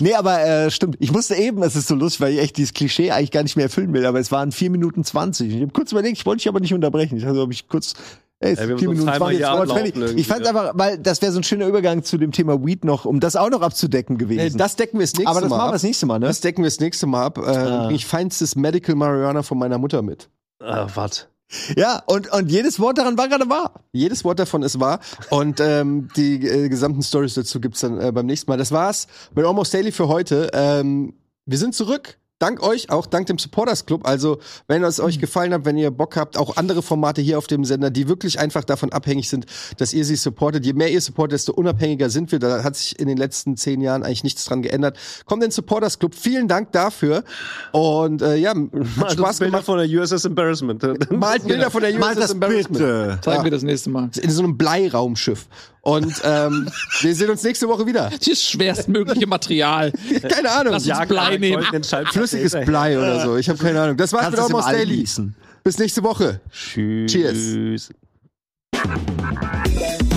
Speaker 3: Nee, aber äh, stimmt. Ich musste eben, es ist so lustig, weil ich echt dieses Klischee eigentlich gar nicht mehr erfüllen will, aber es waren 4 Minuten 20. Ich habe kurz überlegt, ich wollte dich aber nicht unterbrechen. Ich also habe ich kurz. Ey, es
Speaker 2: Ja, wir haben
Speaker 3: sind 4
Speaker 2: so einen
Speaker 3: Minuten
Speaker 2: Timer
Speaker 3: 20.
Speaker 2: hier
Speaker 3: jetzt
Speaker 2: ablaufen
Speaker 3: fertig.
Speaker 2: irgendwie,
Speaker 3: ich fand
Speaker 2: ja.
Speaker 3: einfach, weil das wäre so ein schöner Übergang zu dem Thema Weed noch, um das auch noch abzudecken
Speaker 1: Nee,
Speaker 3: gewesen.
Speaker 1: das decken wir das nächste
Speaker 3: aber das
Speaker 1: Mal
Speaker 3: machen wir
Speaker 1: ab.
Speaker 3: das nächste Mal, ne?
Speaker 1: Das decken wir das nächste Mal ab. Äh, Dann krieg ich feinstes Medical Marihuana von meiner Mutter mit.
Speaker 2: Ah, warte.
Speaker 3: Ja, und, und jedes Wort daran war gerade wahr.
Speaker 1: Jedes Wort davon ist wahr. Und ähm, die äh, gesamten Stories dazu gibt's dann äh, beim nächsten Mal. Das war's mit Almost Daily für heute. Ähm, wir sind zurück. dank euch, auch dank dem Supporters Club. Also, wenn es
Speaker 3: Mhm.
Speaker 1: euch gefallen hat, wenn ihr Bock habt, auch andere Formate hier auf dem Sender, die wirklich einfach davon abhängig sind, dass ihr sie supportet. Je mehr ihr supportet, desto unabhängiger sind wir. Da hat sich in den letzten zehn Jahren eigentlich nichts dran geändert. Kommt in den Supporters Club. Vielen Dank dafür. Und äh, ja, hat
Speaker 2: Malt uns
Speaker 1: Spaß
Speaker 2: Bilder
Speaker 1: gemacht.
Speaker 2: Also von der
Speaker 1: *laughs*
Speaker 2: USS Embarrassment. *laughs*
Speaker 1: Malt Bilder von der
Speaker 3: Mal
Speaker 1: USS
Speaker 3: Genau. das
Speaker 1: Embarrassment.
Speaker 3: bitte.
Speaker 4: Zeigen
Speaker 1: Ja.
Speaker 4: wir das nächste Mal.
Speaker 1: In so einem Bleiraumschiff. Und ähm, wir sehen uns nächste Woche wieder.
Speaker 4: Das schwerstmögliche Material.
Speaker 1: Keine Ahnung.
Speaker 4: Lass uns Blei nehmen.
Speaker 2: *laughs*
Speaker 1: Flüssiges Blei oder so. Ich habe keine Ahnung. Das war's mit
Speaker 3: Kannst es im
Speaker 1: Almost
Speaker 3: All
Speaker 1: Daily.
Speaker 3: gießen.
Speaker 1: Bis nächste Woche.
Speaker 2: Tschüss.
Speaker 1: Cheers.